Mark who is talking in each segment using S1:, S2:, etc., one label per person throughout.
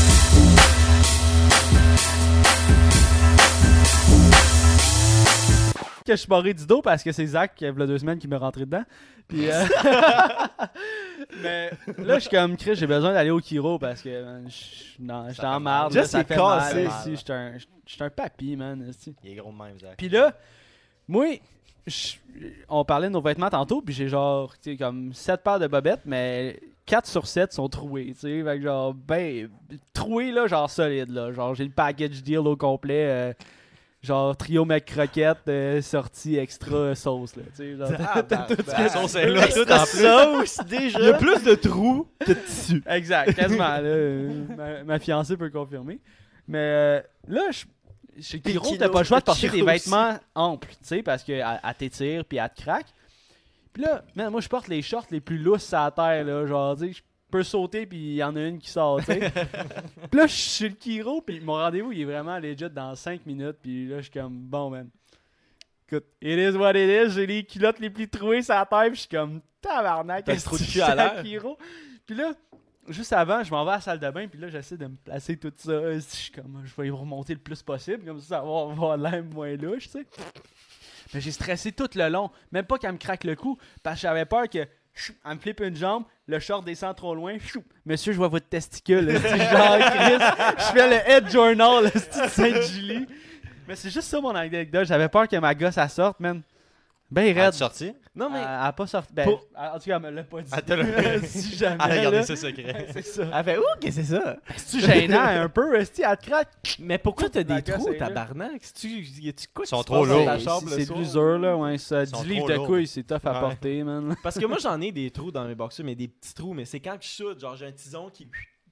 S1: que je suis barré du dos parce que c'est Zach, il y a deux semaines, qui me rentré dedans. Puis, euh, Mais là, je suis comme, Chris, j'ai besoin d'aller au Kiro parce que man, je suis dans- je suis en marde. là,
S2: Juste,
S1: Ça
S2: il
S1: fait
S2: est cassé.
S1: mal. ici, Je suis un- je suis un papy, man. esti.
S2: Il est gros de même, Zach.
S1: Puis là, moi, je- on parlait de nos vêtements tantôt, puis j'ai genre, tu sais, comme 7 paires de bobettes, mais 4 sur 7 sont trouées, tu sais. Fait que genre, ben, trouées, là, genre solide, là. Genre, j'ai le package deal au complet, euh, genre trio mec croquette, euh, sortie extra sauce, là, tu sais. genre.
S2: Ah, bah,
S1: que-
S2: bah, sauce est là, tout en plus.
S3: sauce déjà.
S2: Il y a plus de trous.
S1: Exact, quasiment, là. Euh, ma, ma fiancée peut confirmer. Mais euh, là, je. Chez
S3: Puis
S1: Kiro,
S3: Kino,
S1: t'as pas le choix de
S3: le
S1: porter
S3: Kiro
S1: des vêtements amples, tu sais, parce qu'elle t'étire puis elle te craque. Puis là, man, moi, je porte les shorts les plus lousses à la terre, là. Genre, tu sais, je peux sauter puis il y en a une qui sort, tu sais. puis là, je suis chez le Kiro puis mon rendez-vous, il est vraiment legit dans 5 minutes. Puis là, je suis comme, bon, man. Écoute, it is what it is. J'ai les culottes les plus trouées sur la terre puis je suis comme, tabarnak,
S3: T'as ce trou de
S1: est-ce
S3: cul
S1: que
S3: à
S1: je suis
S3: l'air?
S1: Kiro? Puis là, juste avant, je m'en vais à la salle de bain, puis là, j'essaie de me placer tout ça. euh, si Je suis comme, je vais y remonter le plus possible, comme ça, ça va avoir l'air moins louche, tu sais. Mais j'ai stressé tout le long, même pas qu'elle me craque le cou, parce que j'avais peur que, chou, elle me flippe une jambe, le short descend trop loin, chou, monsieur, je vois votre testicule, là, tu sais, genre, Chris, je fais le head journal, le style Sainte-Julie. Mais c'est juste ça mon anecdote, j'avais peur que ma gosse, elle sorte, man. Ben,
S2: Red
S1: raide.
S2: sorti.
S3: Non, mais
S1: Elle,
S2: Ah.
S1: elle a pas sorti. Ben,
S3: Pour-
S1: En tout cas, elle me l'a pas dit.
S2: Elle te l'a-
S1: si jamais.
S2: Elle a gardé
S1: là.
S2: ses secrets.
S1: C'est ça.
S3: elle fait ouh, qu'est-ce que c'est ça?
S1: C'est gênant un peu, Esti, elle te craque.
S3: Mais pourquoi t'as des
S1: La gosse,
S3: trous,
S1: elle est là.
S3: tabarnak? Oh, C'est-tu- Y a-tu
S2: Ils
S3: quoi qui
S2: sont
S3: se
S2: trop
S3: passe dans
S2: lourds.
S3: ta chambre le
S1: C'est de
S3: soir?
S1: l'usure, là, ouais. Ça,
S2: Ils sont
S1: 10 livres
S2: trop
S1: de
S2: lourds.
S1: couilles, c'est tough à
S2: Ouais.
S1: porter, man.
S3: Parce que moi, j'en ai des trous dans mes boxers, mais des petits trous. Mais c'est quand je saute, genre j'ai un tison qui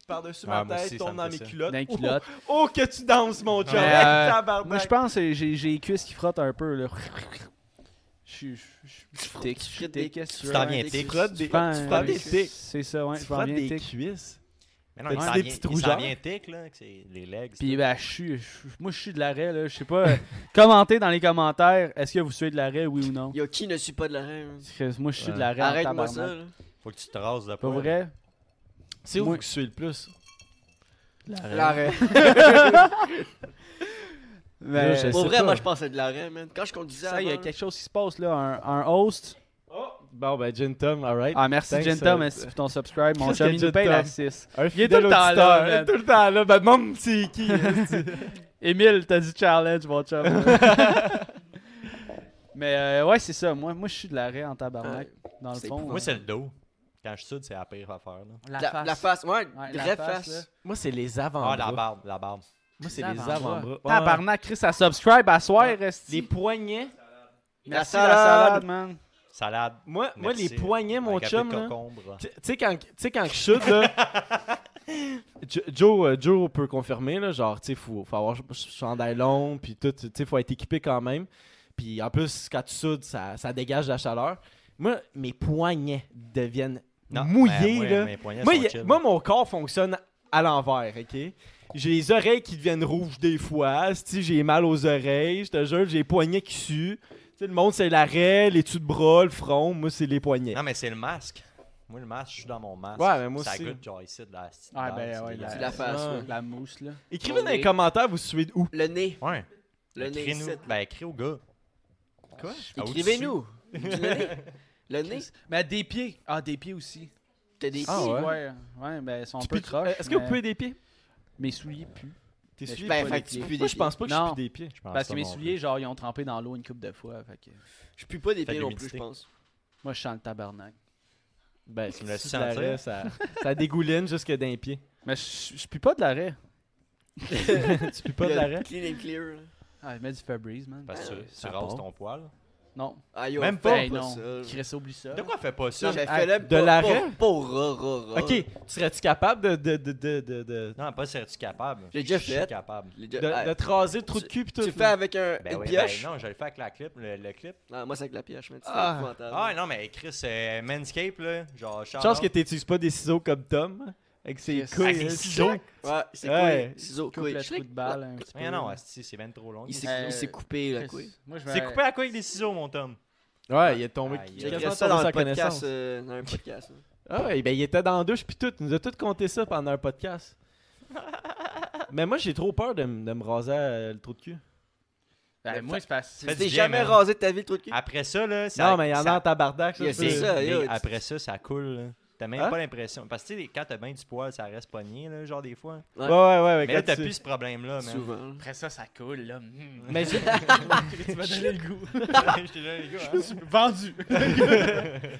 S3: par-dessus
S2: Ah,
S3: ma
S2: moi
S3: tête,
S2: aussi, ça
S3: tombe
S2: me
S3: dans
S2: fait
S3: mes
S2: ça.
S3: culottes.
S1: D'un
S3: Oh,
S1: culotte.
S3: Oh, que tu danses, mon chum!
S2: Mais,
S3: Hey,
S1: euh,
S3: tabarnak!
S1: Moi, je pense que j'ai j'ai les cuisses qui frottent un peu, là. Je suis. je suis- Je suis tic, je suis tic, qu'est-ce que
S2: Tu
S1: veux,
S2: t'en
S1: hein?
S2: viens
S1: Tu
S2: tic.
S3: frottes des-
S1: prends,
S3: tu
S1: euh,
S3: frottes des
S1: c'est-
S3: tics.
S1: C'est ça, ouais.
S3: tu
S1: Tu
S3: frottes
S1: prends bien
S3: des
S1: tic.
S3: cuisses.
S2: Mais non,
S3: T'as
S2: il
S3: dit
S2: s'en
S3: des
S2: vient-
S3: petits trous
S2: il s'en
S3: jambes.
S2: vient tic, là, que c'est les legs.
S1: Puis, ben, je suis. je- Moi, je suis de l'arrêt, là. Je sais pas. euh, Commentez dans les commentaires, est-ce que vous suivez de l'arrêt, oui ou non?
S4: Yo, qui ne suit pas de la reine?
S1: Parce que Moi, je suis de
S2: Ouais.
S1: l'arrêt. en
S4: Arrête-moi
S1: tabarnak.
S4: ça, là.
S2: Faut que tu te rases de
S1: Pas
S2: poil.
S1: vrai?
S3: C'est où
S1: Moi-
S3: que tu es le plus?
S4: L'arrêt.
S1: Ben,
S3: je
S4: Pour
S3: sais
S4: vrai,
S3: pas.
S4: moi, je pensais de l'arrêt, man. Quand je conduisais
S1: Ça, il y a
S4: avant,
S1: quelque chose qui se passe là, un, un host.
S3: Bon, ben, Gin Tom, alright.
S1: Ah, merci
S3: Thanks,
S1: Genta,
S3: euh,
S1: merci pour ton subscribe. Mon
S3: Qu'est-ce
S1: chum,
S3: que
S1: il nous
S3: Jim
S1: paye
S3: Tom?
S1: la 6.
S3: Un
S1: Il est tout le
S3: fidèle
S1: temps
S3: auditeur,
S1: là,
S3: il est
S1: man.
S3: tout le temps là. Ben, demande c'est qui.
S1: Émile, t'as dit challenge, mon chum. Mais euh, ouais, c'est ça. Moi, moi je suis de l'arrêt en tabarnak, dans le
S4: C'est
S1: fond.
S4: pour-
S2: Moi, c'est le dos. Quand je soude, c'est la pire affaire. Là.
S1: la,
S4: la, la face, ouais,
S1: Ouais, la
S4: vraie
S1: face,
S4: face.
S1: là.
S3: Moi, c'est les
S2: Ah,
S3: avant-bras.
S2: la barbe, la barbe.
S3: Moi, c'est les
S1: L'avant-bras.
S3: avant-bras. Ouais.
S1: Tabarnak, Chris, à subscribe, à soir,
S3: Ouais.
S1: reste.
S3: Les poignets.
S4: La
S1: Merci la salade, man.
S2: Salade.
S3: Moi, moi les
S2: Merci.
S3: poignets, mon
S2: avec un peu
S3: chum.
S2: de
S3: là,
S2: concombre.
S3: Tu tu sais, quand, tu sais, quand je chute, là. Jo- Joe, euh, Joe peut confirmer, là, genre, tu sais, faut, faut avoir ch- ch- chandail long, puis tout, tu sais, faut être équipé quand même. Puis en plus, quand tu soudes, ça, ça dégage de la chaleur. Moi, mes poignets deviennent
S2: Non,
S3: mouillés,
S2: mais moi,
S3: là.
S2: mes poignets
S3: moi,
S2: sont
S3: y-
S2: chill.
S3: moi, mon corps fonctionne à l'envers, ok? J'ai les oreilles qui deviennent rouges des fois, si j'ai mal aux oreilles, je te jure, j'ai les poignets qui suent. Tu sais, le monde, c'est l'arrêt, les dessus de bras, le front, moi, c'est les poignets.
S2: Non, mais c'est le masque. Moi, le masque, je suis dans mon masque.
S3: Ouais, mais moi
S2: Ça
S3: aussi.
S2: goûte genre ici de la.
S1: Ouais,
S2: de la-
S1: ben,
S2: Ah, c'est
S1: ouais,
S2: dégueulasse.
S4: C'est la face,
S3: Ah.
S4: ouais.
S1: La mousse, là.
S3: Écrivez
S4: On
S3: dans les
S4: est-
S3: commentaires, vous suivez où?
S4: Le nez.
S2: Ouais.
S4: Le nez.
S2: Écris-nous.
S4: ici.
S2: Ben, écris au gars. Quoi Ah, au-dessus.
S4: Écrivez-nous. Du nez. Le nez.
S1: Mais des pieds. Ah, des pieds aussi.
S4: T'as des
S3: Ah,
S4: pieds.
S3: ouais?
S1: Ouais, ouais, ben, ils sont un
S3: Tu
S1: peu
S3: peux-
S1: croches.
S3: Est-ce que vous
S1: mais
S3: pouvez des pieds?
S1: Mes souliers puent.
S3: Tes
S1: Mais
S3: souliers,
S1: je-
S3: pas
S4: Ben,
S3: des
S4: fait que tu
S3: pieds.
S4: pues
S3: Moi,
S4: des
S3: je pense pas que
S1: Non.
S3: je pue des pieds.
S2: Je pense
S1: Parce que
S2: pas
S1: mes
S2: non plus.
S1: souliers, genre, ils ont trempé dans l'eau une couple de fois. Fait que...
S4: pieds. Je pue pas des
S2: Fait
S4: pieds
S2: de
S4: non plus, je
S2: l'humidité.
S4: pense.
S1: Moi, je sens le tabarnak.
S3: Ben, si
S2: me laisses
S3: tu l'arrêtes,
S2: sentir?
S3: ça, ça dégouline jusque dans les pieds.
S1: Mais je je pue pas de l'arrêt.
S3: tu peux pas de
S4: Le
S3: l'arrêt?
S4: Clean and clear. là.
S1: Ah, je mets du Febreze, man.
S2: Parce que tu- tu
S1: Ça
S2: rases
S1: part.
S2: ton poil.
S1: Non.
S4: Ah, yo,
S2: Même
S4: fais
S2: pas,
S1: Ben non.
S4: ça.
S1: Chris, oublie ça.
S2: De quoi fais pas ça
S4: Ça, j'ai
S3: Ah,
S4: fait le
S3: de
S4: pas-
S3: l'arrêt?
S4: pas- pas ra, ra, ra.
S3: Ok, serais-tu capable de, de, de, de, de, de,
S2: Non, pas serais-tu capable
S4: J'ai déjà
S2: Je suis
S4: fait.
S2: capable.
S4: Les
S3: de-
S4: deux-
S3: de
S4: ah,
S3: te raser le trou de cul pis tout?
S4: Tu
S3: là?
S4: fais avec un-
S2: Ben
S4: une
S2: oui,
S4: pioche?
S2: ben non, je le fais avec la clip, le, le clip.
S4: Ah, Moi, c'est avec la pioche, mais c'est
S3: Ah.
S4: épouvantable.
S2: Ah non, mais Chris, euh, Manscape, là, genre
S3: Je
S2: Charles.
S3: pense que t'utilises pas des ciseaux comme Tom, avec ses
S1: Yes.
S3: couilles.
S2: Avec les
S3: hein,
S2: ciseaux.
S3: tu-
S4: Ouais, c'est
S3: Ouais.
S4: couille, ciseaux,
S1: Coupe
S4: couille.
S1: le trou de balle un petit peu.
S2: Mais non, asti, c'est bien trop long.
S4: Il
S2: Chris.
S4: s'est
S1: Euh,
S4: il s'est coupé la couille.
S1: Moi, je
S2: C'est
S1: vais...
S2: coupé à quoi avec des ciseaux, mon Tom
S3: Ouais, il est tombé.
S2: Aïe,
S3: il
S4: J'ai
S3: a
S4: écrit
S3: quasiment
S4: ça
S3: tombé
S4: dans
S3: sa
S4: un podcast.
S3: connaissance.
S4: euh, dans un podcast. là.
S3: Ah ouais, ben il était dans la douche puis tout, il nous a tout compté ça pendant un podcast. Mais moi j'ai trop peur de, m- de me raser euh, le trou de cul.
S1: Ben, moi, c'est parce
S2: Fait
S4: Tu
S2: du
S4: t'es
S2: bien,
S4: jamais
S2: man.
S4: rasé de ta vie le trou de cul?
S3: Ah,
S2: Après ça, là, ça.
S3: non, mais il y en a
S2: ça-
S3: en tabarnak. ça,
S4: Yeah,
S3: c'est-
S4: c'est ça.
S2: Mais
S4: yo, tu-
S2: après ça, ça coule. là. T'as même
S3: Hein?
S2: pas l'impression. Parce que tu sais, quand t'as bien du poil, ça reste pogné, là, genre des fois.
S3: Ouais, ouais, ouais. ouais,
S2: Mais là,
S3: quand
S2: t'as
S3: tu-
S2: plus ce problème-là, man.
S4: Souvent. là.
S1: Après ça, ça coule, là. Mm.
S3: Mais j'ai-
S1: tu m'as donné le goût.
S2: Je te jure, les gars, hein.
S1: Vendu.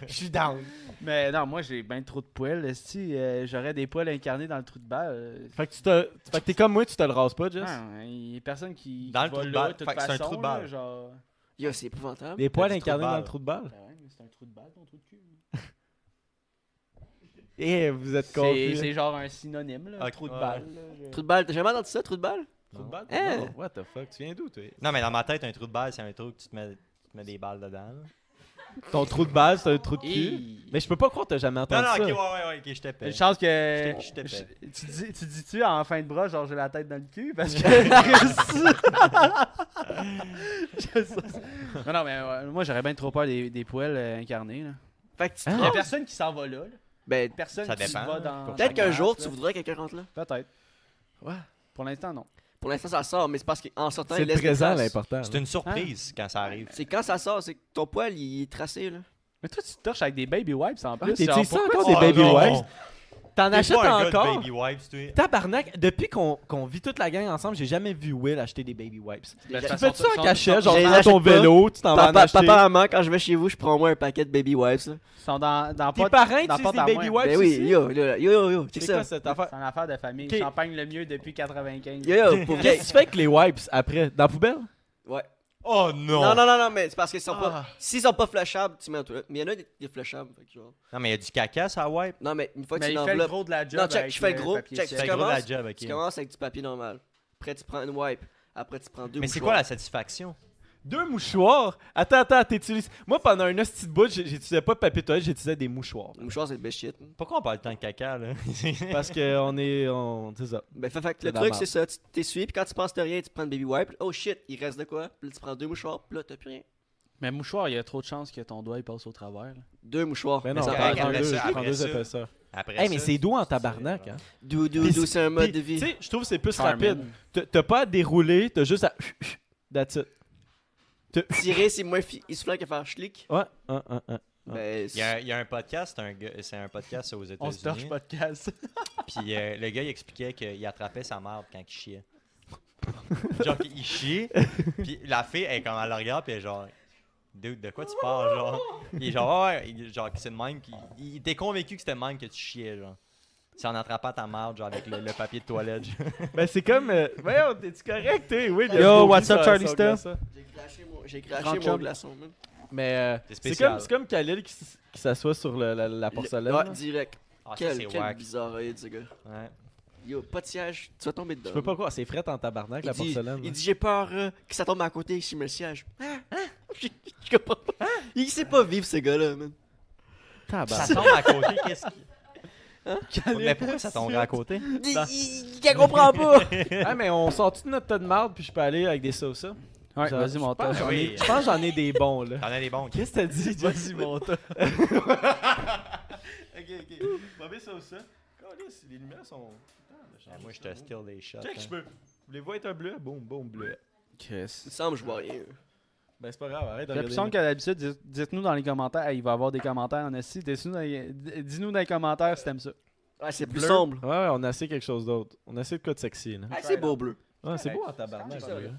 S3: je suis down.
S1: Mais non, moi, j'ai bien trop de poils. Si euh, j'aurais des poils incarnés dans le trou de balle, euh,
S3: Fait que tu te... fait que t'es comme moi, tu te le rases pas, Jess.
S1: non, il y a personne qui.
S2: Dans
S1: qui
S2: le
S1: va
S2: trou de
S1: là,
S2: balle.
S1: toute
S2: Fait que c'est un
S1: façon,
S2: trou de
S1: là,
S2: balle.
S1: genre.
S4: Yo, c'est épouvantable.
S3: Des poils
S2: du trou de
S3: incarnés dans
S2: balle.
S3: le trou de balle.
S1: Ben ouais, mais c'est un trou de balle, ton trou de cul.
S3: Eh, vous êtes
S1: C'est
S3: confus.
S1: c'est genre un synonyme, là.
S2: Ok,
S1: Trou de
S2: ouais.
S1: balle. là, je-
S4: Trou de balle, t'as jamais entendu ça, trou de balle?
S3: Trou de balle?
S4: Eh.
S3: Non, What the fuck, tu viens d'où, toi?
S2: Non, mais dans ma tête, un trou de balle, c'est un trou que tu te mets, tu te mets des balles dedans. là.
S3: Ton trou de balle, c'est un trou de
S1: Eh.
S3: cul.
S1: Hi.
S3: Mais je peux pas croire que t'as jamais entendu
S2: Non, non,
S3: ça.
S2: ok, ouais, ouais, ouais, ok, je te paie.
S1: Une chance que.
S2: Je t'ai- je t'ai
S1: je- Tu dis- tu dis-tu en fin de bras, genre j'ai la tête dans le cul parce que. Chris- Je sais- non, non, mais euh, moi j'aurais bien trop peur des, des poils euh, incarnés. Là.
S4: Fait que tu te
S3: Hein?
S1: Il y a
S4: trompes.
S1: personne qui s'en va là. là.
S4: Ben,
S1: Personne
S2: Ça
S1: qui
S2: dépend,
S1: va
S2: là.
S1: dans.
S4: peut-être
S1: dans
S4: qu'un
S1: la
S4: jour,
S1: glace,
S4: tu voudrais que quelqu'un rentre là.
S1: là. Peut-être.
S3: Ouais.
S1: Pour l'instant, non.
S4: Pour l'instant, ça sort, mais c'est parce qu'en sortant,
S3: C'est
S4: il
S3: le
S4: laisse des
S3: présent
S4: traces.
S3: l'important.
S2: C'est une surprise quand ça arrive.
S4: C'est quand ça sort, c'est que ton poil, il est tracé, là.
S1: Mais toi, tu te torches avec des baby wipes en plus.
S3: t'es-
S1: genre,
S3: t'es ça
S1: pourquoi
S3: encore,
S1: tu-
S3: des baby
S2: Oh, non.
S3: wipes? T'en
S2: T'es
S3: achètes
S2: pas un gars de
S3: encore?
S2: baby wipes, tu es.
S3: Tabarnak, depuis qu'on qu'on vit toute la gang ensemble, j'ai jamais vu Will acheter des baby wipes.
S1: Ben, de
S4: Tu
S1: toute façon,
S3: Fais-tu ça en
S1: sont-
S3: cachet,
S1: sont-
S3: genre
S4: je les
S3: dans
S4: achète
S3: ton
S4: pas.
S3: vélo, tu t'en vas en
S4: Papa,
S3: acheter.
S4: papa, maman, quand je vais chez vous, je prends moi un paquet de baby wipes, là.
S1: sont dans, dans
S3: Tes
S1: pas-
S3: parents
S1: dans
S3: utilisent
S1: pas
S3: des
S1: ta
S3: baby
S1: main.
S3: wipes
S4: Ben oui,
S3: aussi?
S4: yo, là, yo, yo, yo, check
S3: C'est quoi
S4: ça.
S3: cette
S1: C'est
S3: affaire?
S1: une affaire de famille.
S3: Ok.
S1: Champagne le mieux depuis 95.
S4: Yo, yo, pour vrai.
S3: Qu'est-ce que tu fais avec les wipes après? Dans la poubelle?
S4: Ouais.
S2: Oh non!
S4: Non,
S2: Non,
S4: non, non, non, mais c'est parce qu'ils sont
S3: Ah.
S4: pas. S'ils sont pas flushables, tu mets en toilette. Mais il y en a des, des flushables, fait que genre.
S2: mais il y a du caca, ça wipe.
S4: Non, mais une fois que
S1: Mais il
S4: tu
S1: fait le
S4: l'enveloppes,
S1: gros de la job.
S4: Non, check,
S1: avec
S4: je fais le gros,
S1: papier
S4: check,
S1: sec.
S2: C'est
S4: tu
S2: gros de la
S4: commences-
S2: job,
S4: tu
S2: ok.
S4: commences avec du papier normal. Après, tu prends une wipe. Après, tu prends deux
S2: Mais c'est quoi
S4: mouchoirs.
S2: la satisfaction?
S3: Deux mouchoirs? Attends, attends, t'utilises... Moi, pendant un hostie de bout, j'ai- j'utilisais pas de papier toilette, j'utilisais des mouchoirs.
S4: Le mouchoir, c'est le best shit.
S2: Pourquoi on parle tant de caca, là?
S3: Parce qu'on est... On... C'est ça.
S4: Ben, fait, fait que
S3: C'est
S4: le
S3: de la
S4: truc,
S3: merde.
S4: c'est ça. Tu t'essuies, puis quand tu penses de rien, tu prends le baby wipe. Oh shit, il reste de quoi? Puis là, tu prends deux mouchoirs, puis là, t'as plus rien.
S1: Mais mouchoir, il y a trop de chances que ton doigt il passe au travers. là.
S4: Deux mouchoirs.
S3: Mais non,
S4: ça
S2: t'as
S3: prends
S4: arrête.
S2: raison. après
S3: prends
S2: ça,
S3: deux, prends
S2: après
S3: deux
S2: ça.
S3: épaisseurs.
S2: Après
S3: Hey, mais
S2: ça,
S3: c'est doux en tabarnak, hein?
S4: Dou, dou,
S3: Puis
S4: dou, c'est un mode de
S3: Puis,
S4: vie.
S3: Tu sais, je trouve que c'est plus
S1: Carmen.
S3: rapide. T'as- T'as pas à dérouler, t'as juste à... That's it. T'as-
S4: Tirer, c'est moins fi- soufflant que faire schlick.
S3: Ouais, un, un, un.
S4: Ben,
S2: Il y, a, il y a un podcast, un gars- c'est un podcast aux
S1: On se
S2: États-Unis.
S1: torche podcast.
S2: Puis euh, le gars, il expliquait qu'il attrapait sa merde quand il chiait. genre, il chiait, puis la fille, elle, quand elle le regarde, puis elle est genre, dude, de quoi tu parles, genre? Il est genre, ouais, il- genre, c'est le même, qu'il- il était convaincu que c'était le même que tu chiais, genre. C'est en attrapant ta merde, genre, avec le, le papier de toilette. genre.
S3: Ben, c'est comme. euh, Voyons, t'es-tu correct, t'es? Oui,
S1: Yo, what's up, Charlie Star?
S4: J'ai craché mon,
S1: Grand mon chum.
S4: glaçon, même.
S3: Mais euh,
S2: C'est
S3: c'est
S2: spécial.
S3: comme, c'est comme Khalil qui, s- qui s'assoit sur le- la, la porcelaine. là.
S4: Ouais, direct.
S2: Ah, ça,
S4: Quel,
S2: c'est
S4: quel
S2: wack.
S4: bizarre de ce gars.
S2: Ouais.
S4: Yo, pas de siège, tu vas tomber dedans.
S3: Je peux pas croire, c'est fret en tabarnak,
S4: Il
S3: la
S4: dit,
S3: porcelaine.
S4: il
S3: là.
S4: dit j'ai peur euh, que ça tombe à côté si me le siège. Hein? Je je comprends pas. Il sait pas vivre ce gars-là, man.
S2: Ça
S3: Tabarnak.
S2: tombe à côté, qu'est-ce qui.
S4: Hein?
S2: Mais pourquoi ça tomberait à côté?
S4: Il, il- il comprend pas.
S3: Ah, mais on sort-tu de notre tas de marde, puis je peux aller avec des sauces?
S1: Ouais, vas-y, mon
S3: tas.
S1: tas.
S3: Je pense j'en ai-
S2: Oui.
S3: je pense que j'en ai des bons, là.
S2: T'en as des bons, ok?
S3: Qu'est-ce que t'as dit, Jess?
S1: Vas-y, mon tas.
S3: Ok, ok. Mauvais sauce, les lumières sont.
S2: Ah, Moi, je te steal des shots. hein.
S3: peux. Voulez-vous être un bleu? Boum, boum, bleu.
S1: Chris.
S4: Il semble, je vois rien.
S3: Ben, c'est pas grave, arrête de
S1: J'ai l'impression qu'à l'habitude, dites- dites-nous dans les commentaires. Hey, il va y avoir des commentaires en esti. Dites-nous dans les- d- Dis-nous dans les commentaires si t'aimes ça.
S4: Ah, c'est plus
S3: Bleu.
S4: sombre.
S3: Ouais, on a assez quelque chose d'autre. On a assez de quoi de sexy, là.
S4: Ah, c'est beau bleu.
S3: Ouais, c'est beau en
S1: C'est
S3: tabarnak,
S1: correct.
S3: bleu.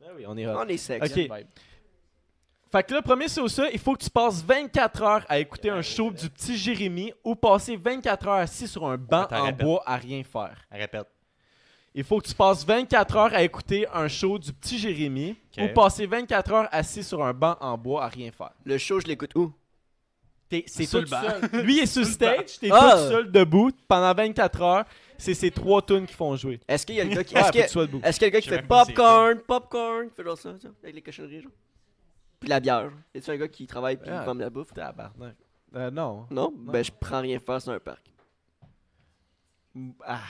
S3: Ben oui, on est hot.
S4: On est hein. sexe.
S3: Ok. Fait que là, premier c'est ça, il faut que tu passes 24 heures à écouter un show du petit Jérémy ou passer 24 heures assis sur un banc
S2: Attends,
S3: en
S2: répète.
S3: bois à rien faire.
S2: Répète.
S3: Il faut que tu passes 24 heures à écouter un show du petit Jérémy
S2: Ok.
S3: ou passer 24 heures assis sur un banc en bois à rien faire.
S4: Le show, je l'écoute où
S3: T'es- c'est
S1: Sur le
S3: tout
S1: banc.
S3: seul. Lui il est sur stage, t'es
S4: Ah!
S3: tout seul debout pendant 24 heures. C'est ces trois tunes qui font jouer.
S4: Est-ce qu'il y a le gars qui.
S3: Ouais,
S4: Est-ce
S3: faut
S4: qu'il y
S3: que tu
S4: a-
S3: sois debout.
S4: est-ce qu'il y a le gars qui
S2: Je sais
S4: fait
S2: même pas c'est
S4: popcorn, popcorn, qui fait genre ça, ça, avec les cochonneries, genre Puis la bière. Est-ce un gars qui travaille puis
S3: Ah.
S4: il vend de la bouffe
S3: Tabarnak. Euh, non.
S4: Non, ben je prends rien faire sur un parc.
S3: Ah.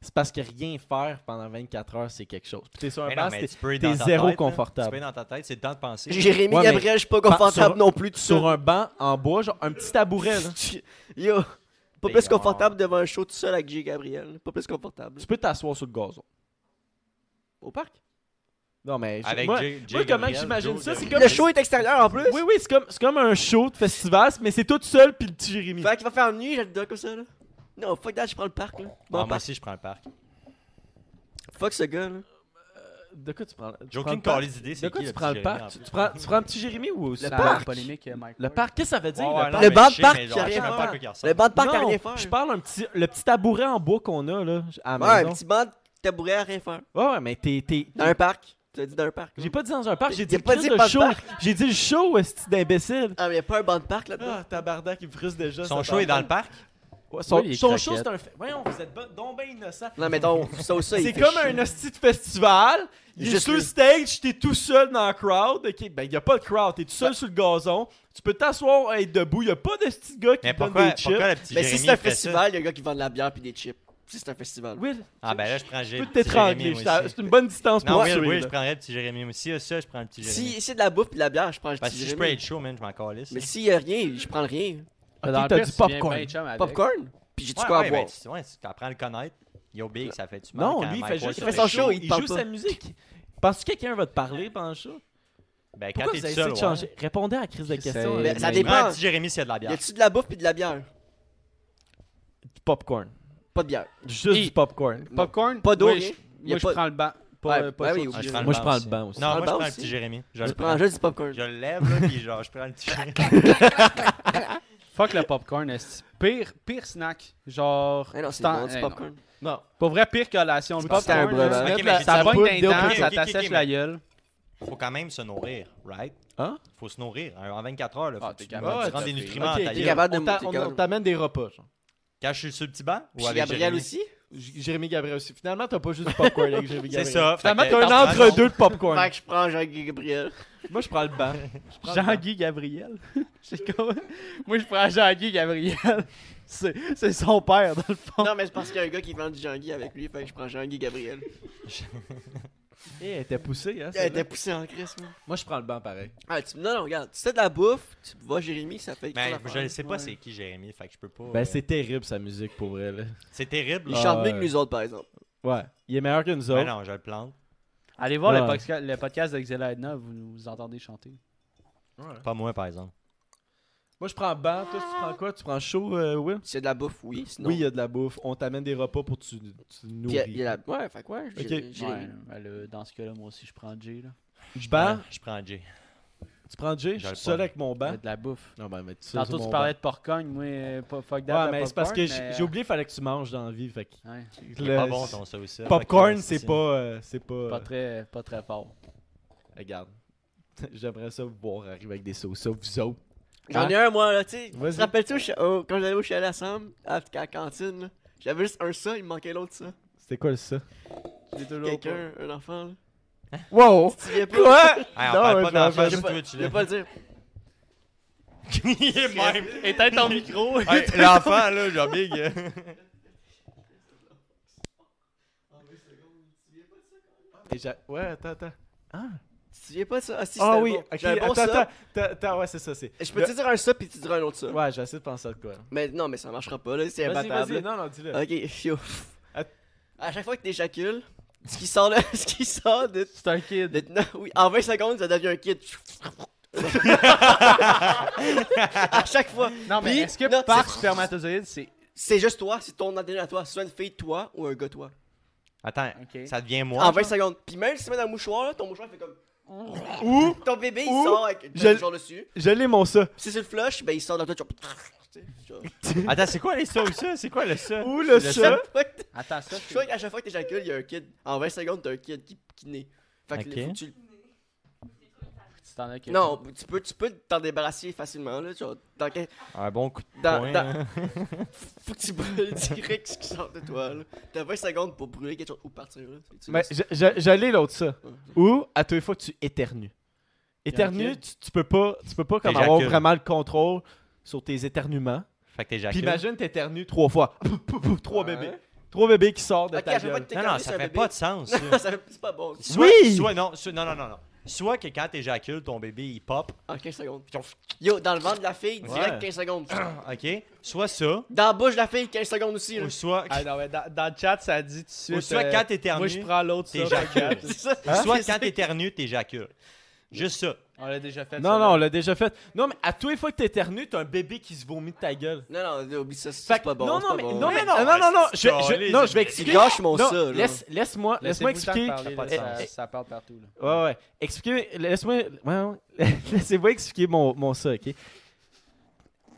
S3: c'est parce que rien faire pendant 24 heures, c'est quelque chose. Puis t'es sur un
S2: Mais non,
S3: banc,
S2: mais
S3: t'es-
S2: tu peux être
S3: t'es
S2: dans ta
S3: zéro
S2: tête, là.
S3: confortable.
S2: Tu peux être dans ta tête, c'est le temps de penser.
S4: Jérémy
S3: Ouais, mais-
S4: Gabriel, je suis pas confortable
S3: sur-
S4: non plus tout
S3: sur
S4: seul.
S3: un banc en bois, genre un petit tabouret. là.
S4: Yo, pas
S2: T'es
S4: plus
S2: mort.
S4: confortable devant un show tout seul avec J. Gabriel. Pas plus confortable.
S3: Tu peux t'asseoir sur le gazon.
S4: Au parc?
S3: Non, mais je-
S2: Avec
S3: moi,
S2: Jay-
S3: moi,
S2: Jay
S3: comment
S2: Gabriel,
S3: j'imagine
S2: Joe
S3: ça, c'est
S2: Gabriel.
S3: comme...
S4: Le show est extérieur en plus.
S3: Oui, oui, c'est comme, c'est comme un show de festival, mais c'est tout seul puis le petit Jérémy.
S4: Fait qu'il va faire nuit, j'ai le dos comme ça là. Non, fuck that, je prends le parc là. Bon,
S2: Ah, moi
S4: parc.
S2: aussi, je prends le parc.
S4: Fuck ce gars là.
S3: De quoi tu prends tu prends
S2: Joking
S3: le parc?
S2: call les idées,
S3: De
S2: c'est
S3: quoi
S2: qui
S3: tu
S2: le
S3: prends le
S2: petit
S3: parc?
S2: Jérémy,
S3: Tu,
S2: en
S3: tu prends, tu prends un petit Jérémy ou
S5: Le
S3: ça-
S5: parc. polémique, euh, Mike
S3: Le
S5: Ward.
S3: parc, qu'est-ce que ça veut dire?
S2: Ouais,
S3: le
S2: ouais,
S3: parc?
S2: non,
S4: Le
S2: mais
S4: banc
S2: je
S4: de
S2: sais,
S4: parc
S2: mais
S4: qui
S2: genre,
S4: a
S2: je sais
S4: rien
S2: même
S4: à
S2: pas
S4: faire.
S2: quoi qu'il ressemble.
S4: Le banc de parc à
S3: Non,
S4: rien faire.
S3: Je parle un petit, le petit tabouret en bois qu'on a là, à la
S4: Ouais, un
S3: maison.
S4: petit banc de tabouret à rien faire.
S3: Ouais, ouais, mais t'es. t'es-
S4: Dans un parc. Tu as dit dans un parc. là.
S3: J'ai pas dit dans un parc, j'ai
S4: T'as
S3: dit
S4: pas
S3: pas
S4: dit
S3: le
S4: pas de
S3: show.
S4: parc.
S3: J'ai dit le show, esti d'imbécile.
S4: Ah, mais y a pas un banc de parc
S2: Ah.
S4: là-dedans.
S3: tabarnak, il me frustre déjà.
S2: Son show est dans le parc.
S3: son
S5: Oui, il
S3: son
S5: craquette.
S3: show, c'est un. fait- Voyons, vous êtes bon- donc bien innocent.
S4: Non, mais donc, ça ou ça, il
S3: C'est
S4: fait
S3: comme un
S4: chier.
S3: hostie de festival. Il est
S4: Juste
S3: sur le
S4: lui.
S3: stage, t'es tout seul dans le crowd. Ok, ben y a pas de crowd, t'es tout
S4: Ah.
S3: seul sur le gazon. Tu peux t'asseoir, être debout. Y a pas de petit gars qui
S2: Mais
S3: te donne
S2: pourquoi pourquoi
S3: des chips.
S2: le petit
S4: Mais
S2: Jérémy
S4: si c'est un
S2: fait ça?
S4: festival, y a un gars qui vend de la bière pis des chips. Si c'est un festival.
S3: Will,
S2: Ah ben là, je prends
S3: tu
S2: Jérémy.
S3: peux t'étrangler. C'est une bonne distance
S2: Non,
S3: pour
S2: oui, oui,
S3: tuer.
S2: je
S3: là.
S2: prendrais le petit Jérémy. Mais si y a ça, je prends le petit Jérémy.
S4: Si c'est de la bouffe pis de la bière, je prends le
S2: Parce
S4: petit
S2: que si je peux
S4: Jérémy.
S2: être chaud, man, je m'en calisse.
S4: Mais s'il y a rien, je prends le rien.
S5: Ah,
S3: Ok,
S5: dans le
S3: t'as
S5: pire,
S3: du
S5: tu viens
S3: popcorn.
S5: bien chum avec.
S4: Popcorn? Pis j'ai-tu
S2: Ouais,
S4: quoi à
S2: ouais,
S4: boire?
S2: ben, tu- ouais, tu apprends à le connaître. Yo Big, ça fait du mal.
S3: Non,
S2: quand
S3: lui, il
S2: Mike
S3: fait
S2: Ward
S3: juste.
S2: se
S4: il fait son show, il
S3: il
S4: te parle
S3: joue
S4: pas.
S3: sa musique. Penses-tu que quelqu'un va te parler pendant le show?
S2: Ben, quand t'es
S3: Pourquoi vous
S2: tout
S3: avez essayé
S2: seul,
S3: de
S2: ouais.
S3: changer? Répondez à la crise de
S5: J'essaie.
S3: questions.
S5: Mais
S3: euh, Mike.
S4: ça
S2: Je prends
S4: dépend.
S2: le petit Jérémy s'il y a de la
S4: Y
S2: bière.
S4: a-tu de la bouffe pis de la bière?
S3: Du popcorn.
S4: Pas de bière.
S3: Juste
S5: Et-
S3: du popcorn.
S5: Popcorn.
S4: Pas d'eau,
S5: moi, je-
S4: rien. Y a
S5: Moi, je
S4: pas-
S5: prends le banc.
S3: Ouais,
S5: Pas euh,
S4: ouais, ben
S5: pas
S4: oui,
S5: chaud.
S4: oui.
S2: je
S4: je
S2: prends
S3: Moi, je prends le banc aussi.
S2: Non,
S4: prends
S2: moi,
S4: le
S2: je
S4: banc
S2: prends le
S4: aussi.
S2: petit Jérémy. Je
S4: Je
S2: le
S4: prends
S2: prends.
S4: juste du popcorn.
S2: Je le lève, là, puis genre, je prends le petit Jérémy.
S5: Fuck le popcorn, esti. Pire, pire snack. Genre.
S4: Ah non, c'est
S5: t'en-
S4: bon, du
S5: eh, non.
S4: popcorn.
S3: Non.
S5: Pour vrai, pire collation. Le
S4: parce que t'as un
S5: popcorn,
S4: brevet.
S5: là, tu
S2: Ok,
S5: mets
S2: mais
S5: la-
S2: j'ai
S5: ça
S2: dit
S5: pogne
S3: popcorn,
S5: d'un
S3: deal,
S5: dents,
S3: ok,
S5: ça
S2: ok, ok,
S5: t'assèche
S2: mais-
S5: la gueule.
S2: Faut quand même se nourrir, right?
S3: Hein?
S2: Faut se nourrir. hein, En 24 heures, là, faut
S5: Ah,
S2: que
S5: t'es
S2: tu
S5: capable
S2: tu
S5: de
S2: rentres
S5: te
S2: des
S5: faire.
S2: nutriments
S3: Ok,
S2: à ta
S3: ok.
S4: T'es
S2: gueule.
S4: capable de
S3: On t'a-
S4: monter
S3: on-
S4: comme-
S3: on t'amène des repas. genre.
S2: Quand je suis sur le petit banc, ou
S4: Puis
S2: avec
S4: Gabriel
S2: Jérémy?
S4: aussi?
S3: J- Jérémy Gabriel aussi. Finalement, t'as pas juste du popcorn avec Jérémy
S2: C'est
S3: Gabriel.
S2: ça.
S3: Finalement,
S2: Fait que
S3: t'as
S2: t'en
S3: un
S2: prends
S3: entre deux de
S4: Fait
S3: popcorn.
S4: que je prends Jean-Gabriel.
S3: Moi, je prends le banc.
S5: Jean-Guy Gabriel. C'est comme... Moi, je prends Jean-Guy Gabriel. C'est c'est son père, dans le fond.
S4: Non, mais c'est parce qu'il y a un gars qui vend du Jean-Guy avec lui, fait que je prends Jean-Guy Gabriel.
S3: Eh, elle était poussée, hein.
S4: Elle
S3: celle-là.
S4: était poussée en crise, moi.
S3: Moi, je prends le banc pareil.
S4: Ah, tu... Non, non, regarde, tu sais de la bouffe, tu vois Jérémy, ça fait
S2: Mais
S4: quelque
S2: Ben, je ne
S4: chose.
S2: sais pas
S5: Ouais.
S2: c'est qui Jérémy, fait que je peux pas. euh,
S3: Ben, c'est terrible sa musique pour elle.
S2: c'est terrible.
S4: Il
S2: là.
S3: Ah,
S4: chante mieux que
S3: ouais.
S4: nous autres, par exemple.
S3: Ouais. Il est meilleur que nous
S2: Ben
S3: autres.
S2: non, je le plante.
S5: Allez voir le,
S3: Ouais.
S5: podca- le podcast de Xela Edna, vous nous entendez chanter.
S3: Ouais.
S2: Pas moi, par exemple.
S3: Moi, je prends banc. Toi, tu prends quoi Tu prends chaud, euh, Will
S4: C'est de la bouffe, oui, sinon.
S3: Oui, il y a de la bouffe. On t'amène des repas pour que tu, tu
S4: Puis il y a- il y
S3: nourris.
S4: a la... Ouais, fait quoi?
S3: Ok.
S5: Ouais,
S4: Jérémy.
S5: ben là, dans ce cas-là, moi aussi, je prends J. Là.
S3: Je banc.
S2: Ouais, je prends Jay.
S3: Tu prends Jay.
S2: Je
S3: Je suis
S2: le
S3: seul
S2: prends.
S3: avec mon
S5: Il y
S3: banc.
S5: a de la bouffe.
S3: Non, ben, mais tu sais, c'est
S5: Tantôt,
S3: mon
S5: tu
S3: banc.
S5: parlais de porcogne. Moi, euh, pas fuck that.
S3: Ouais,
S5: le
S3: mais c'est parce que
S5: popcorn,
S3: j'ai
S5: mais,
S3: j'ai oublié, il fallait que tu manges dans la vie. Fait que
S5: euh, ouais,
S2: C'est
S3: le-
S2: pas bon ton ça aussi.
S3: Popcorn, c'est pas. euh, c'est pas.
S5: pas,
S3: euh,
S5: très, pas très fort.
S3: Regarde. J'aimerais ça vous voir arriver avec des sauces, ça, vous autres.
S4: J'en ai un, moi, là, tu sais. Tu
S3: Vas-y.
S4: te rappelles-tu, au ch- au- quand j'allais au chalet à Sam, à à la cantine, là, j'avais juste un ça, il me manquait l'autre ça.
S3: C'était quoi le ça?
S5: J'ai toujours
S4: Quelqu'un, un enfant, là.
S3: Wow!
S4: Tu te souviens pas?
S3: Quoi?
S2: Hey, on
S3: Non,
S2: parle
S3: mais
S2: pas
S3: je m'en
S2: d'enfant
S3: fais-
S4: Je vais
S2: sur
S4: pas-
S2: Twitch,
S4: je vais
S2: là.
S4: pas le dire.
S2: Il est même.
S5: Éteins ton micro.
S2: Hey, L'enfant, là, genre big. euh.
S3: Et j'a- Ouais, attends, attends. Ah,
S4: Tu te souviens pas de ça? Ah, si,
S3: Ah
S4: c'était
S3: oui,
S4: bon.
S3: ok,
S4: J'avais un bon
S3: attends,
S4: ça.
S3: attends, attends, attends, ouais, c'est ça, c'est.
S4: Je peux te dire un ça, puis tu diras un autre ça.
S3: Ouais, j'essaie de penser à de quoi. là.
S4: Mais non, mais ça marchera pas, là, c'est
S3: Vas-y, vas-y,
S4: imbattable.
S3: non, non, dis-le.
S4: Ok, yo.
S3: Att-
S4: À chaque fois que t'éjacules, ce qui sort, là, ce qui sort de,
S5: C'est un kid.
S4: de- non, oui, en 20 secondes, ça devient un kid. à chaque fois,
S5: Non, mais
S4: Puis-
S5: est-ce que
S4: non,
S5: par
S4: c'est-
S5: spermatozoïde, c'est.
S4: c'est juste toi, c'est ton ADN à toi. Soit une fille, toi, ou un gars, toi.
S2: Attends,
S5: Ok.
S2: ça devient moi.
S4: En
S3: Ah, ben,
S2: genre?
S4: 20 secondes. Puis même si tu mets dans le mouchoir, là, ton mouchoir fait comme. Ou ton bébé, il
S3: Ou-
S4: sort avec une
S3: Je-
S4: genre dessus.
S3: Je l'ai, mon ça.
S4: Si c'est le flush, ben il sort dans toi, tu vois, tu sais, genre.
S2: Attends, c'est quoi les ça ou ça C'est quoi le ça
S3: Où le
S2: Le
S3: ça?
S4: Ouais, t-
S5: Attends, ça.
S4: Je crois qu'à chaque fois que t'éjacules, il y a un kid. En 20 secondes, t'as un kid qui, qui naît. Fait que
S2: Ok.
S4: le- faut que tu le-
S5: Tu t'en as
S4: Non, tu peux, tu peux t'en débarrasser facilement, là. Genre, dans quel-
S2: Un bon coup de
S4: Dans-
S2: poing.
S4: dans-
S2: hein.
S4: Faut que tu brûles direct ce qui sort de toi, là. T'as 20 secondes pour brûler quelque chose ou partir, là. Tu-
S2: Ben,
S3: Mais je- je je l'ai, l'autre ça. Ou, à tous les fois que tu éternues.
S5: Y a un
S3: Éternue,
S5: kid.
S3: tu, tu peux pas, tu peux pas comme
S2: T'éjacules.
S3: avoir vraiment le contrôle sur tes éternuements.
S2: Fait que t'es
S3: Puis
S2: Jacques.
S3: imagine t'éternues trois fois. Pouf, pouf, pouf, trois
S4: Ouais.
S3: bébés. Trois bébés qui sortent de
S4: Ok,
S3: ta
S4: je vais
S3: gueule.
S4: pas te
S2: Non, non, ça fait pas de sens. ça.
S4: ça fait c'est pas bon.
S2: Soit,
S3: Oui!
S2: soit non, soit- non, non, non, non. Soit que quand t'éjacules, ton bébé il pop,
S4: En 15 secondes. Yo, dans le ventre de la fille, direct
S3: Ouais.
S4: 15 secondes.
S2: ok? Soit ça,
S4: Dans la bouche de la fille, 15 secondes aussi. là.
S2: ou soit,
S1: Ah, non, mais dans, dans le chat, ça dit tout de suite.
S2: ou soit
S1: euh,
S2: quand
S1: Moi,
S2: t'éternues,
S1: je prends l'autre, ça.
S2: t'éjacules.
S1: fait que-
S2: Ou soit quand t'éternues, t'éjacules. Juste ça.
S1: On l'a déjà fait.
S3: Non, non, on l'a déjà fait. Non, mais à tous les fois que t'éternues, t'as un bébé qui se vomit de ta gueule.
S4: Non, non, oublie ça,
S3: Fait
S4: c'est
S3: que-
S4: pas bon.
S3: non,
S4: c'est
S3: non,
S4: pas
S3: mais,
S4: bon.
S3: non, mais,
S2: Mais non,
S3: non, non, non,
S2: c'est
S3: je, je-
S2: calé,
S3: non, je vais
S2: mais-
S4: Tu
S3: expliquer.
S4: gâches mon
S3: Non,
S4: ça, là.
S3: laisse- laisse-moi, laisse-moi expliquer.
S2: pas de
S1: ça,
S3: sens.
S1: ça parle partout. là.
S3: Ouais, ouais. Expliquez, laisse-moi, ouais, ouais. laissez-moi expliquer mon, mon ça, ok?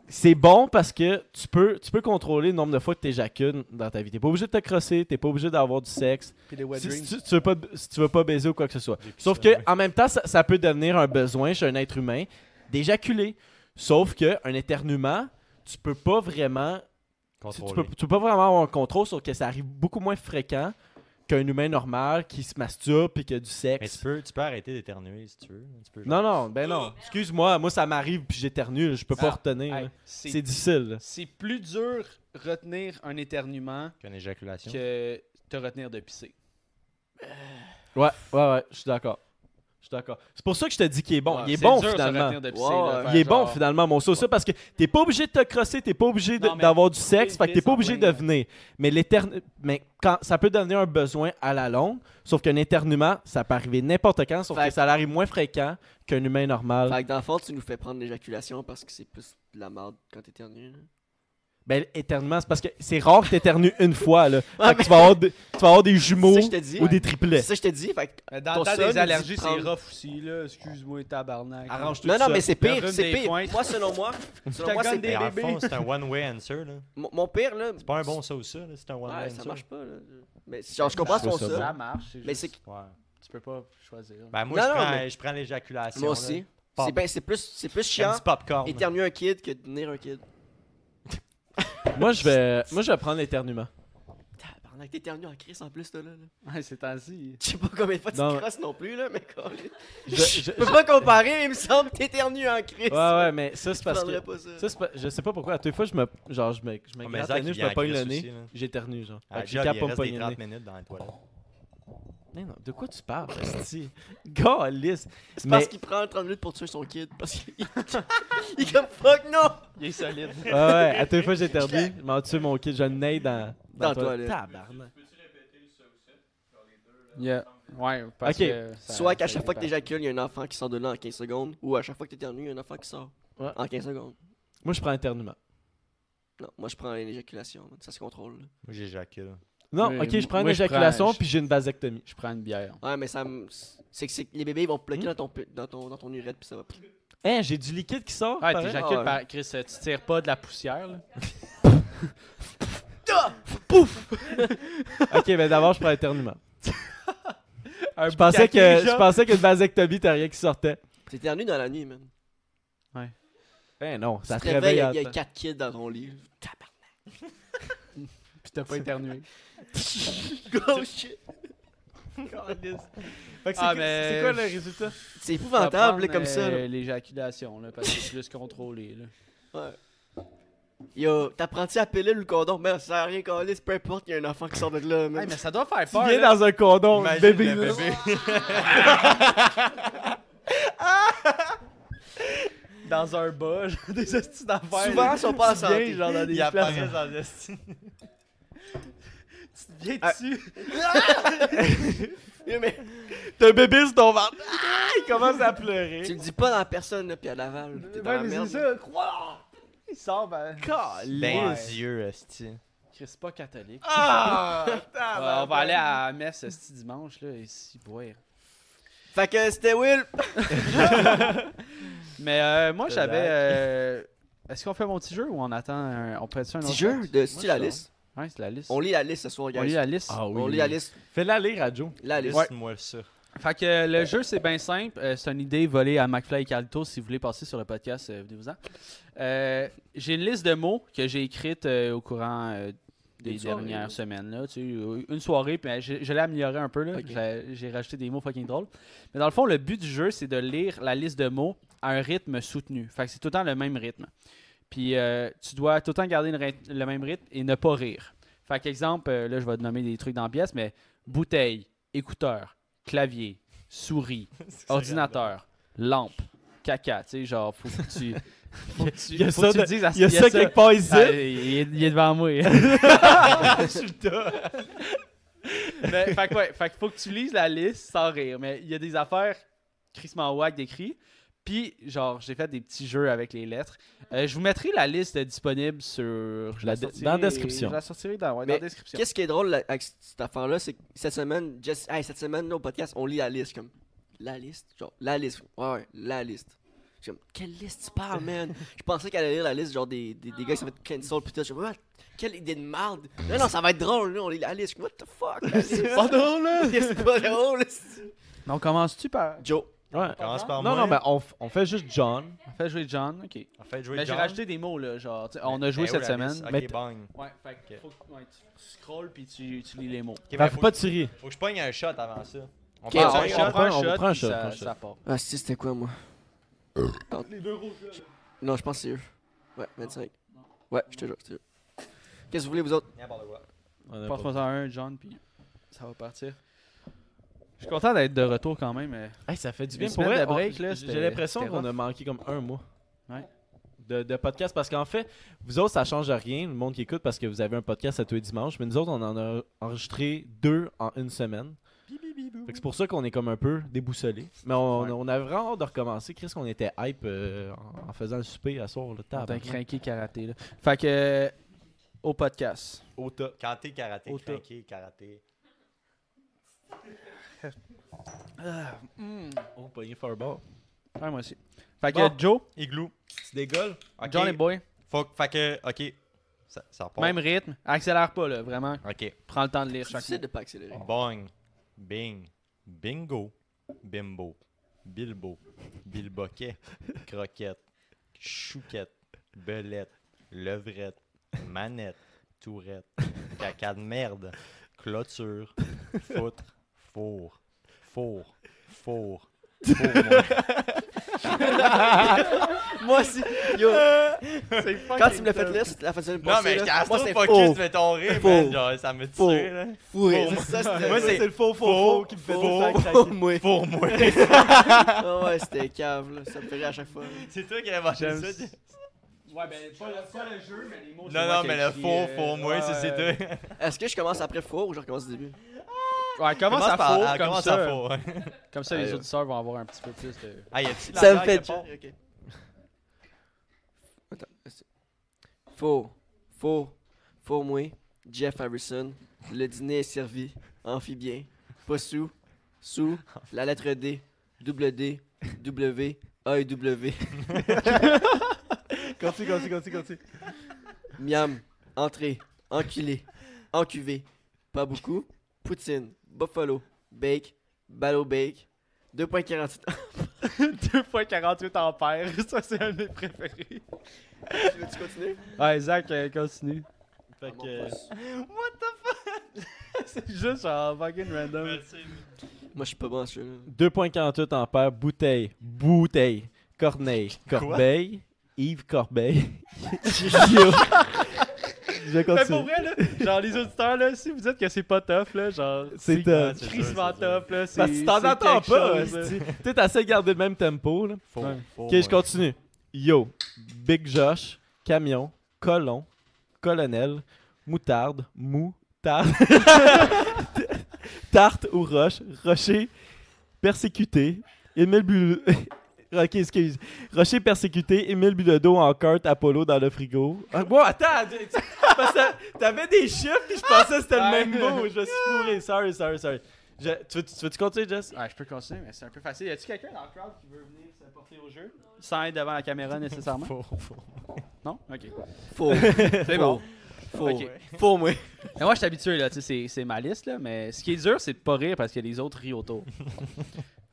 S3: C'est bon parce que tu peux, tu peux contrôler le nombre de fois que t'éjacules dans ta vie. T'es pas obligé de te crosser, t'es pas obligé d'avoir du sexe.
S1: Puis les wet
S3: Si, si
S1: dreams.
S3: tu, tu veux pas, si tu veux pas baiser ou quoi que ce soit.
S2: J'ai plus
S3: Sauf
S2: ça,
S3: que
S2: ouais.
S3: en même temps, ça, ça peut devenir un besoin chez un être humain d'éjaculer. Sauf que un éternuement, tu peux pas vraiment tu, tu peux, tu peux pas vraiment avoir un contrôle sur que ça arrive beaucoup moins fréquent qu'un humain normal qui se masturbe et qui a du
S2: Mais tu
S3: sexe.
S2: peux, tu peux arrêter d'éternuer si tu veux. Tu peux, genre-
S3: Non, non, ben non. Excuse-moi, moi ça m'arrive puis j'éternue, je peux pas
S1: Ah,
S3: retenir.
S1: Hey,
S3: là.
S1: c'est-
S3: C'est difficile.
S1: C'est plus dur retenir un éternuement
S2: Qu'une éjaculation.
S1: que te retenir de pisser.
S3: Ouais, ouais, ouais, je suis d'accord. Je suis d'accord. C'est pour ça que je te dis qu'il est bon.
S1: Ouais,
S3: il est
S1: c'est
S3: bon
S1: dur de se
S3: finalement.
S1: retenir de pisser,
S4: Ouais,
S1: là,
S4: ouais.
S1: faire
S3: Il est bon
S1: genre-
S3: finalement, mon sauce, parce que t'es pas obligé de te crosser, t'es pas obligé de-
S1: Non, mais
S3: d'avoir du
S1: tu
S3: sexe,
S1: peux
S3: fait que t'es pas
S1: pisser
S3: obligé
S1: en
S3: de
S1: plein,
S3: venir. Mais l'éterne, mais quand ça peut devenir un besoin à la longue, sauf qu'un éternuement, ça peut arriver n'importe quand, sauf
S4: Fait-
S3: que ça arrive moins fréquent qu'un humain normal.
S4: Fait que dans le fond, tu nous fais prendre l'éjaculation parce que c'est plus de la merde quand t'éternues. là.
S3: Ben éternuement, c'est parce que c'est rare que t'éternues une fois là. Fait
S4: Ouais,
S3: que
S4: mais-
S3: tu vas avoir, des- tu vas avoir des jumeaux
S4: C'est ça que je te dis.
S3: ou des triplets.
S4: C'est ça que je t'ai dit. Fait que
S1: Mais Dans
S4: Ton
S1: le temps
S4: sol, il
S1: des
S4: dit
S1: allergies, c'est
S4: prendre-
S1: rough aussi, là. Excuse-moi, tabarnak.
S3: Arrange-toi.
S4: Non,
S3: tout
S4: non,
S3: seul.
S4: mais c'est
S1: Le
S4: pire,
S1: rhume
S4: c'est
S1: des
S4: pire.
S1: pointes.
S4: Moi, selon moi, selon moi,
S1: t'agonnes
S4: c'est
S1: des-
S2: Mais
S4: pire.
S2: en
S1: bébés.
S2: fond, c'est un one-way answer. là.
S4: Mon, mon pire, là,
S2: C'est pas un bon ça ou ça, là, c'est un one-way
S4: ouais,
S2: answer.
S4: ça marche pas, là. Mais genre, je comprends
S3: Je
S4: son
S3: trouve ça
S4: ça.
S1: Ça marche.
S4: Mais
S1: juste-
S4: c'est que
S2: Ouais.
S1: Tu peux pas choisir.
S2: Ben, moi,
S4: Non,
S2: je,
S4: non,
S2: prends,
S4: mais-
S2: je prends l'éjaculation.
S4: moi
S2: là.
S4: aussi.
S2: Pop.
S4: C'est ben, c'est plus, c'est plus
S2: Comme
S4: chiant
S2: du popcorn.
S4: éternuer un kid que de tenir un kid.
S3: Moi je vais, moi je vais prendre l'éternuement.
S4: Tabarnak, t'éternues en crise en plus, toi, là. là.
S1: Ouais, c'est ainsi.
S4: Je sais pas combien de fois tu
S3: Non,
S4: te
S3: mais-
S4: crosses non plus, là, mais quoi.
S3: Je-
S4: Je
S3: je-
S4: peux pas comparer, il me semble que t'éternues en
S3: Ouais
S4: crise.
S3: ouais, mais ça
S4: Je
S3: c'est parce que
S4: prendrais pas ça.
S3: ça c'est pas- je sais pas pourquoi à toutes les fois je me genre je me je me
S2: Ah, mais
S3: gratte
S2: Zach,
S3: le nez,
S2: il
S3: je
S2: vient
S3: me
S2: en
S3: pogne le
S2: crise
S3: nez,
S2: aussi, là.
S3: j'éternue genre.
S2: Ah,
S3: Fait que
S2: job,
S3: J'ai
S2: il
S3: capable de me
S2: reste des
S3: pogner le
S2: 30
S3: nez.
S2: minutes dans les toilettes.
S3: Mais non, de quoi tu parles, esti? Galice.
S4: C'est
S3: mais-
S4: parce qu'il prend 30 minutes pour tuer son kid. Parce qu'il. il est comme fuck, non!
S1: Il est solide.
S3: Ouais, ouais, à toutes les fois j'éternue, je m'en tue mon kid, je le nais dans
S4: Dans la
S3: toi.
S4: toilette.
S3: Tabarnak.
S1: Yeah. Ouais, parce
S3: Ok.
S1: que. ça-
S4: Soit qu'à
S1: ça
S4: chaque fois que
S1: dépend.
S4: t'éjacules, il y a un enfant qui sort de là en 15 secondes, ou à chaque fois que t'éternues, il y a un enfant qui sort
S3: Ouais.
S4: en 15 secondes.
S3: Moi je prends éternuement.
S4: Non, moi je prends l'éjaculation, man. ça se contrôle. là.
S2: Moi, j'éjacule.
S3: Non,
S1: Oui,
S3: OK, je prends une
S1: moi, je prends-
S3: éjaculation
S1: je-
S3: puis j'ai une vasectomie.
S1: Je prends une bière.
S4: Ouais, mais ça me- c'est que c'est que les bébés ils vont
S3: Hmm.
S4: bloquer dans ton pu- dans ton dans ton urette puis ça va.
S3: Hein, j'ai du liquide qui sort
S1: Ouais,
S3: pareil?
S1: t'éjacules
S4: Ah,
S1: par. Chris, euh, tu tires pas de la poussière, là.
S3: OK, ben d'abord je prends éternuement.
S1: Un
S3: Je pensais que
S1: boucaquet,
S3: je
S1: genre.
S3: pensais qu'une vasectomie t'as rien qui sortait.
S4: T'éternues dans la nuit, man.
S3: Ben non, ça
S4: tu
S3: te
S4: te réveilles,
S3: réveille.
S4: il y
S3: à
S4: a- il y a
S3: temps.
S4: quatre kids dans ton lit. Tabarnak.
S1: Puis t'as pas éternué.
S4: Oh shit.
S3: Fait que c'est
S1: Ah,
S3: que-
S1: mais-
S3: c'est quoi le résultat
S4: C'est
S1: Faut apprendre,
S4: épouvantable là, comme ça.
S1: euh,
S4: là.
S1: L'éjaculation, là, parce que c'est plus contrôlé, là.
S4: Ouais. Yo, t'apprends-tu à pilule ou le condom? Mais ça sert à rien qu'on peu importe, il y a un enfant qui sort de là, man.
S1: Hey, mais ça doit faire
S3: Tu
S1: peur.
S3: viens
S1: là.
S3: dans un condom,
S2: Imagine
S3: bébé.
S2: le
S3: là.
S2: bébé.
S1: dans un bas, genre des hosties d'affaires.
S4: Souvent,
S1: là.
S4: ils sont pas en
S1: Tu viens,
S4: santé.
S1: genre dans des
S2: Il
S1: places.
S2: apparaît dans l'esti.
S1: Tu te viens
S4: Ah.
S1: dessus.
S4: Yo, mais
S3: T'as un bébé sur ton ventre. Ah, il commence à pleurer.
S4: tu le dis pas dans la personne là, puis à l'aval. là, T'es dans la
S1: Ouais, mais
S4: merde.
S1: c'est
S4: là.
S1: ça. Croire. Il sort, ben.
S2: Ben,
S1: Ouais.
S2: Dieu, esti.
S1: Chris, c'est pas catholique.
S3: Ah!
S1: Ouais, on va aller à la messe ce dimanche, là, ici, boire.
S4: Fait que c'était Will.
S1: Mais euh, moi,
S3: De
S1: j'avais.
S3: lac.
S1: euh, Est-ce qu'on fait mon petit jeu ou on attend un... On peut-tu un autre
S4: Petit jeu de style la
S1: je
S4: liste.
S1: Ouais, c'est la liste.
S4: On lit la liste ce soir,
S1: On lit
S4: guys.
S1: la liste.
S3: Ah oui.
S4: On lit la liste.
S3: Fais-la lire à Joe.
S4: La liste.
S2: Laisse-moi ça.
S1: Fait que euh, le jeu, c'est bien simple. Euh, c'est une idée volée à McFly et Carlito. Si vous voulez passer sur le podcast, euh, venez-vous-en. Euh, j'ai une liste de mots que j'ai écrite euh, au courant euh, des
S4: Des soirées,
S1: dernières
S4: là.
S1: semaines. Là, tu sais, euh, une soirée, puis euh, je, je l'ai amélioré un peu. là.
S4: Ok.
S1: J'ai, j'ai rajouté des mots fucking drôles. Mais dans le fond, le but du jeu, c'est de lire la liste de mots à un rythme soutenu. Fait que c'est tout le temps le même rythme. Puis euh, tu dois tout le temps garder le, ryth- le même rythme et ne pas rire. Fait Fait qu'exemple, euh, là, je vais te nommer des trucs dans la pièce, mais bouteille, écouteur, clavier, souris, ordinateur, lampe, caca. Tu sais, genre, faut que tu. faut que tu-
S3: Il y a
S1: faut
S3: ça
S1: que tu
S3: de-
S1: dises à ce-
S3: Il y a ça quelque part ici.
S1: Ah, il, est, il est devant moi. Mais, fait que ouais, fait que faut que tu lises la liste sans rire. Mais il y a des affaires crissement wack décrit. Puis, genre, j'ai fait des petits jeux avec les lettres. Euh, je vous mettrai la liste disponible sur. je
S3: La de- dans la description.
S1: Je la sortirai dans, ouais, dans la
S4: Mais
S1: description.
S4: Qu'est-ce qui est drôle là, avec cette affaire-là, c'est que cette semaine, Jess, hey, cette semaine, là, au podcast, on lit la liste. comme La liste Genre, la liste. Ouais, ouais, la liste. Je suis comme, quelle liste tu parles, man Je pensais qu'elle allait lire la liste, genre des, des, des gars qui se fait cancel, pis tout. Je suis comme, What? quelle idée de merde Non, non, ça va être drôle, là, on lit la liste. Je suis comme, What the fuck la liste?
S1: pas drôle, là!
S4: C'est pas drôle, c'est-
S1: Mais on commence-tu par.
S4: Joe.
S3: Ouais.
S2: Commence par
S3: Non,
S2: moi.
S3: non, mais on, f- on fait juste John.
S1: On fait jouer John, ok.
S2: En fait, jouer
S1: Mais ben, j'ai
S2: John.
S1: rajouté des mots, là, genre. tu sais, On
S2: Mais-
S1: a joué
S2: mais
S1: cette
S2: où la liste?
S1: semaine.
S2: Ben Ok,
S3: Mais-
S2: bang. Ok,
S1: Ouais, fait que
S2: Ok.
S1: faut que- ouais, tu, tu scrolles puis tu, tu lis les mots.
S2: ben,
S3: Fait que
S2: faut,
S3: faut pas tirer.
S2: faut que je pogne un shot avant ça. On
S4: Ok,
S2: prend
S4: on-
S2: un
S4: on
S2: shot.
S3: prend- on prend un
S1: puis
S3: shot,
S1: ça,
S3: prend un shot.
S1: ça part.
S4: Ah, si, c'était quoi, moi Les deux rouges, Non, je pense que c'est eux. Ouais, 25. Ouais, je te jure, je te jure. Qu'est-ce que vous voulez, vous autres
S2: N'importe quoi.
S1: Passe-moi en un, John, puis ça va partir. Je suis content d'être de retour quand même. mais-
S3: Hey, ça fait du
S1: Une
S3: bien pour
S1: semaine
S3: vrai.
S1: de break,
S3: on-
S1: là,
S3: J'ai
S1: c'était-
S3: l'impression
S1: c'était
S3: qu'on
S1: rough.
S3: a manqué comme un mois
S1: Ouais.
S3: de, de podcast parce qu'en fait, vous autres, ça change rien, le monde qui écoute, parce que vous avez un podcast à tous les dimanches, mais nous autres, on en a enregistré deux en une semaine. Fait que C'est pour ça qu'on est comme un peu déboussolé. Mais on,
S2: Ouais.
S3: on a vraiment hâte de recommencer. Chris, qu'on était hype euh, en, en faisant le souper à soir, le
S1: T'as
S3: table.
S1: craqué karaté, là. Fait que. euh, Au podcast.
S3: Au top.
S2: Quand t'es karaté,
S1: Au top.
S2: craqué, karaté.
S3: Oh, pogné Fireball.
S1: Ouais, moi aussi. Fait que
S2: Bon.
S1: Joe,
S2: Igloo.
S3: Tu dégueules?
S2: Ok.
S1: John et Boy,
S2: Faut que, fait que, ok. Ça, ça repart.
S1: même rythme. Accélère pas, là, vraiment.
S2: Ok.
S1: Prends le temps de lire
S4: Je
S1: chaque
S4: sais
S1: mot.
S4: de pas accélérer.
S2: Bong. Bing. Bingo. Bimbo. Bilbo. Bilboquet. Croquette. Chouquette. Belette. Levrette. Manette. Tourette. Caca de merde. Clôture. Foutre. Four. Four. Four. Four, moi.
S4: Moi aussi. Yo. Quand tu me l'as fait lire, c'était la fin de semaine
S2: Non,
S4: passée.
S2: mais
S4: là.
S2: quand
S4: Moi,
S2: je
S4: c'est
S2: focus,
S4: faux.
S2: mais ton rire,
S4: Faux.
S2: man, genre, ça me
S4: Faux.
S2: tire, là.
S4: Fourré.
S2: Faux.
S4: C'est ça, c'était-
S2: Moi, c'est-
S3: C'est le faux, faux,
S2: Faux,
S3: faux, qui me fait
S2: faux.
S3: tout le temps
S4: Faux, moi.
S2: Pour moi.
S4: Ah ouais, c'était cave, là. Ça me fait rire à chaque fois.
S2: C'est toi qui as mangé
S1: J'aime
S2: ça.
S1: ça.
S2: tu-
S1: Ouais, ben, pas le, jeu, mais les mots.
S2: Non, non, mais le faux, pour moi, c'est- c'est toi.
S4: Est-ce que je commence après faux ou je recommence au début
S1: Ouais, commence à
S2: par-
S1: faux, comme
S2: commence à
S1: ça.
S2: faux, ouais.
S1: Comme ça, les
S4: Aïe.
S1: auditeurs vont avoir un petit peu plus de.
S2: Ah, y a-tu de
S4: Ça me
S2: la bière
S4: fait
S2: qui part?
S4: Ok. Attends. c'est- Faux. Faux. Faux, moi. Jeff Harrison. Le dîner est servi. Amphibien. Pas sous. Sous. La lettre D. Double D. W. A et W.
S3: Continue, continue, continue, continue.
S4: Miam, entrée, enculé, encuvé, pas beaucoup, poutine, buffalo, bake, ballot bake, 2.48.
S1: 2 fois 48 ampères, ça, c'est un de mes préférés.
S4: tu veux-tu continuer?
S1: Ouais, Zach, euh, continue.
S3: Fait
S4: Mon
S3: que, euh,
S4: pouce.
S1: C'est juste genre fucking random.
S4: Moi, je suis pas bon à ce jeu-là.
S3: 2.48 ampères, bouteille, bouteille, corneille, corbeille, Yves Corbeille. Je
S1: Mais pour
S3: continue.
S1: vrai, là, genre les auditeurs, là, si vous dites que c'est pas tough, là, genre.
S3: C'est top.
S2: c'est
S1: Crissement
S2: sûr, c'est sûr.
S1: top, là. c'est-
S3: Parce que tu t'en
S1: c'est
S3: attends
S1: quelque
S3: pas.
S1: chose, là.
S3: esti. Tu sais, t'essaies de garder le même tempo. Là.
S2: Faux,
S1: Ouais.
S2: faux,
S3: Ok, je
S2: ouais.
S3: continue. Yo, Big Josh, camion, colon, colonel, moutarde, mou, tarte, tarte ou roche, rocher, persécuté, Émile Bul... Ok, excuse. Rocher persécuté, Émile Bilodeau en carte, Apollo dans le frigo. Ah, wow, attends! tu- tu- parce que T'avais des chiffres puis je pensais que c'était le même mot. Je me suis fourré. Sorry, sorry, sorry. Je- tu veux-tu tu veux-tu continuer, Jess?
S1: Ouais, Ah, je peux continuer, mais c'est un peu facile. Y a-tu quelqu'un dans le crowd qui veut venir se porter au jeu Sans être devant la caméra nécessairement
S2: Faux, faux.
S1: Non Ok.
S4: Faux.
S1: C'est bon.
S4: Faux.
S1: Ok.
S4: Faux, moi.
S1: Mais moi, je suis habitué, là. Tu sais, c'est- c'est ma liste, là. Mais ce qui est dur, c'est de pas rire parce que les autres rient autour.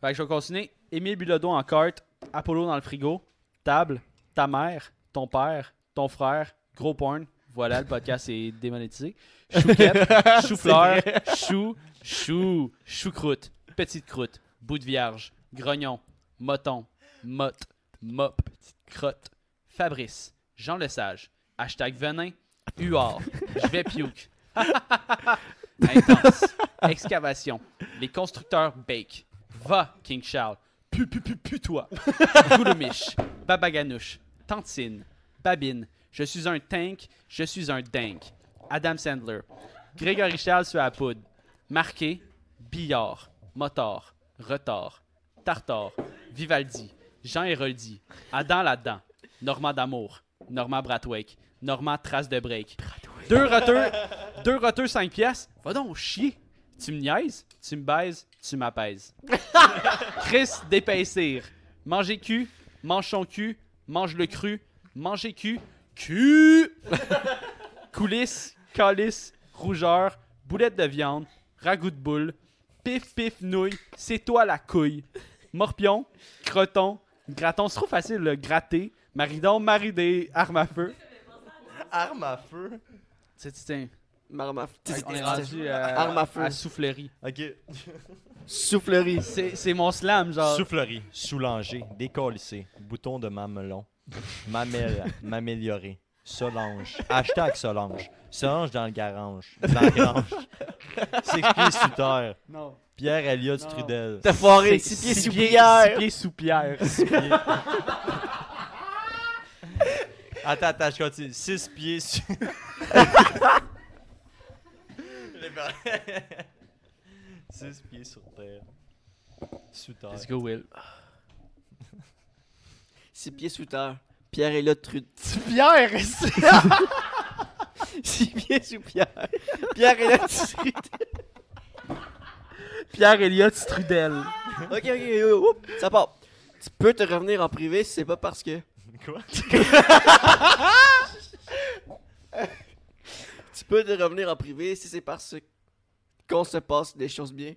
S1: fait que je vais continuer. Émile Bilodeau en carte, Apollo dans le frigo, table, ta mère, ton père, ton frère, gros porn. Voilà, le podcast est démonétisé. Chouquette, chou-fleur, chou, chou, choucroute, petite croûte, bout de vierge, grognon, moton, motte, mop, crotte, Fabrice, Jean Lesage, hashtag venin, huard, je vais puke, Intense. Excavation. Les constructeurs bake. Va, King Charles. Pu, pu, pu, pu, toi. Gouloumiche. Babaganouche. Tantine. Babine. Je suis un tank. Je suis un dank. Adam Sandler. Grégory Charles sur la poudre. Marqué. Billard. Motard. Retard. Tartare. Vivaldi. Jean Héroldi. Adam là-dedans. Normand d'amour. Normand Bratwake. Normand Trace de break. Deux roteux, deux roteux 5 piastres. Va donc chier. Tu me niaises, tu me baises, tu m'apaises. Chris d'épaissir. Manger cul, mange son cul, mange le cru, manger cul, cul. Coulisse, calice, rougeur, boulette de viande, ragoût de boule, pif pif nouille, c'est toi la couille. Morpion, croton, graton, c'est trop facile le gratter, maridon, maridé, arme à feu.
S2: Arme à feu.
S1: C'est tiens.
S4: Marma.
S1: On est rendu euh, à,
S4: Arme à feu.
S1: soufflerie.
S2: Ok.
S4: Soufflerie.
S1: C'est c'est mon slam, genre.
S2: Soufflerie. Soulanger. Décollissé. Bouton de mamelon. Mamel. M'améliorer. Solange. Hashtag Solange. Solange dans le garage. Dans le garage. Six pieds sous terre.
S5: Non.
S2: Pierre Elliott
S5: Non.
S2: Trudel.
S4: T'as foiré. Six
S5: Six
S4: pieds sous
S5: pieds-
S4: pierre.
S5: Six pieds sous pierre.
S2: Attends, attends, je continue. Six pieds sous. Les par- Six pieds sur terre. Sous terre.
S1: Let's go, Will.
S4: Six pieds sous terre. Pierre est là, tru...
S5: Pierre,
S4: Six pieds sous pierre. Pierre est là, tru...
S5: Pierre Elliott Strudel.
S4: Ok, ok, ok, oups, ça part. Tu peux te revenir en privé si c'est pas parce que.
S2: Quoi?
S4: Tu peux te revenir en privé si c'est parce qu'on se passe des choses bien.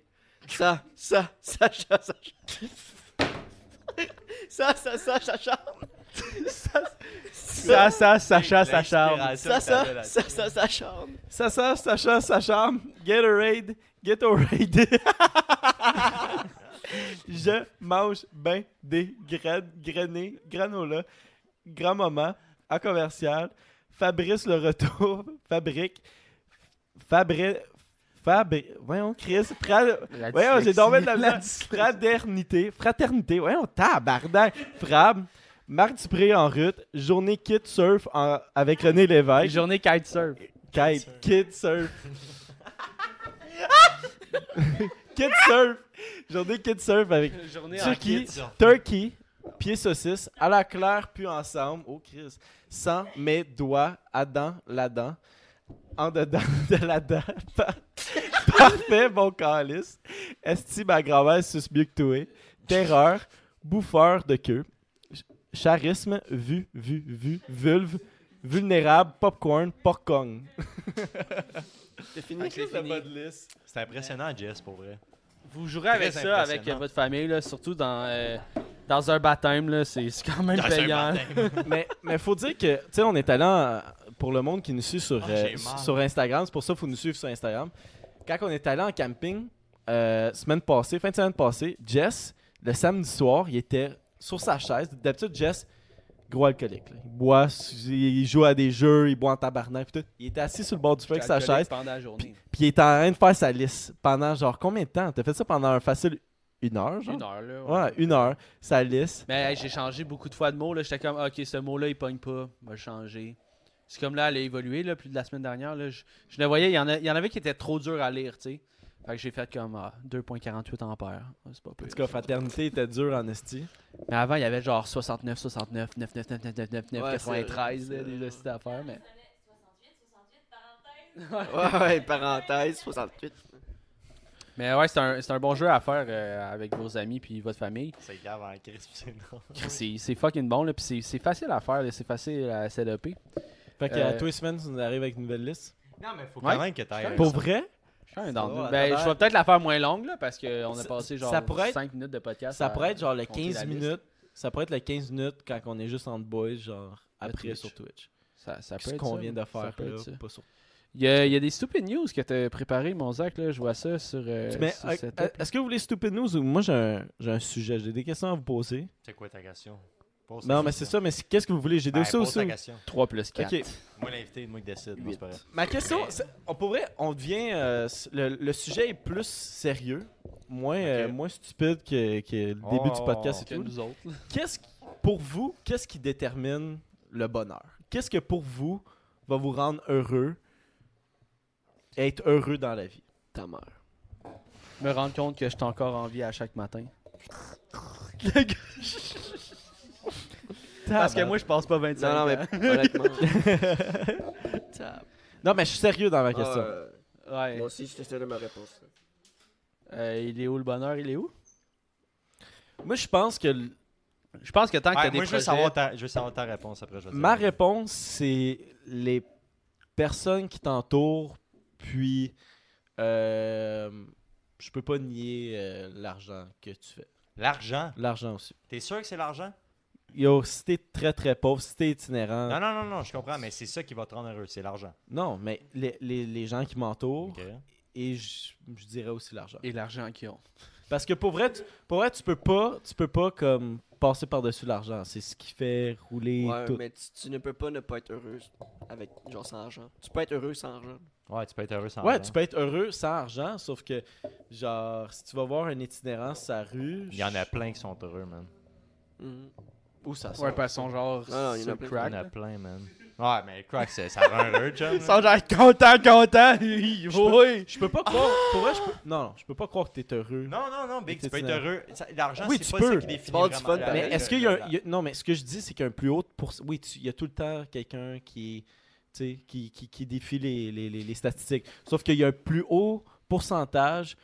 S4: Ça, ça, ça, ça, ça. Ça, ça, ça, ça, ça.
S5: Ça, ça, Sacha, ça charme.
S2: L'inspiration
S4: Ça,
S2: que t'avais
S4: ça,
S2: là-
S4: ça, ça, ça, charme.
S3: Ça, ça, Sacha, ça charme. Get a raid. Get a raid. Je mange ben des graines, grainées, granola, grand-maman, à commercial. Fabrice le retour, fabrique, fabri... Fabri... Voyons, Chris, pra- Voyons, j'ai dormi de la misère. Fraternité, fraternité, voyons, tabarnak. Frab, Marc Dupré en route, journée kit surf en- avec René Lévesque.
S1: Journée kitesurf.
S3: Kite, kid surf. kid surf. Journée kid surf avec
S1: Journée
S3: Turkey, Turkey, pied saucisse, à la claire puis ensemble. Oh Chris. Sans mes doigts, à dents, la dent. En dedans de la dent. Par- Parfait, bon calice. Esti, ma grand-mère suce mieux que toi. Terreur, bouffeur de queue. Ch- Charisme, vu, vu, vu, vulve, vulnérable, popcorn, porcong.
S4: T'as fini?
S2: C'est impressionnant, Jess, pour vrai.
S1: Vous jouerez avec
S2: Très
S1: ça avec euh,
S2: impressionnant.
S1: votre famille, là, surtout dans, euh, dans un baptême. là, C'est c'est quand même payant.
S3: mais mais faut dire que tu sais on est allé en- pour le monde qui nous suit sur
S2: Ah,
S3: euh,
S2: j'ai mal.
S3: sur Instagram, c'est pour ça qu'il faut nous suivre sur Instagram. Quand on est allé en camping euh, semaine passée, fin de semaine passée, Jess le samedi soir, il était sur sa chaise. D'habitude Jess gros alcoolique, là. il boit, il joue à des jeux, il boit en tabarnak pis tout. Il était assis sur le bord du feu avec sa chaise,
S1: Pendant la journée.
S3: puis il était en train de faire sa liste pendant genre combien de temps T'as fait ça pendant un facile une heure genre
S1: Une heure, là. ouais.
S3: Ouais, une heure, sa liste.
S1: Mais hey, j'ai changé beaucoup de fois de mots. là. J'étais comme, OK, ce mot-là, il pogne pas. On va le changer. C'est comme là, elle a évolué, là, plus de la semaine dernière. Là, je, je le voyais, il y, en a- il y en avait qui étaient trop durs à lire, tu sais. Fait que j'ai fait comme ah, 2.48 ampères. Ah, C'est pas
S3: En
S1: pire.
S3: tout cas, fraternité était dure en esti.
S1: Mais avant, il y avait genre 69, 69, 9, 9, 9, 9, 9, 9, 9,
S4: Ouais,
S1: 93,
S4: c'est-
S1: là, des hosties d'affaires, mais...
S4: Ouais, ouais, parenthèse, 68.
S1: Mais ouais, c'est un, c'est un bon jeu à faire euh, avec vos amis puis votre famille.
S2: C'est grave en crise, pis c'est non.
S1: C'est c'est fucking bon, là, puis c'est- c'est facile à faire, là, c'est facile à setuper.
S3: Fait que
S1: Euh,
S3: à tous les semaines, tu nous arrives avec une nouvelle liste.
S2: Non, mais faut
S1: Ouais.
S2: quand même que t'ailles.
S3: Pour vrai,
S1: Je suis un dans
S3: Ça va,
S1: Ben,
S3: t'as
S1: je vais
S3: l'air-
S1: peut-être la faire moins longue, là, parce qu'on a
S3: Ça-
S1: passé genre
S3: ça pourrait être-
S1: 5 minutes de podcast.
S3: ça
S1: à-
S3: pourrait être genre les
S1: compter la
S3: 15
S1: liste.
S3: minutes. Ça pourrait être les 15 minutes quand on est juste en boys, genre après
S1: Twitch.
S3: sur Twitch.
S1: Ça, ça peut
S3: Ce
S1: être
S3: qu'on
S1: ça,
S3: vient
S1: ça
S3: de faire
S1: peut être
S3: là,
S1: ça.
S3: pas
S2: Euh,
S3: sur.
S1: Il y, a, il y a des stupid news que t'as préparé, mon Zach, là. Je vois ça sur. euh,
S3: Mais
S1: sur
S3: euh,
S1: cette-
S3: euh, est-ce que vous voulez stupid news ou moi j'ai un, j'ai un sujet, j'ai des questions à vous poser.
S2: C'est quoi ta question? Pose ta
S3: Non, mais c'est
S2: question.
S3: ça, mais c'est- qu'est-ce que vous voulez? J'ai des
S2: Ben,
S3: ça
S2: pose
S3: aussi.
S2: ta
S3: ou-
S2: question.
S1: 3 plus 4.
S3: Ok.
S2: Moi, l'invité, moi qui décide. Non, c'est pas vrai.
S3: Ma question, c'est- on pourrait, on devient, euh, s- le, le sujet est plus sérieux, moins, euh, moins stupide que, que le début du
S2: Oh.
S3: podcast et
S1: Que
S3: tout.
S1: nous autres.
S3: Qu'est-ce qui- pour vous, qu'est-ce qui détermine le bonheur Qu'est-ce que pour vous va vous rendre heureux Être heureux dans la vie.
S4: Ta mère.
S1: Me rendre compte que je suis encore en vie à chaque matin.
S3: Ah,
S1: Parce
S3: ben,
S1: que moi, je passe pas 25
S4: Non, non, mais honnêtement. Ta-
S3: Non, mais je suis sérieux dans ma question.
S4: Ah,
S1: Ouais.
S4: Moi aussi, je testais de ma réponse. là.
S1: Euh, il est où le bonheur? Il est où?
S3: Moi, je pense que l-
S1: Je pense que tant que
S2: Ouais,
S1: t'as des
S2: moi, je veux,
S1: projets...
S2: savoir ta, je veux savoir ta réponse après. Je vais dire.
S3: ma réponse, c'est les personnes qui t'entourent, puis euh, je peux pas nier euh, l'argent que tu fais.
S2: L'argent.
S3: L'argent aussi.
S2: T'es sûr que c'est l'argent?
S3: Yo, si t'es très très pauvre, si t'es itinérant,
S2: Non, non, non, non, je comprends, mais c'est ça qui va te rendre heureux, c'est l'argent.
S3: non, mais les, les- les gens qui m'entourent,
S2: Ok.
S3: et je je dirais aussi l'argent.
S1: Et l'argent qu'ils ont.
S3: Parce que pour vrai, tu, pour vrai, tu peux pas, tu peux pas comme passer par-dessus l'argent. C'est ce qui fait rouler
S4: Ouais,
S3: tout.
S4: mais tu, tu ne peux pas ne pas être heureuse avec genre sans argent. Tu peux être heureux sans argent.
S2: Ouais, tu peux être heureux sans
S3: Ouais,
S2: argent.
S3: tu peux être heureux sans argent, sauf que, genre, si tu vas voir un itinérant sur la rue,
S2: Il y en a plein qui sont heureux, man.
S4: Mhm.
S3: où ça sort?
S1: Ouais, pas son genre
S4: Non, non, il y en
S1: sur
S4: a plein.
S2: Il y
S1: crack.
S2: en a plein, man. Ouais, mais le crack, c'est- ça rend heureux, chum.
S1: Son genre content, content! oui!
S3: Je peux pas croire, pour vrai, je peux... Non, non, je peux pas croire que t'es heureux.
S2: Non, non, non, Big,
S3: T'es
S2: tu peux être heureux. Ça- L'argent,
S3: Oui,
S2: c'est
S3: tu
S2: pas
S3: peux.
S2: ça qui définit
S4: parles du
S2: vraiment
S4: fun,
S2: la-
S4: pareil.
S3: Ah, Mais
S2: la-
S3: est-ce qu'il y,
S2: la-
S3: a un- il y a- Non, mais ce que je dis, c'est qu'un plus haut pour... Oui, tu- il y a tout le temps quelqu'un qui, est- tu sais, qui, qui, qui défie les, les, les, les statistiques. Sauf qu'il y a un plus haut pourcentage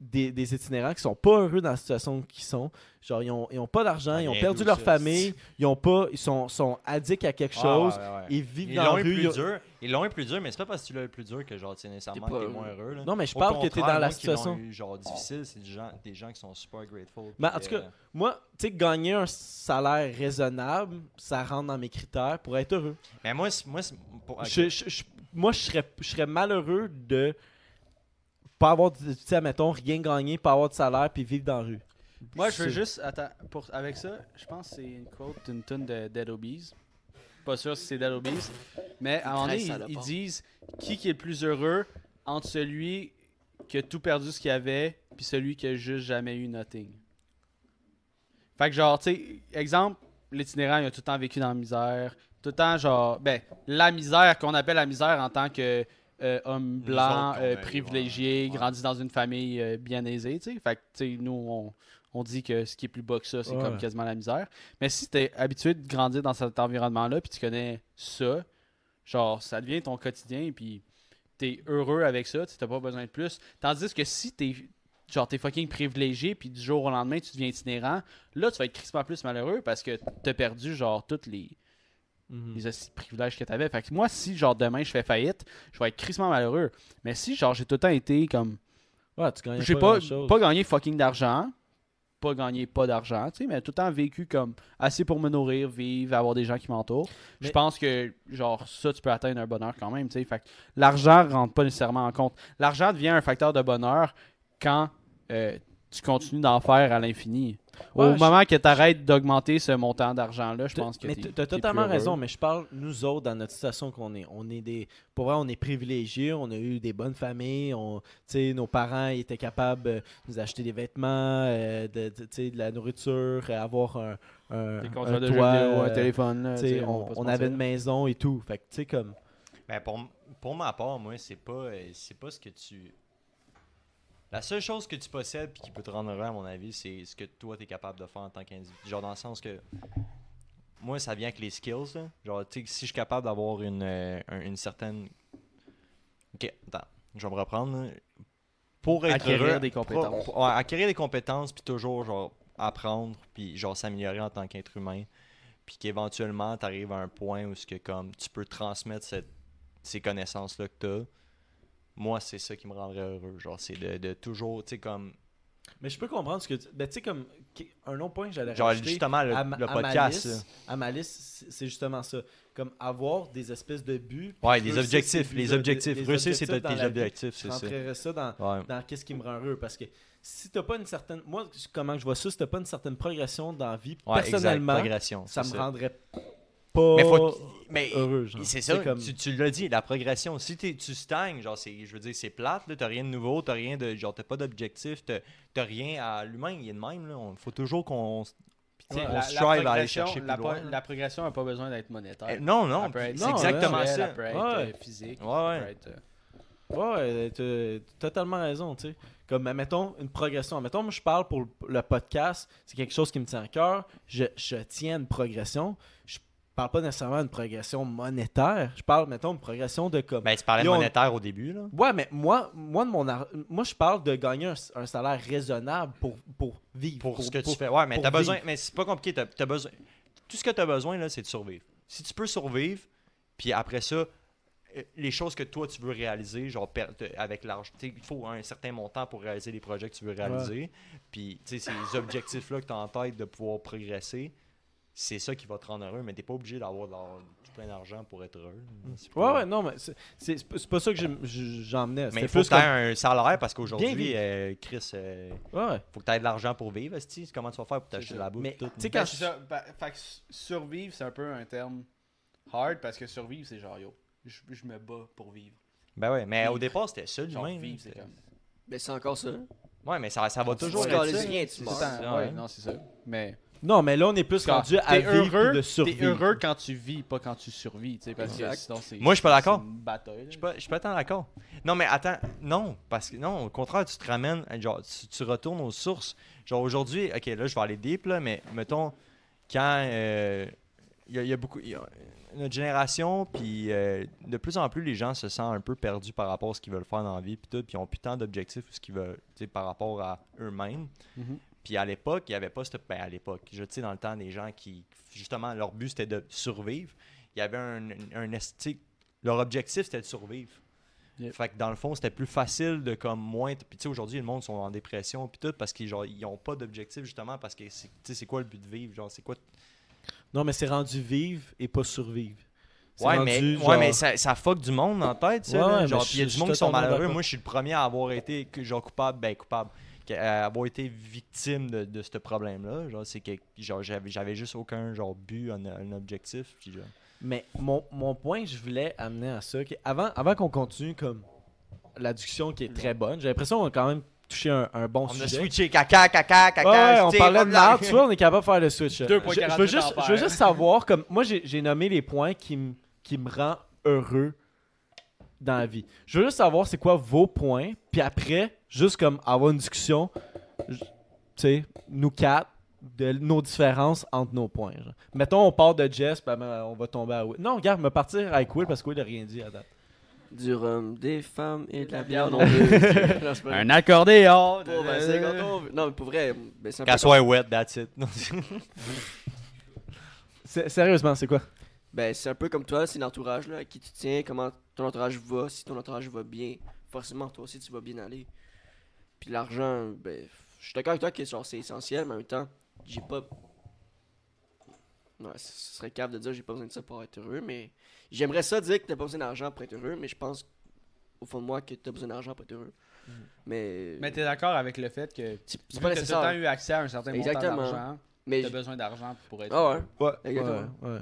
S3: des, des itinérants qui sont pas heureux dans la situation qu'ils sont. Genre, ils ont, ils ont pas d'argent,
S2: Ah,
S3: ils ont
S2: bien
S3: perdu
S2: d'où
S3: leur
S2: ça,
S3: famille, ils ont pas... Ils sont, sont addicts à quelque
S2: Ah, Ouais,
S3: chose.
S2: ouais, ouais.
S3: Ils vivent
S2: Ils
S3: dans la
S2: l'ont eu
S3: rue. ils
S2: plus
S3: ont-
S2: dur. Ils l'ont eu plus dur, mais c'est pas parce que tu l'as eu plus dur que genre tu sais, nécessairement
S4: T'es pas
S2: que t'es
S4: heureux.
S2: moins heureux. Là.
S3: Non, mais je
S2: Au
S3: parle que t'es
S2: contraire,
S3: dans la
S2: moi qui l'ont
S3: situation...
S2: eu, genre difficile, c'est des gens, des gens qui sont super grateful.
S3: Mais en
S2: puis,
S3: tout cas,
S2: euh,
S3: Moi, tu sais, gagner un salaire raisonnable, ça rentre dans mes critères pour être heureux.
S2: mais moi, c'est- moi, c'est- pour- ok.
S3: Je- je- je- moi, je serais, je serais malheureux de pas avoir, de- tu sais, admettons, rien gagner, pas avoir de salaire, puis vivre dans la rue.
S1: Moi, je veux
S3: C'est-
S1: juste. Attends, pour, avec ça, je pense que c'est une quote d'une tune de Dead Obies. Pas sûr si c'est Dead Obies. Mais à un moment donné,
S4: Très
S1: ils,
S4: salopard.
S1: ils disent qui, qui est le plus heureux entre celui qui a tout perdu ce qu'il avait puis celui qui a juste jamais eu nothing. Fait que, genre, tu sais, exemple, l'itinérant, il a tout le temps vécu dans la misère. Tout le temps, genre, ben, la misère qu'on appelle la misère en tant que. euh, homme
S2: Nous
S1: blanc,
S2: autres, on
S1: euh,
S2: a eu, ouais,
S1: privilégié,
S2: ouais.
S1: grandi dans une famille euh, bien aisée, tu sais. Fait que, tu sais, nous, on, on dit que ce qui est plus bas que ça, c'est
S3: Ouais.
S1: comme quasiment la misère. Mais si t'es habitué de grandir dans cet environnement-là, puis tu connais ça, genre, ça devient ton quotidien, puis t'es heureux avec ça, tu sais, t'as pas besoin de plus. Tandis que si t'es genre t'es fucking privilégié, puis du jour au lendemain, tu deviens itinérant, là, tu vas être crispement plus malheureux parce que t'as perdu, genre, toutes les
S3: Mhm.
S1: les hosties de privilèges que t'avais. Fait que moi, si genre demain je fais faillite, je vais être crissement malheureux. Mais si genre j'ai tout le temps été comme.
S3: Ouais, tu gagnes
S1: J'ai
S3: pas,
S1: pas,
S3: grand-chose.
S1: pas gagné fucking d'argent, pas gagné pas d'argent, tu sais, mais tout le temps vécu comme assez pour me nourrir, vivre, avoir des gens qui m'entourent.
S3: Mais-
S1: Je pense que genre ça, tu peux atteindre un bonheur quand même, tu sais. Fait que l'argent rentre pas nécessairement en compte. L'argent devient un facteur de bonheur quand euh, tu continues d'en faire à l'infini.
S3: Ouais,
S1: Au
S3: je-
S1: moment que tu arrêtes d'augmenter ce montant d'argent-là, je
S3: T'as-
S1: pense que
S3: mais
S1: t'es-
S3: t'as-
S1: t'es
S3: t'as totalement
S1: plus heureux.
S3: raison, mais je parle nous autres dans notre situation qu'on est. On est des, pour vrai, on est privilégiés, on a eu des bonnes familles, on, tu sais, nos parents ils étaient capables euh, de nous acheter des vêtements, euh, de, de- tu sais, de la nourriture, euh, avoir un, un,
S1: Des
S3: un
S1: consoles de jeux
S3: toit,
S1: vidéo, un
S3: euh,
S1: téléphone. là,
S3: tu sais,
S1: t'sais, va
S3: on,
S1: pas se
S3: on avait
S1: mentir.
S3: une maison et tout. Fait que tu sais comme,
S2: Ben, pour, m- pour ma part, moi, c'est pas, euh, c'est pas ce que tu. La seule chose que tu possèdes puis qui peut te rendre heureux, à mon avis, c'est ce que toi, t'es capable de faire en tant qu'individu. Genre, dans le sens que. Moi, ça vient avec les skills. là. Genre, tu sais, si je suis capable d'avoir une, euh, un- une certaine. Ok, attends, je vais me reprendre. là. Pour être
S1: Acquérir
S2: heureux-
S1: des
S2: pour-
S1: compétences.
S2: pour- ouais, acquérir des compétences, puis toujours, genre, apprendre, puis, genre, s'améliorer en tant qu'être humain. Puis qu'éventuellement, tu arrives à un point où ce que, comme, tu peux transmettre cette ces connaissances-là que t'as, moi, c'est ça qui me rendrait heureux. Genre, c'est de, de toujours, tu sais, comme
S3: Mais je peux comprendre ce que tu. Ben, tu sais, comme qui- un autre point que j'allais
S2: Genre,
S3: rajouter
S2: justement, le,
S3: à ma-
S2: le
S3: à ma
S2: podcast.
S3: liste- à ma liste, c'est- c'est justement ça. Comme avoir des espèces de buts. puis
S2: Ouais, les
S3: réussir
S2: objectifs,
S3: ces
S2: les
S3: buts-là,
S2: objectifs.
S3: des- des
S2: Réussir, c'est
S3: objectifs dans
S2: tes
S3: la vie.
S2: objectifs,
S3: Je
S2: c'est ça.
S3: rentrerais ça dans,
S2: Ouais.
S3: dans qu'est-ce qui me rend heureux. Parce que si t'as pas une certaine. Moi, c- comment je vois ça, si t'as pas une certaine progression dans la vie,
S2: Ouais, exact,
S3: personnellement,
S2: progression,
S3: ça me
S2: c'est
S3: rendrait pas
S2: Mais faut qu'il- mais
S3: heureux. genre.
S2: C'est ça,
S3: comme-
S2: tu, tu l'as dit, la progression. Si t'es- tu stagnes, genre, c'est, je veux dire, c'est plate, là, t'as rien de nouveau, t'as rien de, genre, t'as pas d'objectif, t'as, t'as rien à l'humain, il est de même, là. On- faut toujours qu'on, s- puis, tu sais, on se strive à aller
S1: progression-
S2: chercher plus
S1: la
S2: loin.
S1: pro- la progression n'a pas besoin d'être monétaire.
S2: Eh, non, non,
S1: Elle peut
S2: puis
S1: être
S2: c'est
S3: non,
S2: exactement
S1: sexuelle,
S2: ça.
S1: Elle peut être
S3: Ouais.
S1: euh, physique.
S2: Ouais, ouais.
S1: elle peut être, euh,
S3: Ouais, t'as t'as totalement raison, tu sais. Comme, admettons, une progression. Mettons, moi, je parle pour le- le podcast, c'est quelque chose qui me tient à cœur. Je, je tiens à une progression. Je parle pas nécessairement d'une progression monétaire. Je parle, mettons, d'une progression de comme.
S2: Ben, tu parlais
S3: Là, on-
S2: monétaire au début, là.
S3: Ouais, mais moi, moi, de mon ar- moi je parle de gagner un, s- un salaire raisonnable pour, pour vivre.
S2: Pour, ce que tu fais. Ouais, mais
S3: pour
S2: t'as besoin, mais c'est pas compliqué, t'as, t'as besoin. Tout ce que t'as besoin, là, c'est de survivre. Si tu peux survivre, puis après ça, euh, les choses que toi tu veux réaliser, genre per- te- avec l'argent, t'sais, il faut un certain montant pour réaliser les projets que tu veux réaliser. Puis tu sais, ces objectifs-là que tu as en tête de pouvoir progresser, c'est ça qui va te rendre heureux, mais t'es pas obligé d'avoir de l'ar- du plein d'argent pour être heureux. C'est
S3: Ouais,
S2: pas-
S3: ouais, non, mais c'est- c'est c'est pas- c'est pas ça que j'aime- j- j'emmenais.
S2: Mais il
S3: C'était
S2: faut
S3: plus
S2: que t'aies un salaire parce qu'aujourd'hui,
S3: vivre.
S2: euh, Chris, euh,
S3: comme- Ouais, ouais.
S2: faut que t'aies de l'argent pour vivre. esti. Comment tu vas faire pour t'acheter de la bouffe?
S3: Mais,
S2: pis tout?
S3: tu sais, quand
S1: Ben,
S3: je-
S1: ça, ben, fait que s- survivre, c'est un peu un terme hard parce que survivre, c'est genre yo, je, je me bats pour vivre.
S2: Ben ouais, mais au
S1: Vivre.
S2: départ, c'était ça
S1: Genre
S2: l'humain. là,
S1: vivre, c'est
S2: c'était-
S1: comme.
S4: Mais c'est encore ça.
S2: Ouais, mais ça, ça va
S4: Tu
S2: toujours
S4: te
S2: être
S4: calises
S2: ça.
S4: rien, tu
S2: C'est
S4: meurs.
S2: ça,
S1: Tant-
S2: ouais.
S1: ouais, non, c'est ça. Mais
S3: Non, mais là, on est plus
S1: quand
S3: rendu à
S1: t'es
S3: vivre
S1: heureux,
S3: puis
S1: t'es
S3: de survivre.
S1: heureux quand tu vis, pas quand tu survis, tu sais, parce que
S4: Exact.
S1: sinon c'est.
S2: Moi, je suis pas d'accord.
S1: c'est une bataille.
S2: Je suis pas- je suis pas tant d'accord. Non, mais attends, non, parce que non, au contraire, tu te ramènes, euh, genre, tu, tu retournes aux sources. Genre aujourd'hui, ok, là, je vais aller deep, là, mais mettons, quand euh, il y, a- il y a beaucoup. il y a- notre génération, puis euh, de plus en plus, les gens se sentent un peu perdus par rapport à ce qu'ils veulent faire dans la vie, puis tout, puis ils ont plus tant d'objectifs ou ce qu'ils veulent, tu sais, par rapport à eux-mêmes.
S1: Mhm.
S2: Puis à l'époque, il n'y avait pas cette. ben, à l'époque, je tu sais, dans le temps, des gens qui, justement, leur but c'était de survivre. Il y avait un, un esti- Leur objectif c'était de survivre.
S1: Yep.
S2: Fait que dans le fond, c'était plus facile de comme moins. Puis tu sais, aujourd'hui, le monde sont en dépression, puis tout, parce qu'ils genre, ils ont pas d'objectif, justement, parce que c'est- tu sais, c'est quoi le but de vivre, genre, c'est quoi.
S3: Non, mais c'est rendu vivre et pas survivre. C'est
S2: Ouais,
S3: rendu,
S2: mais,
S3: genre-
S2: ouais, mais ça, ça fuck du monde en tête, ça.
S3: Ouais,
S2: là.
S3: ouais,
S2: genre,
S3: mais
S2: puis il y a
S3: je-
S2: du
S3: je
S2: monde
S3: suis
S2: qui sont
S3: totalement
S2: malheureux.
S3: d'accord.
S2: Moi, je suis le premier à avoir été que- genre coupable, ben coupable, que- à avoir été victime de, de ce problème-là. Genre, c'est que genre, j'avais, j'avais juste aucun genre but, un, un objectif. Puis, genre,
S3: Mais mon, mon point, je voulais amener à ça. que avant avant qu'on continue, comme l'adduction qui est très bonne, j'ai l'impression qu'on a quand même touché un, un bon
S2: Mm. on a
S3: sujet.
S2: switché caca, caca,
S3: Ouais,
S2: caca.
S3: ouais, on
S2: euh, tu sais,
S3: parlait de
S2: blablabla.
S3: l'art, tu vois, on est capable de faire le switch. Je,
S1: 2.48
S3: je veux juste,
S1: en
S3: je veux
S1: paire.
S3: juste savoir, comme moi, j'ai j'ai nommé les points qui me qui me rend heureux dans la vie. Je veux juste savoir c'est quoi vos points, puis après, juste comme avoir une discussion, j- tu sais, nous quatre, de nos différences entre nos points. genre. Mettons, on part de Jess, ben, ben, on va tomber à Will. Non, regarde, me partir avec Will parce que Will a rien dit à date.
S4: Du rhum, des femmes et de la bière. Non, mais- Non, c'est pas-
S1: Un accordéon.
S4: Bon, ben, c'est quand on veut. Non, mais pour vrai, ben, c'est un peu
S2: Qu'elle soit wet, that's it.
S3: C'est- Sérieusement, c'est quoi?
S4: Ben, c'est un peu comme toi, c'est l'entourage, là, à qui tu tiens, comment ton entourage va, si ton entourage va bien, forcément, toi aussi, tu vas bien aller. Puis l'argent, ben, je suis d'accord avec toi que genre, c'est essentiel, mais en même temps, j'ai pas... Ouais, ce ce serait cave de dire j'ai pas besoin de ça pour être heureux, mais j'aimerais ça dire que t'as pas besoin d'argent pour être heureux, mais je pense, au fond de moi, que t'as besoin d'argent pour être heureux. Mais...
S1: Mais t'es d'accord avec le fait que tu
S4: c'est c'est
S1: as tout
S4: pas
S1: le temps
S4: nécessaire.
S1: eu accès à un certain montant
S4: Exactement.
S1: d'argent,
S4: Mais...
S1: t'as besoin d'argent pour être.
S4: Ah ouais.
S3: Ouais,
S4: Exactement.
S3: ouais, ouais.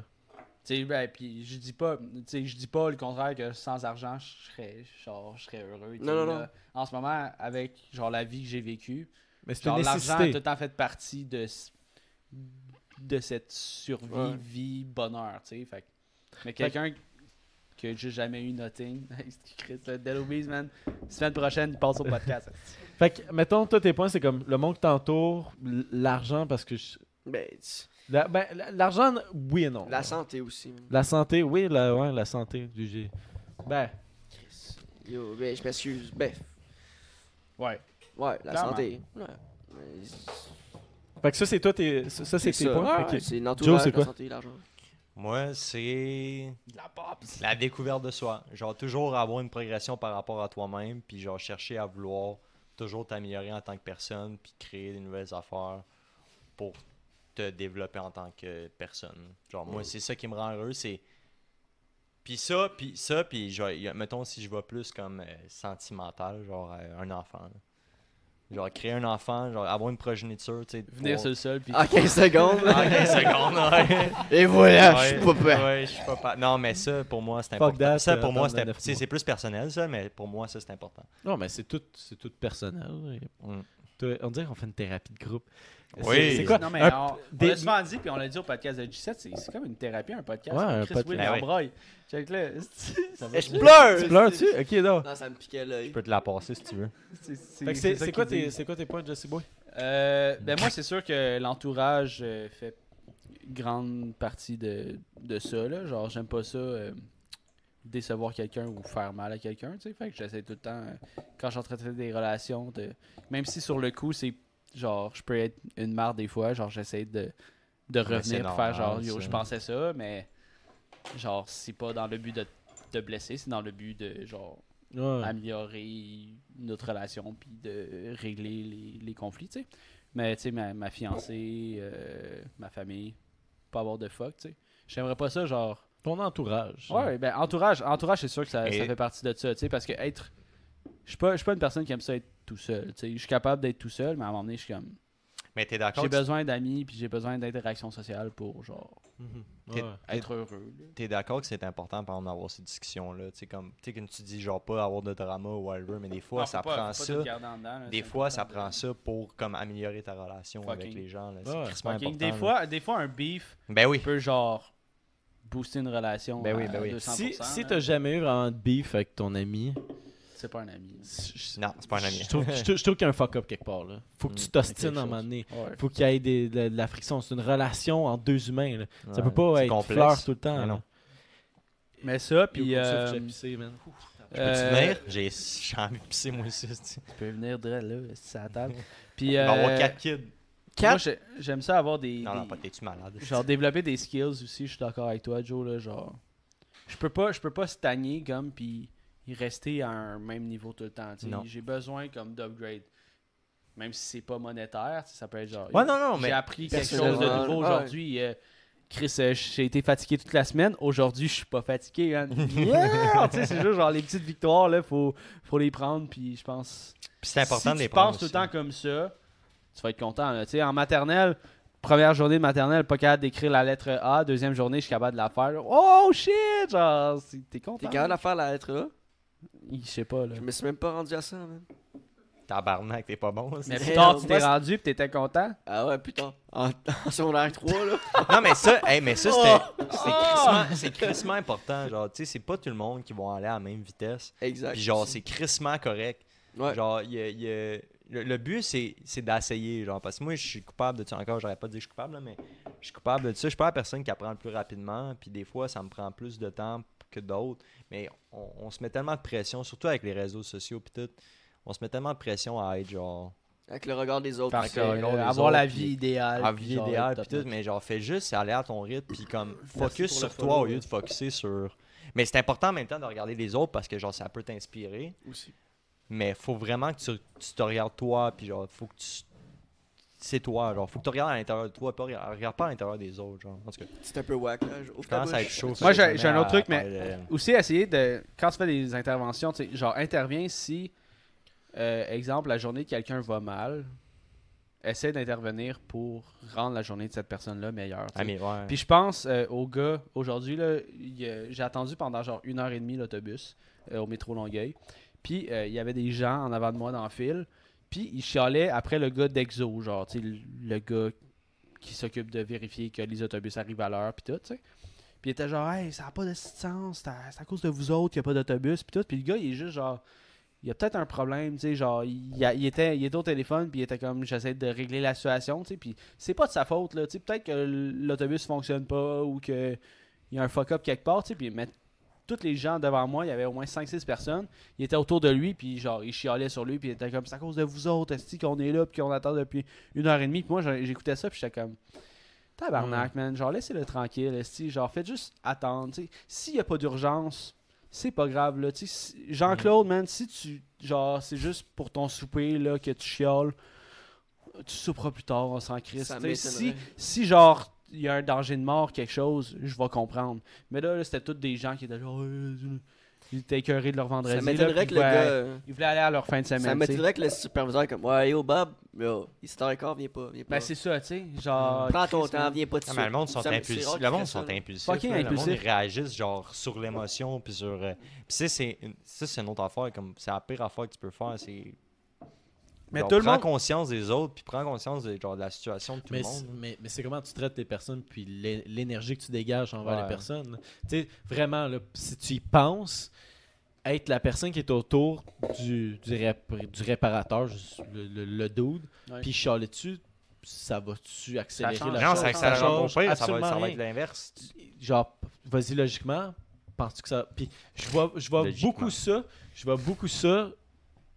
S1: Tu sais, ben, puis je dis pas, tu sais, je dis pas le contraire que sans argent, je serais, genre, je serais heureux. tu
S4: Non,
S1: sais,
S4: non,
S1: là.
S4: non.
S1: En ce moment, avec genre la vie que j'ai vécue,
S3: Mais c'est
S1: genre
S3: une
S1: l'argent a tout
S3: nécessité.
S1: le temps fait partie de s- de cette survie,
S4: Ouais.
S1: vie, bonheur, tu sais. Fait que- mais quelqu'un que j'ai jamais eu nothing, Chris, le Delobies, man, semaine prochaine, il passe au podcast.
S3: Fait que, mettons, toi, tes points, c'est comme le monde qui t'entoure, l- l'argent, parce que je-
S4: Ben, c'est-
S3: La- ben, la- l'argent, oui et non.
S4: la santé aussi.
S3: La santé, oui, la, ouais, la santé. du- j'ai- Ben,
S4: Chris. Yo, ben, je m'excuse. Ben,
S1: ouais.
S4: Ouais, la
S1: Clairement.
S4: santé. Ouais. Mais c'est-
S3: fait que ça, c'est toi, tes, ça, ça, c'est tes
S4: ça.
S3: points.
S4: Ouais,
S3: Ok.
S4: C'est l'entourage,
S3: c'est quoi?
S4: la santé, l'argent.
S2: Moi, c'est.
S1: De la pops.
S2: La découverte de soi. Genre, toujours avoir une progression par rapport à toi-même, puis genre, chercher à vouloir toujours t'améliorer en tant que personne, puis créer des nouvelles affaires pour te développer en tant que personne. Genre, moi, c'est ça qui me rend heureux, c'est. Puis ça, puis ça, puis genre, y a- mettons si je vais plus comme euh, sentimental, genre euh, un enfant. là. Genre, créer un enfant, genre avoir une progéniture, tu sais. Ah,
S1: Venir
S2: pour-
S1: seul seul, puis
S4: En 15 Ah, secondes.
S2: En 15 secondes, ouais.
S4: Et voilà, ah, je
S2: Ouais,
S4: suis pas prêt.
S2: Ouais, je suis pas pa- Non, mais ça, pour moi, c'est
S3: Fuck
S2: important.
S3: that,
S2: ça,
S3: euh,
S2: pour
S3: attends
S2: moi, c'est
S3: neuf
S2: tu sais,
S3: mois.
S2: c'est plus personnel, ça, mais pour moi, ça, c'est important.
S3: Non, mais c'est tout, c'est tout personnel.
S2: Mm.
S3: Toi, On dirait qu'on fait une thérapie de groupe.
S2: Oui.
S3: C'est- C'est quoi?
S1: Non, mais
S3: Un-
S1: on, on
S3: des-
S1: l'a souvent dit, puis on l'a dit au podcast de G7, c'est- c'est comme une thérapie, un podcast.
S3: Ouais, un
S1: Chris
S3: podcast.
S1: Will
S2: Ben
S1: en
S2: oui.
S1: braille. Check là. c'est-
S4: Et je
S3: Tu
S4: pleure.
S3: pleures-tu? Ok, non.
S4: Non, ça me piquait l'œil.
S2: Je peux te la passer si tu veux.
S1: c'est-
S3: Fait que
S1: c'est
S3: C'est
S1: ça
S3: c'est
S1: qu'il
S3: quoi,
S1: dit.
S3: tes- c'est quoi tes points, Jesse Boy?
S1: Euh, ben moi, c'est sûr que l'entourage euh, fait grande partie de, de ça. Là. Genre, j'aime pas ça euh, décevoir quelqu'un ou faire mal à quelqu'un. tu sais. Fait que j'essaie tout le temps, euh, quand j'entretiens des relations, de même si sur le coup, c'est genre, je peux être une marre des fois, genre, j'essaie de, de
S2: c'est
S1: revenir pour faire genre,
S2: normal,
S1: yo, je
S2: ça.
S1: pensais ça, mais genre, c'est pas dans le but de te blesser, c'est dans le but de genre améliorer notre relation puis de régler les, les conflits, tu sais. Mais tu sais, ma, ma fiancée, euh, ma famille, pas avoir de fuck, tu sais. J'aimerais pas ça, genre.
S3: Ton entourage.
S1: Ouais, ben entourage, entourage, c'est sûr que ça,
S2: Et-
S1: ça fait partie de ça, tu sais, parce que être. Je suis pas, je suis pas une personne qui aime ça être tout seul, tu sais. Je suis capable d'être tout seul, mais à un moment donné, je suis comme.
S2: Mais t'es d'accord?
S1: J'ai
S2: tu-
S1: besoin d'amis puis j'ai besoin d'interactions sociales pour, genre,
S3: Mhm.
S2: T'es-
S3: Ouais.
S1: être heureux. là.
S2: T'es d'accord que c'est important, par exemple, d'avoir ces discussions-là. Tu sais, comme, tu sais, quand tu dis, genre, pas avoir de drama ou whatever, mais des fois,
S1: Non, faut
S2: ça
S1: pas-
S2: prend
S1: faut pas
S2: ça.
S1: tout garder en dedans, là,
S2: Des
S1: c'est
S2: fois, ça
S1: important
S2: prend
S1: de-
S2: ça pour, comme, améliorer ta relation avec
S1: hein. Fucking.
S2: les gens. là.
S3: Ouais,
S2: C'est crissement
S1: Fucking,
S2: important.
S1: des,
S2: là.
S1: fois, des fois, un beef,
S2: Ben oui.
S1: peut genre booster une relation
S2: Ben oui,
S1: à
S2: ben oui.
S1: 200%.
S3: Si, si
S1: là,
S3: t'as jamais eu vraiment de beef avec ton ami,
S1: c'est pas un ami.
S3: je-
S2: Non, c'est pas un ami.
S3: je trouve, je trouve- je trouve qu'il y a un fuck-up quelque part. Là. Faut que
S2: Mm,
S3: tu
S2: il y a
S3: t'ostines
S2: quelque
S3: à un
S2: chose.
S3: moment donné.
S1: Ouais.
S3: Faut qu'il y ait des- de, de la friction. C'est une relation entre deux humains. là. Ça
S2: Ouais,
S3: peut pas
S2: c'est
S3: être
S2: complexe.
S3: fleur tout le temps.
S2: Mais
S3: là.
S2: non.
S1: Mais ça,
S3: Puis,
S1: puis euh,
S3: j'ai pissé, man.
S2: Peux-tu
S1: euh,
S2: venir? J'ai j'ai envie de pisser, moi aussi. tu sais.
S1: tu peux venir direct là, c'est à la table. Puis
S2: Il
S1: euh,
S2: va y avoir quatre kids.
S1: moi, j'ai- j'aime ça avoir des,
S2: Non, non,
S1: des-
S2: pas t'es-tu malade?
S1: genre développer des skills aussi, je suis d'accord avec toi Joe là, genre je peux pas je peux pas stagner comme puis rester à un même niveau tout le temps, tu sais.
S2: Non.
S1: j'ai besoin comme d'upgrade. Même si c'est pas monétaire, tu sais, ça peut être genre
S2: Ouais, non, non, mais.
S1: J'ai appris quelque chose de
S4: Personnellement,
S1: nouveau
S4: ouais.
S1: aujourd'hui. euh, Chris, euh, j'ai été fatigué toute la semaine. Aujourd'hui, je suis pas fatigué. man. Yeah! Tu sais, c'est juste genre les petites victoires, là, faut, faut les prendre. Puis je pense.
S2: Puis c'est important
S1: si
S2: de les
S1: tu
S2: prendre
S1: penses tout le
S2: aussi.
S1: temps comme ça, tu vas être content. là. Tu sais, en maternelle, première journée de maternelle, pas capable d'écrire la lettre A. Deuxième journée, je suis capable de la faire. là. Oh shit! Genre, c'est- t'es content.
S4: T'es capable de faire la lettre A?
S1: Je sais pas, là.
S4: Je me suis même pas rendu à ça, man.
S2: Tabarnak, t'es pas bon. ça.
S1: Mais plus
S4: Hell,
S1: tard, tu
S4: moi,
S1: t'es
S4: c'est-
S1: rendu et t'étais content.
S4: Ah ouais, putain. En, en secondaire 3, là.
S2: Non, mais ça, hey, mais ça c'était c'est crissement- c'est crissement important. Genre, tu sais, c'est pas tout le monde qui va aller à la même vitesse.
S4: Exact.
S2: Puis genre, c'est crissement correct.
S4: Ouais.
S2: Genre, il y a- il y a- le, le but, c'est c'est d'essayer. Genre, parce que moi, je suis coupable de ça. Encore, j'aurais pas dit que je suis coupable, là, mais je suis coupable de ça. Je suis pas la personne qui apprend le plus rapidement. Puis des fois, ça me prend plus de temps que d'autres. Mais on, on se met tellement de pression, surtout avec les réseaux sociaux. Puis tout. On se met tellement de pression à être genre.
S4: Avec le regard des autres. ah,
S1: Parce que,
S2: que, non, les
S1: euh,
S2: autres,
S1: avoir la
S2: puis-
S1: vie idéale.
S2: à
S1: puis
S2: vie
S1: genre,
S2: idéale
S1: être
S2: puis
S1: top
S2: tout, mais genre fais juste aller à ton rythme puis comme
S1: pour
S2: focus
S1: le
S2: sur
S1: follow,
S2: toi au
S1: ouais.
S2: lieu de focuser sur mais c'est important en même temps de regarder les autres parce que genre ça peut t'inspirer
S4: Aussi.
S2: mais faut vraiment que tu, tu te regardes toi puis genre faut que tu c'est toi genre faut que tu regardes à l'intérieur de toi pas rega- regarde pas à l'intérieur des autres genre en tout cas
S4: C'est un peu whack, là. Ouvre
S2: je
S4: ta
S2: commence à être
S4: bouche.
S2: chaud
S1: Moi,
S2: sur
S1: j'ai-
S2: les
S1: j'ai un autre
S2: gens à-
S1: truc, mais-
S2: à- à-
S1: aussi essayer de quand tu fais des interventions tu sais, genre interviens si euh, exemple la journée de quelqu'un va mal essaie d'intervenir pour rendre la journée de cette personne là meilleure tu
S2: Ah,
S1: sais.
S2: mais ouais.
S1: puis je pense euh, au gars aujourd'hui là il y a- j'ai attendu pendant genre une heure et demie l'autobus euh, au métro Longueuil puis euh, il y avait des gens en avant de moi dans le fil puis ils chialaient après le gars d'Exo genre tu sais, le le gars qui s'occupe de vérifier que les autobus arrivent à l'heure puis tout tu sais puis il était genre, hey, ça n'a pas de sens, c'est à, c'est à cause de vous autres qu'il n'y a pas d'autobus, puis tout. Puis le gars, il est juste genre, il y a peut-être un problème, tu sais, genre, il, a- il était, il était au téléphone, puis il était comme, j'essaie de régler la situation, tu sais, puis c'est pas de sa faute, là, tu sais, peut-être que l'autobus fonctionne pas ou que il y a un fuck-up quelque part, tu sais, puis mais tous les gens devant moi, il y avait au moins 5-6 personnes, ils étaient autour de lui, puis genre, ils chialaient sur lui, puis ils étaient comme, c'est à cause de vous autres, est qu'on est là, puis qu'on attend depuis une heure et demie, puis moi, j'en- j'écoutais ça, puis j'étais comme, tabarnak, man, genre, laissez-le tranquille, esti, genre, faites juste attendre, tu sais, s'il n'y a pas d'urgence,
S6: c'est pas grave là. Tu sais, si-
S4: Mm.
S6: Jean-Claude, man, si tu genre c'est juste pour ton souper là que tu chiales, tu souperas plus tard, on s'en crisse.
S4: Ça
S6: Tu sais, Si,
S4: m'étonnerait.
S6: si genre il y a un danger de mort, quelque chose, je vais comprendre. Mais là, là, c'était tous des gens qui étaient genre euh, euh, ils étaient écœurés de leur vendredi.
S4: Ça
S6: là,
S4: m'étonnerait
S6: puis
S4: que le
S6: ils voulaient-
S4: gars. euh,
S6: Ils voulaient aller à leur fin de semaine.
S4: Ça
S6: tu sais.
S4: m'étonnerait que le superviseur, comme, ouais, yo, Bob, yo, il se tend encore, viens pas, viens pas.
S6: Ben c'est ça, tu sais, genre
S4: Prends ton
S6: Chris,
S4: temps,
S6: man.
S4: viens pas tout
S2: Non,
S4: de suite.
S2: Ah, mais le monde sont
S4: Ça me- c'est
S2: impulsifs.
S4: rare
S2: Le monde
S4: qu'il fait
S2: sont
S4: ça, là.
S2: impulsifs.
S6: Fucking
S2: là. Le monde
S6: impulsif.
S2: ils réagissent genre sur l'émotion puis sur. euh, Puis ça c'est une- ça c'est une autre affaire comme c'est la pire affaire que tu peux faire c'est.
S6: Mais
S2: genre,
S6: tout le
S2: prends
S6: monde-
S2: conscience des autres puis prends conscience de, genre de la situation de tout
S3: mais,
S2: le monde.
S3: c'est- mais, mais c'est comment tu traites les personnes puis l'é- l'énergie que tu dégages envers
S2: Ouais.
S3: les personnes. là. Tu sais, vraiment, là, si tu y penses, être la personne qui est autour du, du, rép- du réparateur, je- le, le, le dude,
S1: Ouais.
S3: puis chialer dessus, ça va-tu accélérer
S1: change.
S3: la
S2: Non,
S3: chose?
S2: ça
S3: ça
S2: accélère
S3: change
S2: pas au pire, ça va,
S3: absolument
S2: ça va
S3: rien.
S2: être l'inverse.
S3: genre vas-y logiquement penses-tu que ça puis je vois je vois
S2: Logiquement.
S3: beaucoup ça je vois beaucoup ça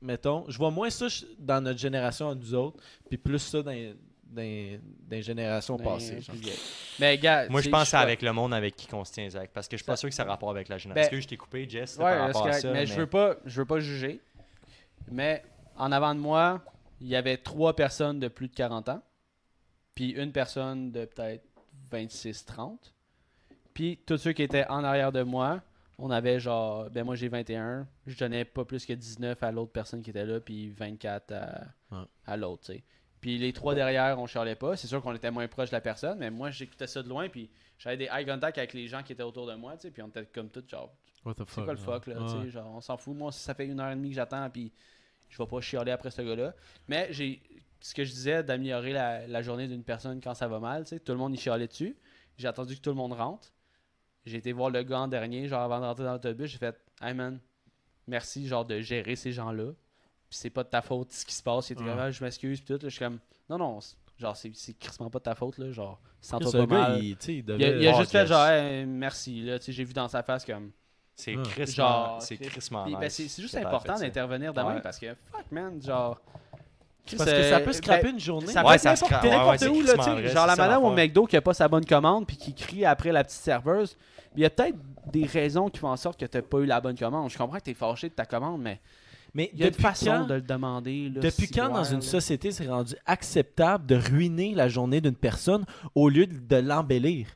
S3: mettons je vois moins ça ch- dans notre génération à nous autres puis plus ça dans les- dans les dans les générations
S6: ben,
S1: Dans les
S3: passées genre.
S1: plus Mais gars,
S2: Moi,
S1: tu
S2: je
S1: sais,
S2: pense
S1: suis
S2: à
S1: pas-
S2: avec le monde avec qui qu'on se tient, Zach, parce que je suis pas
S1: Ça-
S2: sûr que ça a rapport avec la génération.
S1: Ben-
S2: Est-ce que je t'ai coupé, Jess,
S1: Ouais,
S2: par
S1: c'est
S2: rapport à
S1: correct,
S2: ça?
S1: mais, je veux pas, je veux pas juger. Mais en avant de moi, il y avait trois personnes de plus de 40 ans, puis une personne de peut-être 26-30, puis tous ceux qui étaient en arrière de moi, on avait genre, ben moi j'ai 21, je donnais pas plus que 19 à l'autre personne qui était là, puis 24 à,
S3: Ouais.
S1: à l'autre, tu sais. Puis les trois derrière, on charlait pas. C'est sûr qu'on était moins proche de la personne, mais moi j'écoutais ça de loin, puis j'avais des eye contact avec les gens qui étaient autour de moi, tu sais, puis on était comme tout genre c'est quoi le fuck là, tu sais, genre on s'en fout. Moi, si ça fait une heure et demie que j'attends, puis je vais pas chialer après ce gars-là. Mais j'ai ce que je disais d'améliorer la, la journée d'une personne quand ça va mal, tu sais, tout le monde y chialait dessus. J'ai attendu que tout le monde rentre. J'ai été voir le gars en dernier, genre avant de rentrer dans l'autobus, j'ai fait Hey man, merci genre de gérer ces gens-là. Puis c'est pas de ta faute ce qui se passe. Il était
S3: Ouais.
S1: comme, Ah, je m'excuse, puis tout. là. je suis comme, non, non, c'est- genre c'est c'est crissement pas de ta faute, là, genre, sens-toi
S3: Ce
S1: pas
S3: gars,
S1: mal.
S3: il, tu sais, il
S1: Il a,
S3: devait-
S1: il a
S2: Oh,
S1: juste fait
S2: yes.
S1: genre, Hey, merci, là, tu sais, j'ai vu dans sa face comme.
S2: C'est
S3: Hum.
S2: crissement,
S1: Genre,
S2: c'est
S1: Chris-
S2: crissement
S1: Puis, ben,
S2: nice
S1: c'est c'est juste
S2: que t'as
S1: important
S2: fait ça.
S1: d'intervenir demain
S2: Ouais.
S1: parce que fuck man, genre. euh, ben,
S3: parce que ça peut scraper une journée
S1: Ça
S2: Ouais,
S1: peut être
S2: ça
S1: n'importe
S2: scrape- ouais,
S1: n'importe
S2: ouais,
S1: où,
S2: c'est
S1: là, tu
S2: crissement
S1: sais.
S2: vrai,
S1: Genre la
S2: c'est ça
S1: madame au
S2: l'affaire.
S1: McDo qui a pas sa bonne commande puis qui crie après la petite serveuse. Il y a peut-être des raisons qui font en sorte que t'as pas eu la bonne commande. Je comprends que t'es fâché de ta commande, mais
S3: mais
S1: il y a une
S3: depuis
S1: façon
S3: quand,
S1: de le demander. là,
S3: depuis
S1: si
S3: quand dans
S1: loin,
S3: une
S1: là.
S3: société c'est rendu acceptable de ruiner la journée d'une personne au lieu de- de l'embellir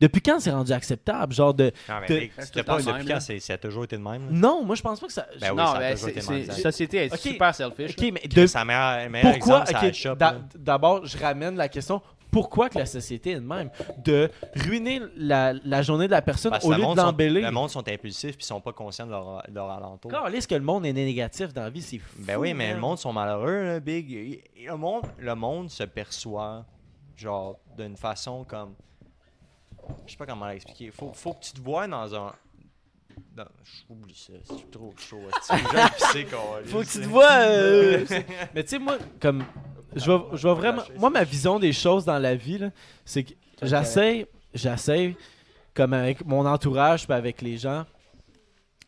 S3: depuis quand c'est rendu acceptable genre de
S2: Non, Ah, mais
S3: de-
S2: Nick,
S1: Reste
S2: tu te
S1: tout le temps
S2: poses
S1: le
S2: depuis
S1: même, là.
S2: quand c'est- ça a toujours été de même? là?
S3: non moi je pense pas que ça
S2: Ben oui,
S1: Non,
S2: ça a
S1: mais
S2: toujours été
S1: c'est-
S2: de même.
S1: c'est- la
S2: Zach.
S1: société est
S3: Ok.
S1: super selfish. là.
S3: ok mais de,
S2: Sa meilleure, meilleur
S3: Pourquoi
S2: exemple, c'est
S3: ok,
S2: la shop,
S3: d'a-
S2: là.
S3: D'abord, je ramène la question. Pourquoi que la société est de même de ruiner la, la journée de la personne
S2: Parce que
S3: au
S2: le
S3: lieu de
S2: monde sont-
S3: l'embellir
S2: Le monde sont impulsifs puis sont pas conscients de leur, de leur alentour.
S3: est-ce que le monde est négatif dans la vie C'est fou.
S2: Ben oui, mais
S3: man.
S2: le monde sont malheureux, là, Big. Et- et Le monde, le monde se perçoit, genre, d'une façon comme. Je sais pas comment l'expliquer. Faut, faut que tu te vois dans un. dans- J'oublie ça, c'est trop chaud. esti. J'ai un pissé, câlisse.
S3: Faut que tu te vois. euh, mais tu sais, moi, comme. Je vais, je vais vraiment.
S2: lâcher,
S3: Moi, ma vision des choses dans la vie, là, c'est que j'essaie, j'essaie, comme avec mon entourage puis avec les gens,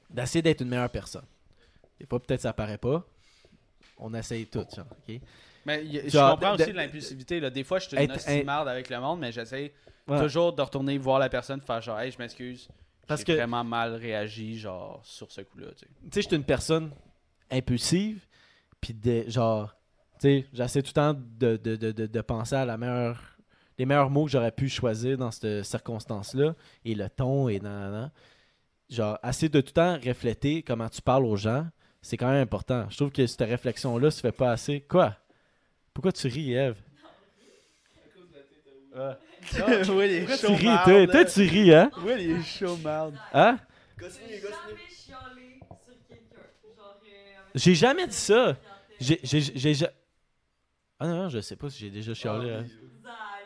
S3: d'essayer d'être une meilleure personne. Des fois, peut-être ça paraît pas. On essaye tout, genre, ok?
S1: Mais y a- je
S3: Genre,
S1: comprends
S3: de-
S1: aussi de l'impulsivité. là. Des fois, je suis une
S3: Être-
S1: hostie de marde avec le monde, mais j'essaie
S3: Ouais.
S1: toujours de retourner voir la personne, faire genre, hey, je m'excuse.
S3: Parce
S1: Parce
S3: que-
S1: que vraiment mal réagi genre sur ce coup-là. tu sais.
S3: tu sais, je suis une personne impulsive, puis de, genre, tu sais, j'essaie tout le temps de, de, de, de, de penser à la meilleure, les meilleurs mots que j'aurais pu choisir dans cette circonstance-là, et le ton, et nan, nan, nan. Genre, assez de tout le temps refléter comment tu parles aux gens, c'est quand même important. Je trouve que cette réflexion-là se fait pas assez. Quoi? Pourquoi tu ris, Eve?
S6: oui, il est
S3: Pourquoi tu
S6: chaud,
S3: ris?
S6: marde, là.
S3: Toi, toi, tu ris, hein?
S6: Oui, il est chaud, marde.
S3: Hein?
S4: Continue,
S7: J'ai
S4: continue.
S7: jamais chialé sur quelqu'un. Genre, euh, avec
S3: J'ai jamais dit ça!
S7: une
S3: J'ai, j'ai, j'ai, j'ai- Ah non, non, je sais pas si j'ai déjà chialé. hein.
S7: clientèle.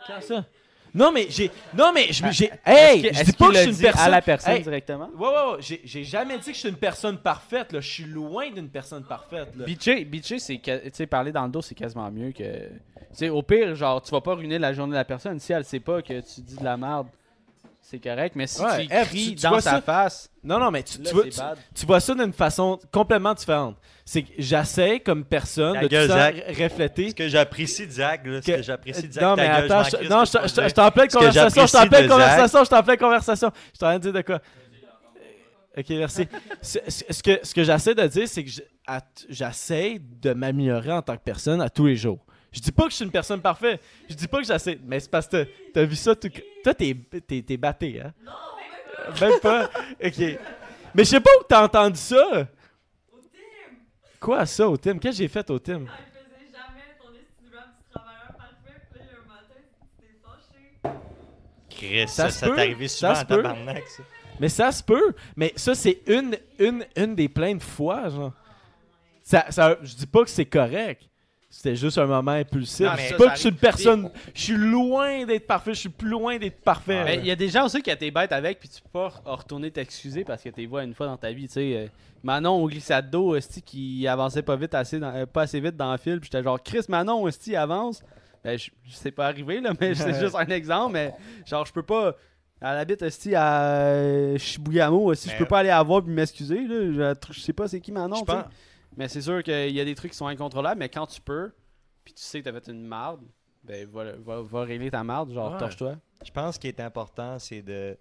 S3: Quand ça? Non, mais j'ai. Non, mais je- j'ai.
S6: Est-ce
S3: Hey!
S6: que-
S3: Je
S6: est-ce
S3: dis pas
S6: qu'il
S3: que je
S6: le
S3: suis une
S6: dit
S3: personne.
S6: à la personne
S3: Hey,
S6: directement.
S3: Ouais, ouais, ouais. J'ai- J'ai jamais dit que je suis une personne parfaite, là. Je suis loin d'une personne parfaite, là.
S1: Bitcher, bitcher, c'est que- tu sais, parler dans le dos, c'est quasiment mieux que. Tu sais, au pire, genre, tu vas pas ruiner la journée de la personne. Si elle sait pas que tu dis de la merde, c'est correct. Mais si
S3: Ouais,
S1: tu y
S3: F,
S1: cries
S3: tu- tu
S1: dans
S3: vois
S1: sa
S3: ça?
S1: face,
S3: Non, non, mais tu,
S1: là,
S3: tu, vois,
S1: c'est
S3: tu,
S1: bad.
S3: tu vois ça d'une façon complètement différente. C'est que j'essaie, comme personne,
S2: Ta
S3: de
S2: gueule,
S3: tout ça
S2: Zach.
S3: réfléter.
S2: Ce que j'apprécie de Zach, là, ce
S3: Que-
S2: que j'apprécie de Zach,
S3: Non,
S2: ta
S3: mais
S2: gueule,
S3: attends,
S2: m'en
S3: je-
S2: crisse
S3: non,
S2: que tu
S3: je je-
S2: le
S3: je t'en pleine
S2: Ce que
S3: conversation, je t'en
S2: j'apprécie
S3: pleine
S2: de
S3: conversation, je t'en pleine conversation. Je t'en train de dire de quoi? Ok, merci. ce, ce- ce que, ce que j'essaie de dire, c'est que je- à t- j'essaie de m'améliorer en tant que personne à tous les jours. Je dis pas que je suis une personne parfaite. Je dis pas que j'essaie. Mais c'est parce que t'as- t'as vu ça tout. cr- Toi, t'es, t'es, t'es batté, hein? Non, même pas. Ok. Mais je sais pas où t'as entendu ça. Quoi, ça, au Tim? Qu'est-ce que j'ai fait au Tim?
S8: Ah, il faisait jamais ton esti de rap du travailleur parfait. Puis là, il y a un matin, tu t'es fâché.
S2: Chris, ça,
S3: Ça se
S2: ça
S3: peut,
S2: t'est arrivé
S3: ça
S2: souvent
S3: se
S2: en
S3: peut.
S2: tabarnak, ça.
S3: Mais ça se peut. Mais ça, c'est une, une, une des plaintes fois, genre. Ça, ça, je dis pas que c'est correct. C'était juste un moment impulsif.
S2: Non,
S3: je
S2: mais
S3: dis
S2: ça
S3: pas que je suis une
S1: arrive.
S3: personne. Je suis loin d'être parfait. Je suis plus loin d'être parfait.
S2: Ah
S1: Mais il y a des gens aussi qui étaient bêtes avec, puis tu peux pas re- retourner t'excuser parce que t'es vois une fois dans ta vie, tu sais. euh, Manon au glissade d'eau, esti, qui avançait pas vite assez, dans- euh, pas assez vite dans le fil, puis j'étais genre Chris Manon, esti, avance. Ben, je je sais pas arrivé là, mais c'est juste un exemple, mais genre je peux pas. Elle habite esti à euh, Shibuyamo, esti, je
S2: Mais-
S1: peux pas aller la voir puis m'excuser là. Je, je sais pas c'est qui Manon,
S2: Je
S1: tu sais.
S2: pense,
S1: Mais c'est sûr qu'il y a des trucs qui sont incontrôlables, mais quand tu peux, puis tu sais que t'as fait une marde, ben va, va, va régler ta marde, genre
S3: Ouais.
S1: torche-toi.
S2: je pense qu'il est important, c'est de.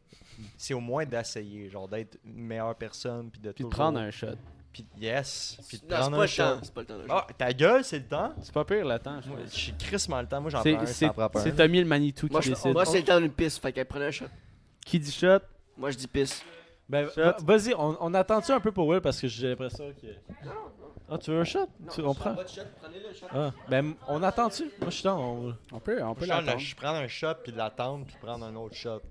S2: C'est au moins d'essayer, genre d'être une meilleure personne, puis de
S1: Puis de
S2: toujours-
S1: prendre un shot.
S2: Puis yes, puis de
S4: Non, c'est
S2: prendre
S4: pas
S2: un
S4: le temps.
S2: shot.
S4: C'est pas le temps. là.
S2: Ah, ta gueule, c'est le temps?
S1: C'est pas pire le temps, je
S2: Moi,
S1: pense.
S2: je suis crissement le temps. Moi, j'en prends un,
S1: C'est- C'est
S2: ça prend pas un.
S1: c'est Tommy le Manitou
S4: Moi,
S1: qui
S4: je-
S1: décide.
S4: moi, c'est le temps d'une pisse. Fait qu'elle prenait un shot.
S1: Qui dit shot
S4: Moi, je dis pisse.
S3: Ben,
S1: Shot.
S3: va- vas-y, on, on attend-tu un peu pour Will parce que j'ai l'impression que. Ah, tu veux un shot? tu, on prend.
S4: Pas de shot, prenez le shot.
S3: Ah, ben, on attend-tu? Moi, je suis dans. on-
S1: On peut, on peut
S2: Moi, Je prends
S1: l'attendre.
S2: le- je prends un shot, puis de l'attendre, puis prendre un autre shot.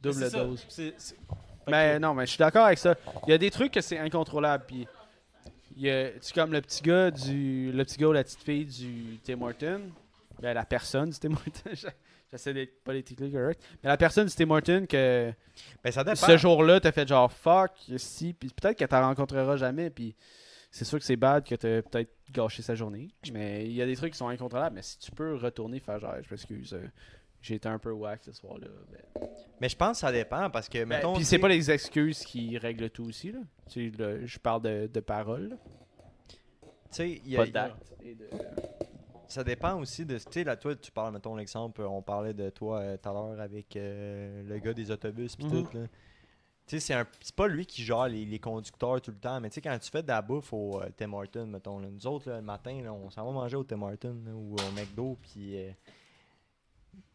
S1: Double
S3: C'est ça.
S1: dose.
S3: C'est- c'est-
S1: Mais non, mais je suis d'accord avec ça. Il y a des trucs que c'est incontrôlable. Puis, il y a- tu sais, comme le petit gars du, le petit gars ou la petite fille du Tim Horton. Ben, la personne du Tim Horton. J'essaie d'être politiquement correct. Mais la personne du Tim Horton que
S2: Ben, ça dépend.
S1: ce jour-là, t'as fait genre fuck, si, puis peut-être que t'en rencontreras jamais, puis c'est sûr que c'est bad que t'as peut-être gâché sa journée. Mais il y a des trucs qui sont incontrôlables, mais si tu peux retourner faire genre, je m'excuse, euh, j'ai été un peu whack ce soir-là. ben-
S2: Mais je pense que ça dépend, parce que,
S1: Ben,
S2: mettons.
S1: puis
S2: tu
S1: c'est
S2: sais-
S1: pas les excuses qui règlent tout aussi, là. Tu sais, là, je parle de, de paroles,
S2: tu sais, il y
S1: là. pas
S2: a- il y a-
S1: d'actes. et de-
S2: Ça dépend aussi de. Tu sais, là, toi, tu parles, mettons, l'exemple, on parlait de toi euh, tout à l'heure avec euh, le gars des autobus, pis
S1: Mhm.
S2: tout, là. Tu sais, c'est un- c'est pas lui qui gère les, les conducteurs tout le temps, mais tu sais, quand tu fais de la bouffe au euh, Tim Hortons, mettons, là, nous autres, là, le matin, là, on s'en va manger au Tim Hortons là, ou au McDo, puis euh,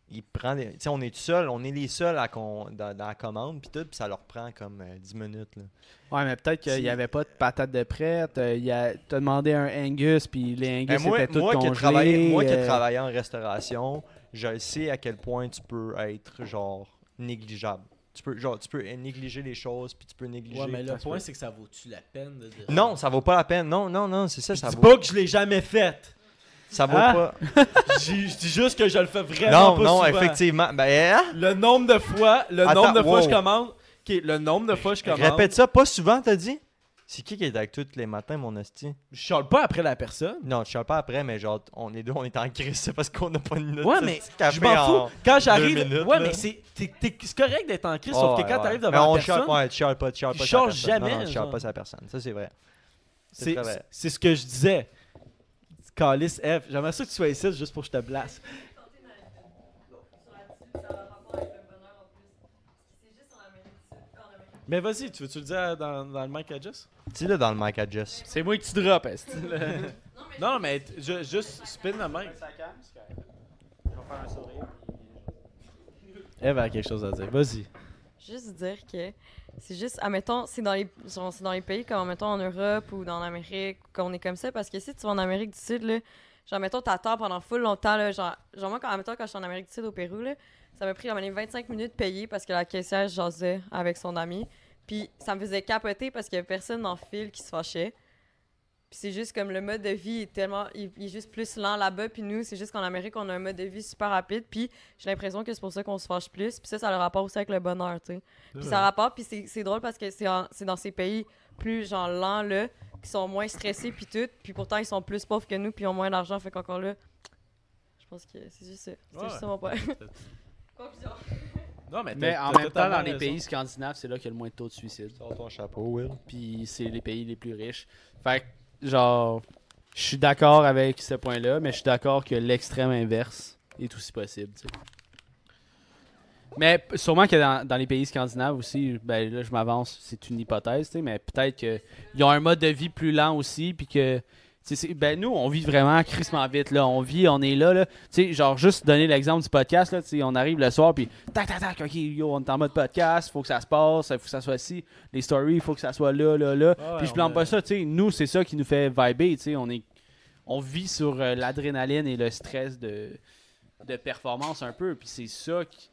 S2: il prend des- Tu sais, on est tout seul, on est les seuls à con- dans, dans la commande, puis tout, puis ça leur prend comme euh, 10 minutes, là.
S1: Ouais, mais peut-être qu'il y
S2: Si-
S1: avait pas de patates de prête, euh, il y a- t'as demandé un Angus, puis les Angus
S2: Ben, moi,
S1: étaient tous
S2: moi qui ai
S1: congelés.
S2: travaillé, moi qui ai
S1: euh,
S2: travaillé en restauration, je sais à quel point tu peux être genre négligeable. Tu peux genre tu peux négliger les choses puis tu peux négliger.
S3: Ouais, mais le
S1: ça se
S3: point,
S1: peut.
S3: c'est que ça vaut-tu la peine de dire
S2: Non, ça vaut pas la peine. Non, non, non, c'est ça,
S3: Je
S2: ça
S3: dis
S2: vaut.
S3: pas que je l'ai jamais faite.
S2: Ça vaut
S3: Ah,
S2: pas.
S3: je, je dis juste que je le fais vraiment
S2: Non,
S3: pas
S2: non,
S3: souvent.
S2: effectivement. Ben, hein?
S3: Le nombre de fois, le
S2: Attends,
S3: nombre de fois
S2: wow.
S3: je commande. Ok, le nombre de fois je commande.
S2: répète ça pas souvent, t'as dit. C'est qui qui est avec toi tous les matins, mon hostie?
S3: Je chiale pas après la personne.
S2: Non, je suis pas après, mais genre, on est deux, on est en crise, c'est parce qu'on n'a pas une note.
S3: Ouais,
S2: de
S3: mais
S2: café
S3: Je m'en
S2: en-
S3: fous. Quand j'arrive.
S2: minutes, là.
S3: ouais, mais c'est t'es- t'es- c'est correct d'être en crise,
S2: Ouais,
S3: sauf que
S2: ouais,
S3: quand
S2: ouais.
S3: t'arrives
S2: Mais
S3: devant
S2: on
S3: la personne,
S2: chiale- ouais, tu chiales pas, tu chiales
S3: Tu
S2: pas.
S3: chiales
S2: sur la personne. Non,
S3: jamais,
S2: non, tu chiales
S3: genre.
S2: pas sa personne. Ça, c'est vrai. c'est
S3: c'est-
S2: très vrai.
S3: c'est ce que je disais. Calice F, j'aimerais ça que tu sois ici juste pour que je te blasse.
S8: Sur la dessus, ça a rapport avec le bonheur en plus. C'est juste en Amérique du Sud. En Amérique du
S3: Mais vas-y, tu veux-tu le dire dans, dans le mic à Jess?
S2: Dis-le dans le mic à Jess.
S1: C'est moi qui drop, est
S8: Sud. Non, mais.
S3: Non, mais t- ju- juste spin le mic. Eve a quelque chose à dire. Vas-y.
S8: Juste dire que c'est juste, admettons, c'est dans les genre, c'est dans les pays comme mettons en Europe ou dans l'Amérique qu'on est comme ça parce que si tu vas en Amérique du Sud là, genre mettons t'attends pendant full longtemps là, genre, genre moi quand admettons quand je suis en Amérique du Sud au Pérou là, ça m'a pris genre, les 25 minutes payées parce que la caissière jasait avec son ami, puis ça me faisait capoter parce qu'il y avait personne en file qui se fâchait. Puis c'est juste comme le mode de vie est tellement il, il est juste plus lent là-bas puis nous c'est juste qu'en Amérique on a un mode de vie super rapide puis j'ai l'impression que c'est pour ça qu'on se fâche plus puis ça ça a le rapport aussi avec le bonheur, tu sais. Puis ça rapporte, puis c'est- c'est drôle parce que c'est en- c'est dans ces pays plus genre lents, là, qui sont moins stressés, puis tout, puis pourtant ils sont plus pauvres que nous, puis ils ont moins d'argent, fait qu'encore là, je pense que c'est juste ça. C'est
S3: Ouais.
S8: juste ça mon point. Conclusion.
S3: Non, mais, t'as-
S1: Mais en
S3: t'as
S1: même temps, dans
S3: totalement
S1: les
S3: raison.
S1: pays scandinaves, c'est là qu'il y a le moins de taux de suicide.
S2: Sors ton chapeau, Will.
S1: Puis c'est les pays les plus riches. Fait que, genre, je suis d'accord avec ce point-là, mais je suis d'accord que l'extrême inverse est aussi possible. tu sais. Mais p- sûrement que dans, dans les pays scandinaves aussi, ben là je m'avance, c'est une hypothèse, tu sais, mais peut-être qu'ils ont un mode de vie plus lent aussi, puis que. tu sais, c'est- Ben nous, on vit vraiment crissement vite, là. On vit, on est là, là. Tu sais, genre, juste donner l'exemple du podcast, là. Tu sais, on arrive le soir, puis tac, tac, tac, OK, yo, on est en mode podcast, faut que ça se passe, faut que ça soit ici. Les stories, faut que ça soit là, là, là.
S3: Ah ouais,
S1: puis je
S3: on
S1: blâme
S3: a-
S1: pas ça, tu sais. Nous, c'est ça qui nous fait vibrer, tu sais. On, est... on vit sur euh, l'adrénaline et le stress de, de performance un peu, puis c'est ça qui.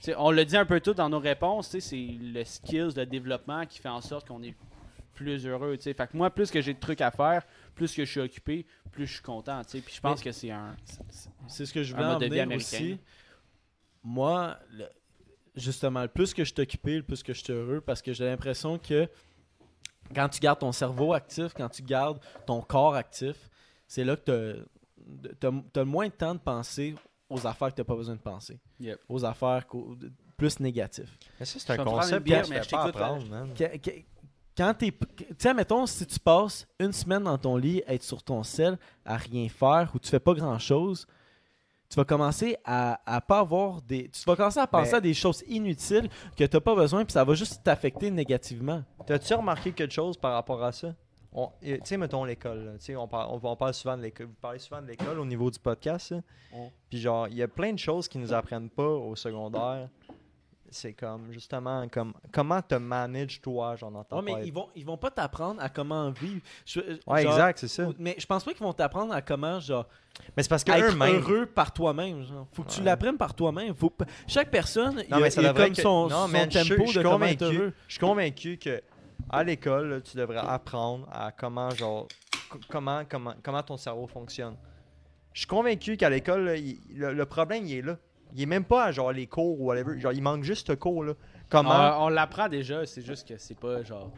S1: Tu sais, on le dit un peu tout dans nos réponses, tu sais, c'est le skills, le développement qui fait en sorte qu'on est plus heureux. tu sais. Fait que moi, plus que j'ai de trucs à faire, plus que je suis occupé, plus je suis content. tu sais. Puis je pense que c'est un.
S3: C'est ce que je
S1: Un
S3: voulais en
S1: mode de vie
S3: venir
S1: américain, là.
S3: aussi. Moi, le- justement, le plus que je suis occupé, le plus que je suis heureux, parce que j'ai l'impression que quand tu gardes ton cerveau actif, quand tu gardes ton corps actif, c'est là que tu as, le moins de temps de penser aux affaires que tu n'as pas besoin de penser.
S1: Yep.
S3: Aux affaires qu'au- plus négatives.
S2: Mais ça, c'est un
S1: vais me prendre une
S2: concept
S1: bière,
S2: que tu
S1: mais
S2: peux
S1: je
S2: pas
S1: t'écoute, hein.
S2: apprendre, man.
S3: Que- que- Quand t'es. Tu sais, mettons, si tu passes une semaine dans ton lit, à être sur ton sel, à rien faire, ou tu fais pas grand chose, tu vas commencer à, à pas avoir des. Tu vas commencer à penser
S2: Mais-
S3: à des choses inutiles que t'as pas besoin, puis ça va juste t'affecter négativement.
S2: T'as-tu remarqué quelque chose par rapport à ça? On- eh, Tu sais, mettons l'école. là. Tu sais, on, par- on, on parle souvent de l'école. Vous parlez souvent de l'école au niveau du podcast. là. Puis genre, il y a plein de choses qui nous apprennent pas au secondaire. C'est comme, justement, comme comment te manages toi, genre, dans ta
S3: Ouais, mais
S2: tête.
S3: ils vont, ils vont pas t'apprendre à comment vivre. Je- euh,
S2: Ouais,
S3: genre-
S2: exact, c'est ça.
S3: Mais je pense pas qu'ils vont t'apprendre à comment, genre,
S2: Mais c'est parce que
S3: à être
S2: eux-mêmes...
S3: heureux par toi-même. genre. Faut que tu
S2: Ouais.
S3: l'apprennes par toi-même. Faut... pas- Chaque personne, il y a,
S2: mais ça
S3: il y a
S2: devrait
S3: comme
S2: que-
S3: son,
S2: non,
S3: son
S2: man, je suis-
S3: tempo
S2: je suis
S3: de comment être
S2: convaincu.
S3: heureux.
S2: Je suis convaincu que à l'école, là, tu devrais apprendre à comment genre co- comment comment comment ton cerveau fonctionne. Je suis convaincu qu'à l'école, là, il- le, le problème il est là. Il est même pas à genre les cours ou whatever. Genre il manque juste ce cours là. Comment
S1: On, on l'apprend déjà, c'est juste que c'est pas genre.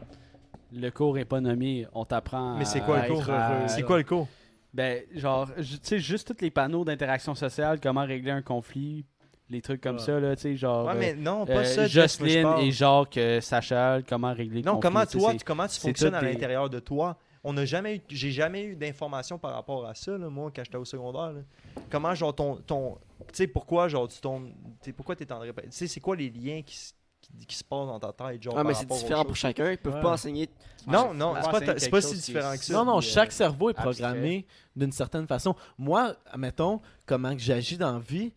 S1: Le cours est pas nommé, on t'apprend.
S2: Mais c'est
S1: à
S2: quoi le
S1: Ah, être
S2: cours?
S1: à-
S2: C'est quoi le cours
S1: Ben, genre, ju- tu sais, juste tous les panneaux d'interaction sociale, comment régler un conflit, les trucs comme
S3: Ouais.
S1: ça, là, tu sais, genre.
S2: Ouais,
S1: euh,
S2: mais non, pas
S1: euh,
S2: ça. Jess, moi, je
S1: Jocelyne
S2: parle.
S1: et Jacques euh, Sachal, comment régler le
S2: Non,
S1: conflit,
S2: comment
S1: tu sais,
S2: toi,
S1: c'est-
S2: tu- comment tu
S1: c'est
S2: fonctionnes
S1: tout
S2: à
S1: des-
S2: l'intérieur de toi? On n'a jamais eu, j'ai jamais eu d'informations par rapport à ça, là, moi, quand j'étais au secondaire. là. Comment, genre, ton, ton tu sais, pourquoi, genre, tu tombes, tu sais, pourquoi t'es en répé- Tu sais, c'est quoi les liens qui, s- qui, qui se passent dans ta tête, genre,
S4: Ah, mais
S2: par
S4: c'est
S2: rapport aux
S4: différent
S2: choses?
S4: pour chacun. Ils peuvent
S3: Ouais.
S4: pas enseigner.
S2: Non, non,
S1: Ouais,
S2: c'est
S1: c'est
S2: pas, ta-
S1: quelque
S2: c'est pas
S1: chose
S2: si
S1: qui est-
S2: différent que ça.
S3: Non, non,
S1: puis,
S3: chaque
S1: euh,
S3: cerveau est
S1: abstrait.
S3: programmé d'une certaine façon. Moi, admettons, comment que j'agis dans la vie,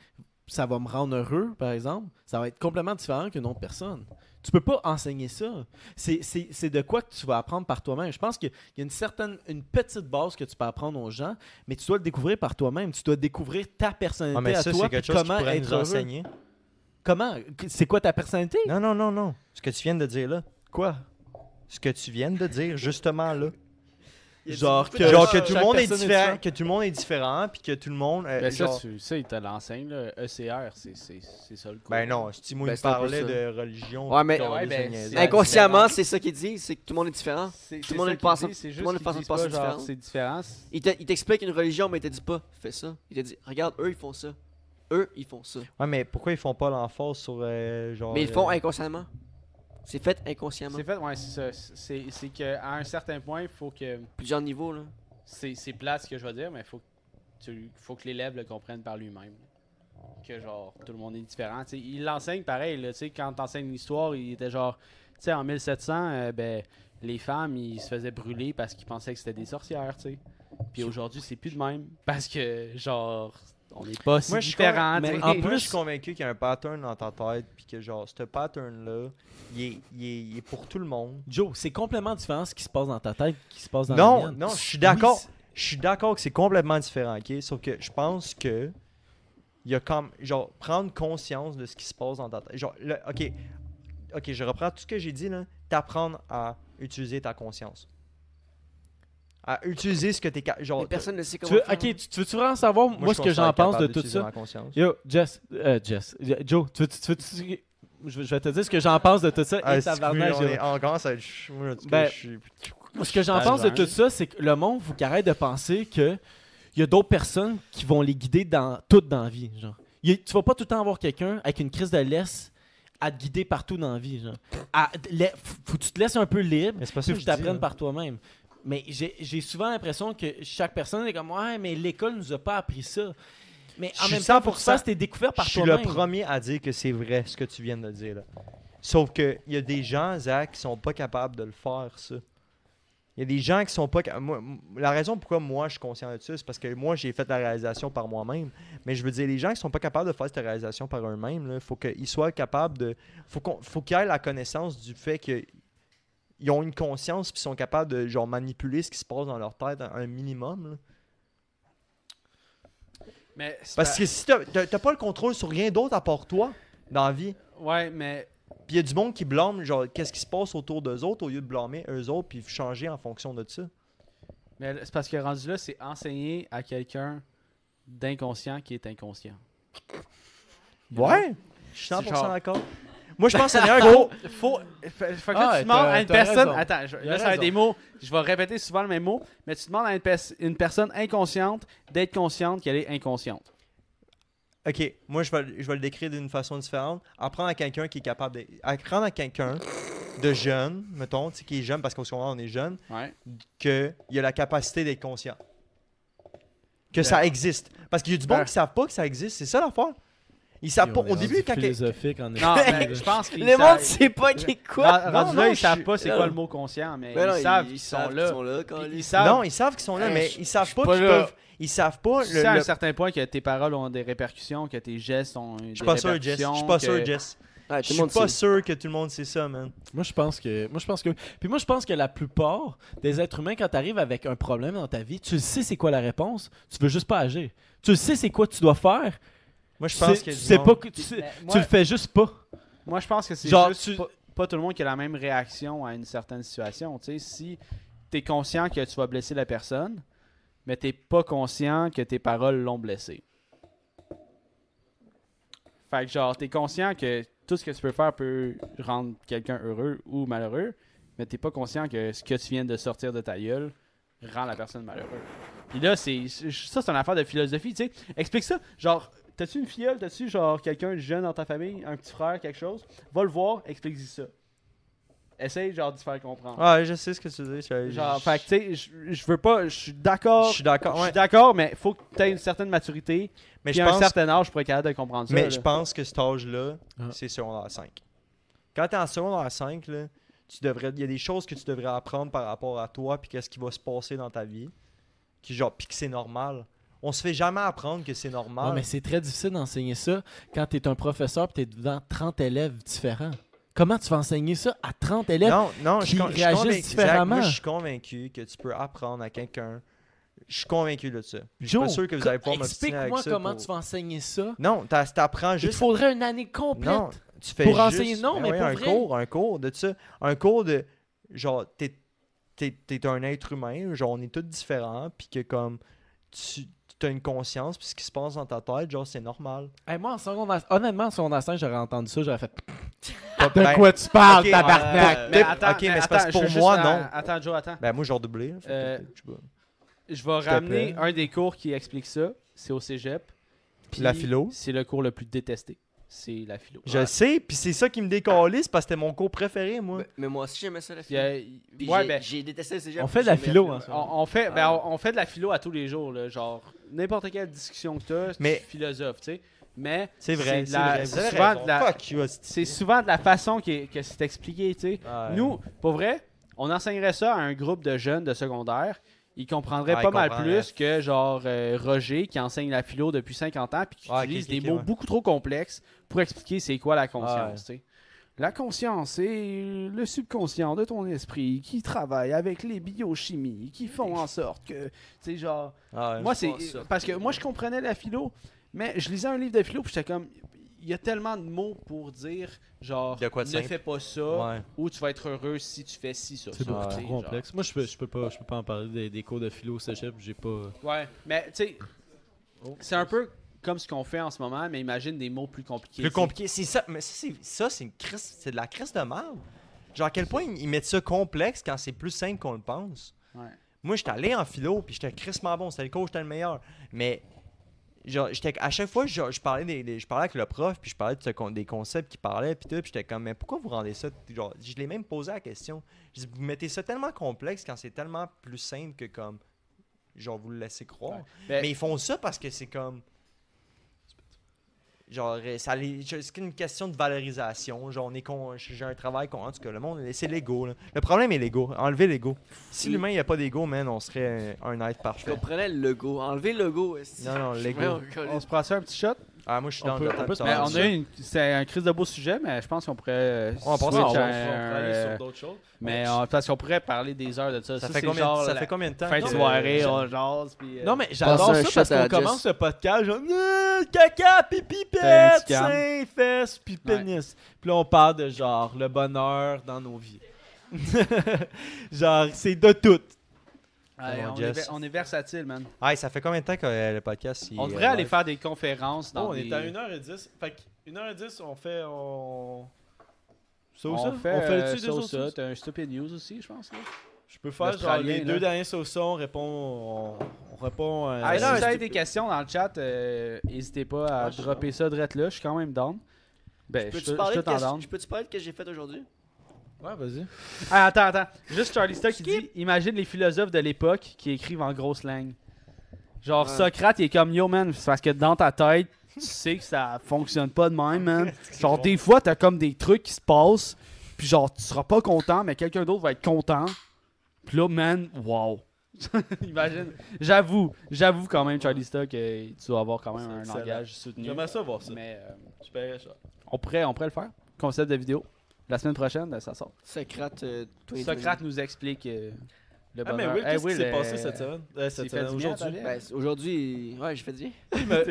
S3: ça va me rendre heureux, par exemple. Ça va être complètement différent qu'une autre personne. Tu peux pas enseigner ça. C'est- C'est c'est de quoi que tu vas apprendre par toi-même. Je pense qu'il y a une certaine, une petite base que tu peux apprendre aux gens, mais tu dois le découvrir par toi-même. Tu dois découvrir ta personnalité
S2: Ah, mais
S3: à
S2: ça,
S3: toi,
S2: c'est quelque
S3: puis
S2: chose qui
S3: comment
S2: pourrait nous
S3: être heureux.
S2: enseigner.
S3: Comment C'est quoi ta personnalité
S2: Non, non, non, non. Ce que tu viens de dire là,
S3: Quoi
S2: ce que tu viens de dire, justement là,
S3: Genre que,
S2: genre que tout le
S3: chaque
S2: monde est
S3: personne
S2: différent, que tout le monde est différent, puis que tout le monde, euh,
S1: Ben ça,
S2: genre-
S1: tu sais, il te l'enseigne, là. ECR, c'est- c'est c'est ça le coup.
S2: Ben non, si moi,
S4: Ben,
S2: il
S4: c'est un peu
S2: parlait
S4: ça.
S2: de religion.
S4: Ouais, mais-
S2: Carlis,
S1: Ouais, ben,
S2: ça niaise.
S1: c'est-
S4: Inconsciemment, c'est ça qu'ils disent, c'est que tout le monde est différent.
S1: C'est-
S4: Tout le
S1: c'est
S4: monde
S1: ça
S4: a une
S1: qu'ils
S4: façon-
S1: disent, c'est
S4: tout le
S1: juste
S4: monde a une
S1: qu'ils
S4: façon de
S1: disent pas,
S4: penser
S1: genre,
S4: différente.
S1: C'est différent.
S4: Il te- il t'explique une religion, mais il te dit pas, fais ça. Il te dit, regarde, eux, ils font ça. Eux, ils font ça.
S2: Ouais, mais pourquoi ils font pas l'emphase sur euh, genre.
S4: Mais ils le font
S2: euh,
S4: inconsciemment. C'est fait inconsciemment.
S1: C'est fait, ouais, c'est ça. C'est c'est qu'à un certain point, il faut que.
S4: Plusieurs niveaux, là.
S1: C'est c'est plate ce que je veux dire, mais il faut, que tu- faut que l'élève le comprenne par lui-même. Que genre, tout le monde est différent. Tu sais, il l'enseigne pareil, là, tu sais, quand t'enseignes l'histoire, il était genre. Tu sais, en 1700, euh, ben, les femmes, ils se faisaient brûler parce qu'ils pensaient que c'était des sorcières, tu sais. Puis aujourd'hui, c'est plus de même. Parce que, genre, on n'est pas si
S2: Moi, je suis
S1: différents,
S2: con-
S1: tu sais.
S2: mais en plus, je suis convaincu qu'il y a un pattern dans ta tête, puis que genre, ce pattern-là, il est, il est- il est pour tout le monde.
S3: Joe, c'est complètement différent ce qui se passe dans ta tête qui se passe dans la
S2: Non,
S3: mienne.
S2: non, je suis
S3: Oui,
S2: d'accord. Je suis d'accord que c'est complètement différent, ok? Sauf que je pense que. Il y a comme. Genre, prendre conscience de ce qui se passe dans ta tête. Genre, le- ok. Ok, je reprends tout ce que j'ai dit, là. T'apprendre à utiliser ta conscience. À utiliser ce que t'es. ca- Genre,
S4: Mais personne ne sait
S3: Tu
S4: comment.
S3: veux,
S4: faire. hein.
S3: ok, tu, tu veux-tu vraiment savoir, moi,
S2: je
S3: ce
S2: suis
S3: que j'en
S2: conscient
S3: pense de
S2: capable
S3: tout
S2: d'utiliser ma
S3: ça?
S2: conscience.
S3: Yo, Jess, euh, Jess, J- Joe, tu veux, tu veux- tu- je, je vais te dire ce que j'en pense de tout ça.
S2: Ah,
S3: et
S2: excuse,
S3: tabarnak,
S2: on
S3: j'ai-
S2: est- on commence à être chou- moi, en tout cas,
S3: Ben,
S2: je suis-
S3: Ce que j'en
S1: Ah,
S3: pense de
S1: ben.
S3: tout ça, c'est que le monde, faut qu'il arrête de penser que il y a d'autres personnes qui vont les guider dans toutes dans la vie. Genre. Y a- tu vas pas tout le temps avoir quelqu'un avec une crise de laisse à te guider partout dans la vie. Genre. À- la- faut que tu te laisses un peu libre.
S2: Mais c'est pas
S3: Faut
S2: ça
S3: que
S2: que
S3: tu
S2: je dis, là.
S3: t'apprennes par toi-même. Mais j'ai j'ai souvent l'impression que chaque personne est comme Ouais, mais l'école nous a pas appris ça.
S9: Mais
S2: Je
S9: en
S2: suis
S9: même temps, pour
S2: 100%
S9: ça, c'était découvert par
S2: Je suis le
S9: toi-même.
S2: premier à dire que c'est vrai ce que tu viens de dire. Là. Sauf que il y a des gens, Zach, qui sont pas capables de le faire, ça. Il y a des gens qui sont pas. ca- moi- m- la raison pourquoi moi je suis conscient de ça, c'est parce que moi j'ai fait la réalisation par moi-même. Mais je veux dire, les gens qui sont pas capables de faire cette réalisation par eux-mêmes, il faut qu'ils soient capables de. Faut qu'on- faut qu'ils aient la connaissance du fait que ils ont une conscience puis sont capables de genre manipuler ce qui se passe dans leur tête un un minimum. là.
S1: Mais c'est
S2: Parce
S1: pas-
S2: que si t'as- t'as t'as pas le contrôle sur rien d'autre à part toi dans la vie.
S1: Ouais, mais
S2: Puis il y a du monde qui blâme, genre, qu'est-ce qui se passe autour d'eux autres au lieu de blâmer eux autres puis changer en fonction de ça.
S1: Mais c'est parce que rendu là, c'est enseigner à quelqu'un d'inconscient qui est inconscient.
S2: Ouais! Je suis 100%
S1: C'est genre-
S2: d'accord. Moi, je pense que c'est un gros.
S1: Faut. Fait, fait que
S9: Ah,
S1: là,
S9: ouais,
S1: tu demandes
S9: t'as-
S1: à une
S9: t'as
S1: personne.
S9: raison.
S1: Attends, je-
S9: Il a
S1: là, ça va être
S9: raison.
S1: des mots. Je vais répéter souvent le même mot. Mais tu demandes à une, pers- une personne inconsciente d'être consciente qu'elle est inconsciente.
S2: Ok, moi, je vais, le- je vais le décrire d'une façon différente. Apprendre à quelqu'un qui est capable de. Apprendre à quelqu'un de jeune, mettons, tu sais, qui est jeune parce qu'au secondaire, on est jeune,
S1: Ouais.
S2: qu'il a la capacité d'être conscient. Que ça existe. Parce qu'il y a du monde
S1: Ben.
S2: qui savent pas que ça existe, c'est ça l'affaire. Ils savent pas. Au début, quand.
S9: philosophique en
S1: Non,
S9: effet,
S1: mais
S9: là.
S1: je pense qu'ils
S4: Le
S1: savent-
S4: monde sait pas qui est quoi.
S1: Ren- Rendu
S2: non,
S1: là,
S2: je
S1: ils savent
S2: suis-
S1: pas c'est quoi le mot conscient, mais
S4: Ben non,
S1: ils savent qu'ils sont
S4: savent
S1: là.
S4: qu'ils sont là.
S1: Puis
S4: câlisse.
S1: Ils
S2: Non,
S1: savent.
S2: ils savent qu'ils sont là,
S4: Hey,
S2: mais
S4: je-
S2: ils savent pas
S9: pas
S2: qu'ils
S9: là.
S2: peuvent. Ils savent pas.
S1: Tu
S2: le-
S1: sais à
S2: le-
S1: un certain point que tes paroles ont des répercussions, que tes gestes ont des
S2: Je suis pas sûr, Jess.
S1: répercussions,
S2: Je suis pas sûr,
S1: que-
S2: Jess.
S4: Ouais,
S2: Je
S4: tout le
S2: suis
S4: monde
S2: pas
S4: sait.
S2: sûr que tout le monde sait ça, man.
S9: Moi, je pense que. Moi, je pense que. Puis moi, je pense que la plupart des êtres humains, quand tu arrives avec un problème dans ta vie, tu le sais c'est quoi la réponse. Tu veux juste pas agir. Tu le sais c'est quoi tu dois faire.
S2: Moi, je
S9: tu
S2: pense
S9: sais-
S2: que.
S9: tu
S2: du
S9: sais
S2: monde-
S9: pas que tu, sais-
S1: Mais
S9: tu
S1: moi-
S9: le fais juste pas.
S1: Moi, je pense que c'est
S9: Genre,
S1: juste
S9: tu-
S1: pas, pas tout le monde qui a la même réaction à une certaine situation. Tu sais, si tu es conscient que tu vas blesser la personne, mais t'es pas conscient que tes paroles l'ont blessé. Fait que genre, tu es conscient que tout ce que tu peux faire peut rendre quelqu'un heureux ou malheureux, mais t'es pas conscient que ce que tu viens de sortir de ta gueule rend la personne malheureuse. Puis là, c'est ça, c'est une affaire de philosophie, tu sais. Explique ça. Genre, t'as-tu une filleule, t'as-tu genre quelqu'un de jeune dans ta famille, un petit frère, quelque chose? Va le voir, explique-lui ça. Essaye genre d'y faire comprendre.
S2: Ouais, je sais ce que tu dis. Je,
S1: Genre,
S2: je-
S1: fait que tu sais, je- je veux pas, je suis
S2: je
S1: d'accord.
S2: suis d'accord.
S1: Je
S2: ouais.
S1: suis d'accord, mais faut que tu aies une certaine maturité.
S2: Mais
S1: puis
S2: je
S1: à un
S2: pense,
S1: certain âge pour être capable de comprendre ça.
S2: mais
S1: là.
S2: je pense que cet âge-là,
S9: Ah.
S2: c'est secondaire 5. Quand t'es en secondaire 5, là, tu devrais, il y a des choses que tu devrais apprendre par rapport à toi puis qu'est-ce qui va se passer dans ta vie, qui genre puis que c'est normal. On se fait jamais apprendre que c'est normal.
S9: Ouais, mais c'est très difficile d'enseigner ça quand tu es un professeur et tu es devant 30 élèves différents. Comment tu vas enseigner ça à 30 élèves?
S2: Non, non, je
S9: qui
S2: suis con- je suis
S9: réagissent
S2: convaincu- Zach,
S9: différemment.
S2: moi, je suis convaincu que tu peux apprendre à quelqu'un. Je suis convaincu de ça. Je suis
S9: Joe,
S2: pas sûr que vous allez pouvoir m'obstiner avec
S9: explique-moi
S2: ça
S9: comment
S2: pour-
S9: tu vas enseigner ça.
S2: Non, t'as- t'apprends
S9: Il te
S2: juste.
S9: faudrait une année complète.
S2: Non, tu fais
S9: Pour
S2: juste-
S9: enseigner- non,
S2: Ben
S9: mais
S2: oui,
S9: pour
S2: un
S9: vrai.
S2: cours, un cours de ça, un cours de genre t'es t'es t'es un être humain, genre on est tous différents, puis que comme tu as une conscience, puis ce qui se passe dans ta tête, genre c'est normal.
S9: Hey, moi, en secondaire, honnêtement, en secondaire 5, j'aurais entendu ça, j'aurais fait
S2: Pas-
S9: De
S2: ben,
S9: quoi tu parles,
S2: ok,
S9: tabarnak?
S2: euh,
S1: Mais
S2: peut-être-
S1: attends,
S2: ok, mais,
S1: mais
S2: c'est parce
S1: attends,
S2: que
S1: je veux
S2: pour moi
S1: juste,
S2: non.
S1: euh, Attends, Joe, attends.
S2: Ben moi j'ai redoublé. fait que
S1: Euh,
S2: peut-être, je sais pas.
S1: Je vais
S2: te
S1: ramener
S2: plaît.
S1: un des cours qui explique ça. C'est au cégep. Puis
S2: La philo?
S1: C'est le cours le plus détesté. C'est la philo. Ah.
S2: Je sais, puis c'est ça qui me décalise parce que c'était mon cours préféré, moi.
S9: Ben,
S4: Mais- Mais moi aussi, j'aimais ça, la
S1: Puis,
S4: philo.
S1: euh,
S4: Puis
S1: ouais,
S4: j'ai-
S1: ben,
S4: J'ai détesté le cégep.
S9: On fait de la
S4: j'aimais
S9: philo, hein, ça.
S1: on, on fait, ben,
S4: Ah.
S1: on, on fait de la philo à tous les jours. là, genre, n'importe quelle discussion que t'as, tu
S2: Mais-
S1: philosophe, tu sais. Mais
S2: c'est
S1: c'est
S2: vrai,
S1: de
S2: c'est
S1: la-
S2: vrai. vous
S1: c'est
S2: avez
S1: souvent
S2: raison.
S1: de la-
S2: Fuck you, hostie.
S1: c'est souvent de la façon qui est- que c'est expliqué, tu sais.
S2: Ouais.
S1: Nous, pour vrai, on enseignerait ça à un groupe de jeunes de secondaire. Ils comprendraient
S2: Ah,
S1: pas
S2: ils
S1: mal
S2: comprendraient.
S1: plus que genre euh, Roger qui enseigne la philo depuis 50 ans puis qui
S2: Ah, ok,
S1: utilise
S2: ok,
S1: des
S2: ok,
S1: mots
S2: ouais.
S1: beaucoup trop complexes pour expliquer c'est quoi la conscience. tu sais. La conscience, c'est le subconscient de ton esprit qui travaille avec les biochimies qui font en sorte que, tu sais, genre,
S2: Ouais.
S1: moi, c'est.
S4: pense ça.
S1: Parce que moi, je comprenais la philo, mais je lisais un livre de philo, puis j'étais comme. Il y a tellement de mots pour dire, genre,
S2: De quoi de
S1: ne
S2: simple.
S1: fais pas ça,
S2: Ouais.
S1: ou tu vas être heureux si tu fais ci, ça.
S9: C'est
S1: ça,
S9: beaucoup
S1: tu sais,
S9: trop
S1: genre.
S9: complexe. Moi, je peux, je peux, pas, je peux pas en parler des, des cours de philo au cégep. J'ai pas.
S1: Ouais, mais tu sais, c'est un peu comme ce qu'on fait en ce moment, mais imagine des mots plus compliqués. tu
S2: Plus
S1: sais.
S2: compliqué. C'est ça, mais ça, c'est, ça, c'est, une crise, c'est de la crise de merde. Genre, à quel point ils ils mettent ça complexe quand c'est plus simple qu'on le pense.
S1: Ouais.
S2: Moi, j'étais allé en philo, puis j'étais crissement bon. C'était le coach, j'étais le meilleur. Mais, genre, j'étais, à chaque fois, genre, je, parlais des, des- je parlais avec le prof, puis je parlais de ce con- des concepts qu'il parlait, puis tout, puis j'étais comme, mais pourquoi vous rendez ça? Genre, je l'ai même posé la question. Je dis, vous mettez ça tellement complexe quand c'est tellement plus simple que, comme, genre, vous le laissez croire.
S1: Ben-
S2: Mais ils font ça parce que c'est comme. Genre, euh, ça les- je- c'est une question de valorisation. Genre, on est con, j'ai un travail con. En tout cas, le monde, c'est l'ego. là. Le problème est l'ego. Enlever l'ego. Si
S4: Mm.
S2: l'humain, il n'y a pas d'ego, man, on serait un être
S4: Je
S2: parfait.
S4: comprenais le logo. Enlever le logo.
S2: Non, non, l'ego.
S5: On se prend ça un petit shot.
S2: Ah, moi, je suis dans
S5: peut-
S2: le
S5: on
S2: temps
S5: peut
S2: de
S5: se
S1: Mais
S2: temps.
S1: on a eu une- c'est un crise de beau sujet, mais je pense qu'on pourrait. euh,
S2: On va passer
S1: switch
S2: à autre
S1: à
S2: chose.
S1: un, euh,
S3: d'autres choses.
S1: mais on- parce qu'on pourrait parler des heures de ça.
S2: Ça,
S1: Ça,
S2: fait
S1: c'est
S2: combien,
S1: genre
S2: ça
S1: la
S2: fait combien de temps?
S1: fin de
S2: que-
S1: soirée, on jase. Puis, euh,
S3: Non, mais j'adore
S4: Passer
S3: ça
S4: un
S3: parce
S4: shot à
S3: qu'on commence le
S4: Jess.
S3: podcast, genre, Euh, caca, pipi,
S1: un
S3: pète,
S1: petit calme.
S3: seins, fesses, puis pénis. Puis là, on parle de genre le bonheur dans nos vies. genre, c'est de tout.
S1: ouais,
S2: Bon,
S1: on, est,
S2: Jess.
S1: ver- on est versatile, man.
S2: Ah, ça fait combien de temps que euh, le podcast. il-
S1: On devrait
S2: euh,
S1: aller faire des conférences dans
S3: Oh, on
S1: des...
S3: est à 1h10. Fait que 1h10, on fait. On... Ça ou
S1: on
S3: ça?
S1: fait,
S3: on fait
S1: euh,
S3: dessus des
S1: ça ou
S3: autres
S1: ça.
S3: sauces?
S1: T'as un stupid news aussi, je pense. là.
S3: Je peux faire genre
S1: L'Australien,
S3: les
S1: là.
S3: deux derniers saucons, on répond. On, on répond. euh,
S1: Ah, si
S3: euh,
S1: vous avez des questions dans le chat, euh, n'hésitez pas à
S4: Ah, je suis
S1: dropper ça direct là. Je suis quand même down. Ben, je
S4: Peux-tu
S1: suis
S4: parler de
S1: tout en
S4: qu'est-ce-
S1: down.
S4: je peux-tu parler de ce que j'ai fait aujourd'hui?
S3: Ouais, vas-y.
S1: Ah, attends, attends. Juste Charlie Stock qui dit Imagine les philosophes de l'époque qui écrivent en grosse langue. Genre,
S4: Ouais.
S1: Socrate, il est comme Yo, man, c'est parce que dans ta tête, tu sais que ça fonctionne pas de même, man. Genre, des fois, t'as comme des trucs qui se passent, puis genre, tu seras pas content, mais quelqu'un d'autre va être content. Puis là, man, wow. Imagine. J'avoue, j'avoue quand même, Charlie Stock, euh, tu dois avoir quand même
S3: C'est
S1: un
S3: excellent.
S1: langage soutenu.
S3: J'aimerais ça voir ça.
S1: Mais euh,
S3: Je paierais ça.
S1: on, pourrait, on pourrait le faire. Concept de vidéo. La semaine prochaine, ça sort.
S4: Socrate. euh, 2020.
S1: Socrate nous explique euh, le
S3: Ah,
S1: bonheur.
S3: mais Will,
S1: Eh,
S3: qu'est-ce qui
S1: Will,
S3: s'est
S1: euh,
S3: passé cette semaine Euh,
S1: il
S3: Cette
S1: fait
S3: semaine,
S1: du bien à ta
S3: aujourd'hui.
S1: vie?
S4: Ben, c'est- aujourd'hui, ouais, j'ai fait du bien.
S3: Il m'a-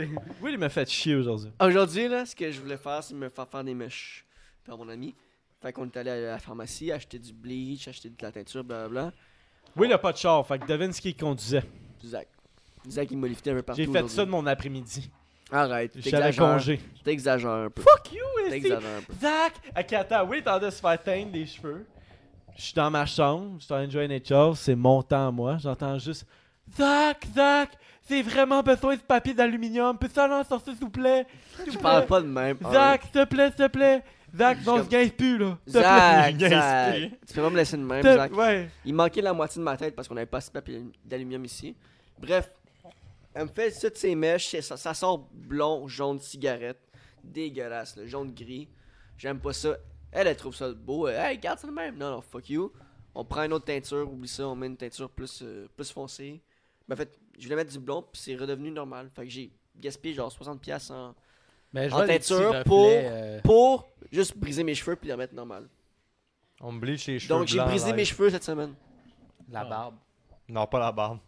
S3: Will, il m'a fait chier aujourd'hui.
S4: Aujourd'hui, là, ce que je voulais faire, c'est me faire faire des mèches par mon ami. Fait qu'on est allé à la pharmacie, acheter du bleach, acheter de la teinture, blablabla.
S3: Will a pas de char, fait que devine ce qu'il conduisait.
S4: Zach. Zach, il m'a lifté un peu partout.
S3: J'ai fait ça de
S4: aujourd'hui.
S3: mon après-midi.
S4: Arrête,
S3: J'avais
S4: t'exagères.
S3: congé.
S4: T'exagères un peu.
S3: Fuck you, esti.
S4: T'exagères un peu.
S3: Zach! Ok, attends, Will tendait à se faire teindre les cheveux. Je suis dans ma chambre, je suis en Enjoy Nature, c'est mon temps à moi. J'entends juste Zach, Zach, j'ai vraiment besoin de papier d'aluminium. Peux-tu aller en sortir, s'il vous plaît?
S4: Je parle pas de même.
S3: Zach, s'il te plaît, s'il te plaît. Zach,
S4: Je suis
S3: non,
S4: comme-
S3: se gagne plus, là. S'il te
S4: Zach,
S3: plaît.
S4: Zach. Tu peux pas me laisser de même,
S3: Te-
S4: Zach.
S3: Ouais.
S4: Il manquait la moitié de ma tête parce qu'on avait pas assez de papier d'aluminium ici. Bref, elle me fait toutes ces mèches, c'est ça, ça sort blond, jaune cigarette. Dégueulasse, le jaune gris. J'aime pas ça. Elle, elle trouve ça beau. Elle, hey, garde ça de même. Non, non, fuck you. On prend une autre teinture, oublie ça, on met une teinture plus, euh, plus foncée. Mais en fait, je voulais mettre du blond, puis c'est redevenu normal. Fait que j'ai gaspillé genre 60$ en...
S1: Ben, je
S4: En
S1: vois des petits
S4: teinture,
S1: reflets,
S4: peau.
S1: euh,
S4: pour juste briser mes cheveux, puis les remettre normal.
S2: On me bleach les cheveux.
S4: Donc j'ai
S2: blancs
S4: brisé
S2: live.
S4: mes cheveux cette semaine.
S1: la barbe.
S2: Non, pas la barbe.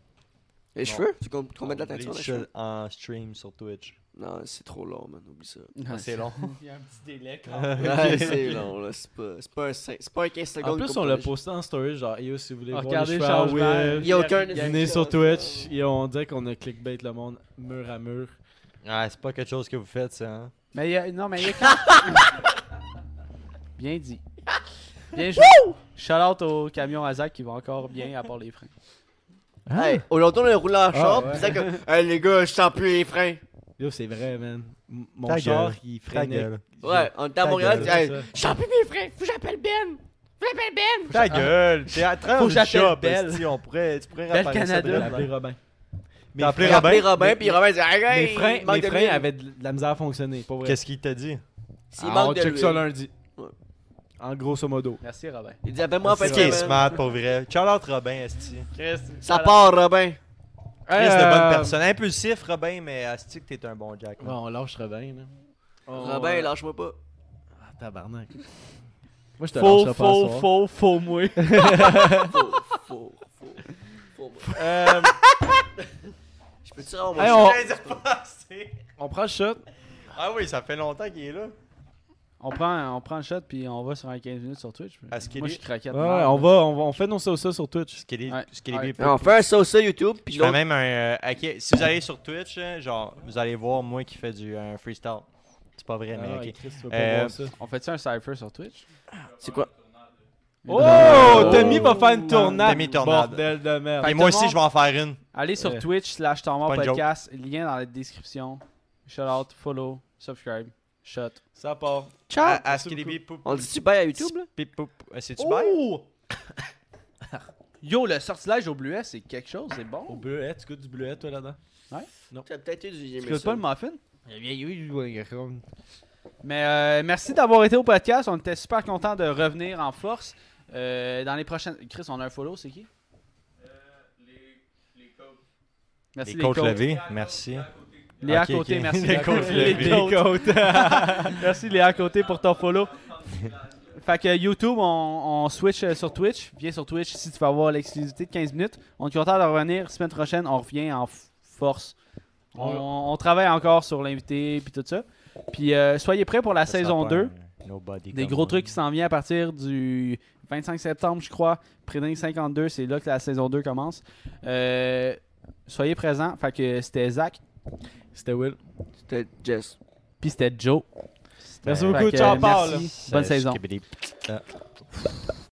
S4: Les
S2: Non.
S4: cheveux? Tu com- qu'on mette de la
S2: On
S4: teinture dans les
S2: bleach
S4: cheveux?
S2: En stream sur Twitch.
S4: Non, c'est trop long, man. Oublie ça.
S2: C'est long.
S1: Il y a un petit délai
S4: Ouais, c'est long, là. C'est pas, c'est pas, un, cin- c'est pas un 15 secondes.
S3: En plus,
S4: qu'on
S3: on l'a
S4: peut-
S3: posté en story, genre, yo, si vous voulez voir
S1: Regardez
S3: les
S1: le
S3: cheveux ah à
S1: changement.
S3: Will,
S4: Il y a aucun.
S3: venez sur Twitch, et on dirait qu'on a clickbait le monde mur à mur.
S2: Ouais, Ah, c'est pas quelque chose que vous faites, ça. Hein?
S1: Mais il y a, non, mais il y a quand... Bien dit. Bien joué. Shout out au camion à Zach qui va encore bien à part les freins.
S2: Hein?
S4: Hey, aujourd'hui, on a roulé en char,
S3: Ah. ouais.
S4: pis c'est comme. Hey, les gars, je sens plus les freins.
S3: Yo, c'est vrai, man. M- Mon
S2: Ta
S3: char,
S2: gueule.
S3: il
S2: Ta
S3: freinait.
S2: gueule.
S4: Ouais, on était à
S3: Ta
S4: Montréal,
S3: gueule,
S4: tu dis, hey,
S3: c'est ça.
S4: je sens plus mes freins. Faut que j'appelle Ben. Faut que j'appelle Ben.
S2: Ta gueule. T'es à travers
S1: Faut
S2: une
S1: que j'appelle
S2: shop,
S1: Belle.
S2: esti, on pourrait, tu pourrais
S1: Belle
S2: réparer ça de
S1: Canada.
S2: là.
S3: appelé Robin.
S2: T'as appelé
S4: J'ai appelé
S2: Robin?
S4: Robin, pis Robin dit, hey, gars,
S3: Mes
S4: il
S3: freins,
S4: manque
S3: mes
S4: de
S3: freins
S4: l'huile.
S3: avaient de de la misère à fonctionner, pas vrai.
S2: Qu'est-ce qu'il t'a dit?
S4: S'il
S3: Ah, on
S4: manque de
S3: check ça
S4: l'huile.
S3: lundi.
S4: Ouais.
S3: En grosso modo.
S1: Merci, Robin.
S4: Il dit, appelle-moi en fait.
S2: C'est qui est smart, pour vrai. Shout out Robin, Esti.
S1: Chris,
S4: Ça part, Robin.
S2: Chris, de bonne personne. Impulsif, Robin, mais Esti, que t'es un bon Jack. man.
S3: Bon, on lâche Robin, là. Oh.
S4: Robin, lâche-moi pas.
S3: Ah, tabarnak. Moi, je te
S1: Faux,
S3: lâcherai pas
S1: faux,
S3: ce soir.
S1: faux, faux, moi.
S4: Faux, faux, faux. Faux, moi.
S3: Euh,
S4: Je peux-tu avoir
S3: hey,
S4: mon
S3: on,
S2: Je l'ai passé.
S3: on prend le shot.
S2: Ah oui, ça fait longtemps qu'il est là.
S1: On prend, on prend le shot puis on va sur un 15 minutes sur Twitch.
S2: À ce qu'il
S1: Moi,
S2: est-
S1: je craquette.
S3: Ouais, on va, on va- on fait nos ça sur Twitch.
S2: Ce qu'il est,
S1: Ouais.
S2: ce qu'il est
S1: Ouais.
S2: bien
S4: On fait un ça ou ça YouTube, pis
S2: Je fais
S4: l'autre.
S2: même un. euh, ok, si vous allez sur Twitch, hein, genre, vous allez voir moi qui fais du un freestyle. C'est pas vrai,
S3: Ah,
S2: mais Ah, ok. Euh,
S1: On fait-tu un cypher sur Twitch?
S4: C'est quoi?
S3: Oh, Tommy va faire une tournade.
S2: Demi-tournade.
S3: Bordel de merde.
S1: Fait
S2: Et
S1: que
S2: moi
S1: tout
S2: aussi,
S1: le
S2: je vais en faire une.
S1: Allez sur
S3: Euh,
S1: Twitch slash Temps Mort
S2: pas une joke.
S1: Podcast. Lien dans la description. Shout out, follow, subscribe, shot.
S3: Ça part.
S1: Ah!
S4: Ciao.
S2: À- à ce qu'il est bien pou-
S4: On dit-tu bye à YouTube, là?
S2: pip, pou- pou- C'est-tu bien?
S1: Oh! Yo, le sortilège au bleuet, c'est quelque chose, c'est
S3: Au
S1: bon.
S3: bleuet, tu goûtes du bleuet, toi, là-dedans?
S4: T'as peut-être eu du
S1: Tu goûtes pas le muffin? Mais euh, merci d'avoir été au podcast. On était super content de revenir en force. Euh, dans les prochaines. Chris, on a un follow, c'est qui Merci,
S2: Les
S1: les
S2: coachs
S1: coachs.
S2: levés, merci.
S1: Léa à
S2: Ok,
S1: Côté,
S2: ok.
S1: merci.
S2: Les
S1: Léa
S2: coachs
S1: Côté.
S2: levés.
S1: Les coachs. merci Léa à Côté pour ton follow. Fait que YouTube, on, on switch euh, sur Twitch. Viens sur Twitch si tu veux avoir l'exclusivité de 15 minutes. On est content de revenir. Semaine prochaine, on revient en f- force. On, on travaille encore sur l'invité puis tout ça. Puis euh, soyez prêts pour la
S2: Ça sera
S1: saison
S2: pas
S1: 2.
S2: un nobody
S1: Des
S2: comme
S1: gros
S2: moi.
S1: trucs qui s'en viennent à partir du 25 septembre, je crois. Préding 52, c'est là que la saison 2 commence. Euh, soyez présents. Fait que c'était Zach,
S9: C'était Will.
S4: C'était Jess.
S1: puis c'était Joe.
S9: Merci
S1: Fait
S9: beaucoup,
S1: que,
S9: ciao,
S1: Ben, merci.
S9: Paul.
S1: Bonne
S2: Euh,
S1: saison.
S2: skibidi.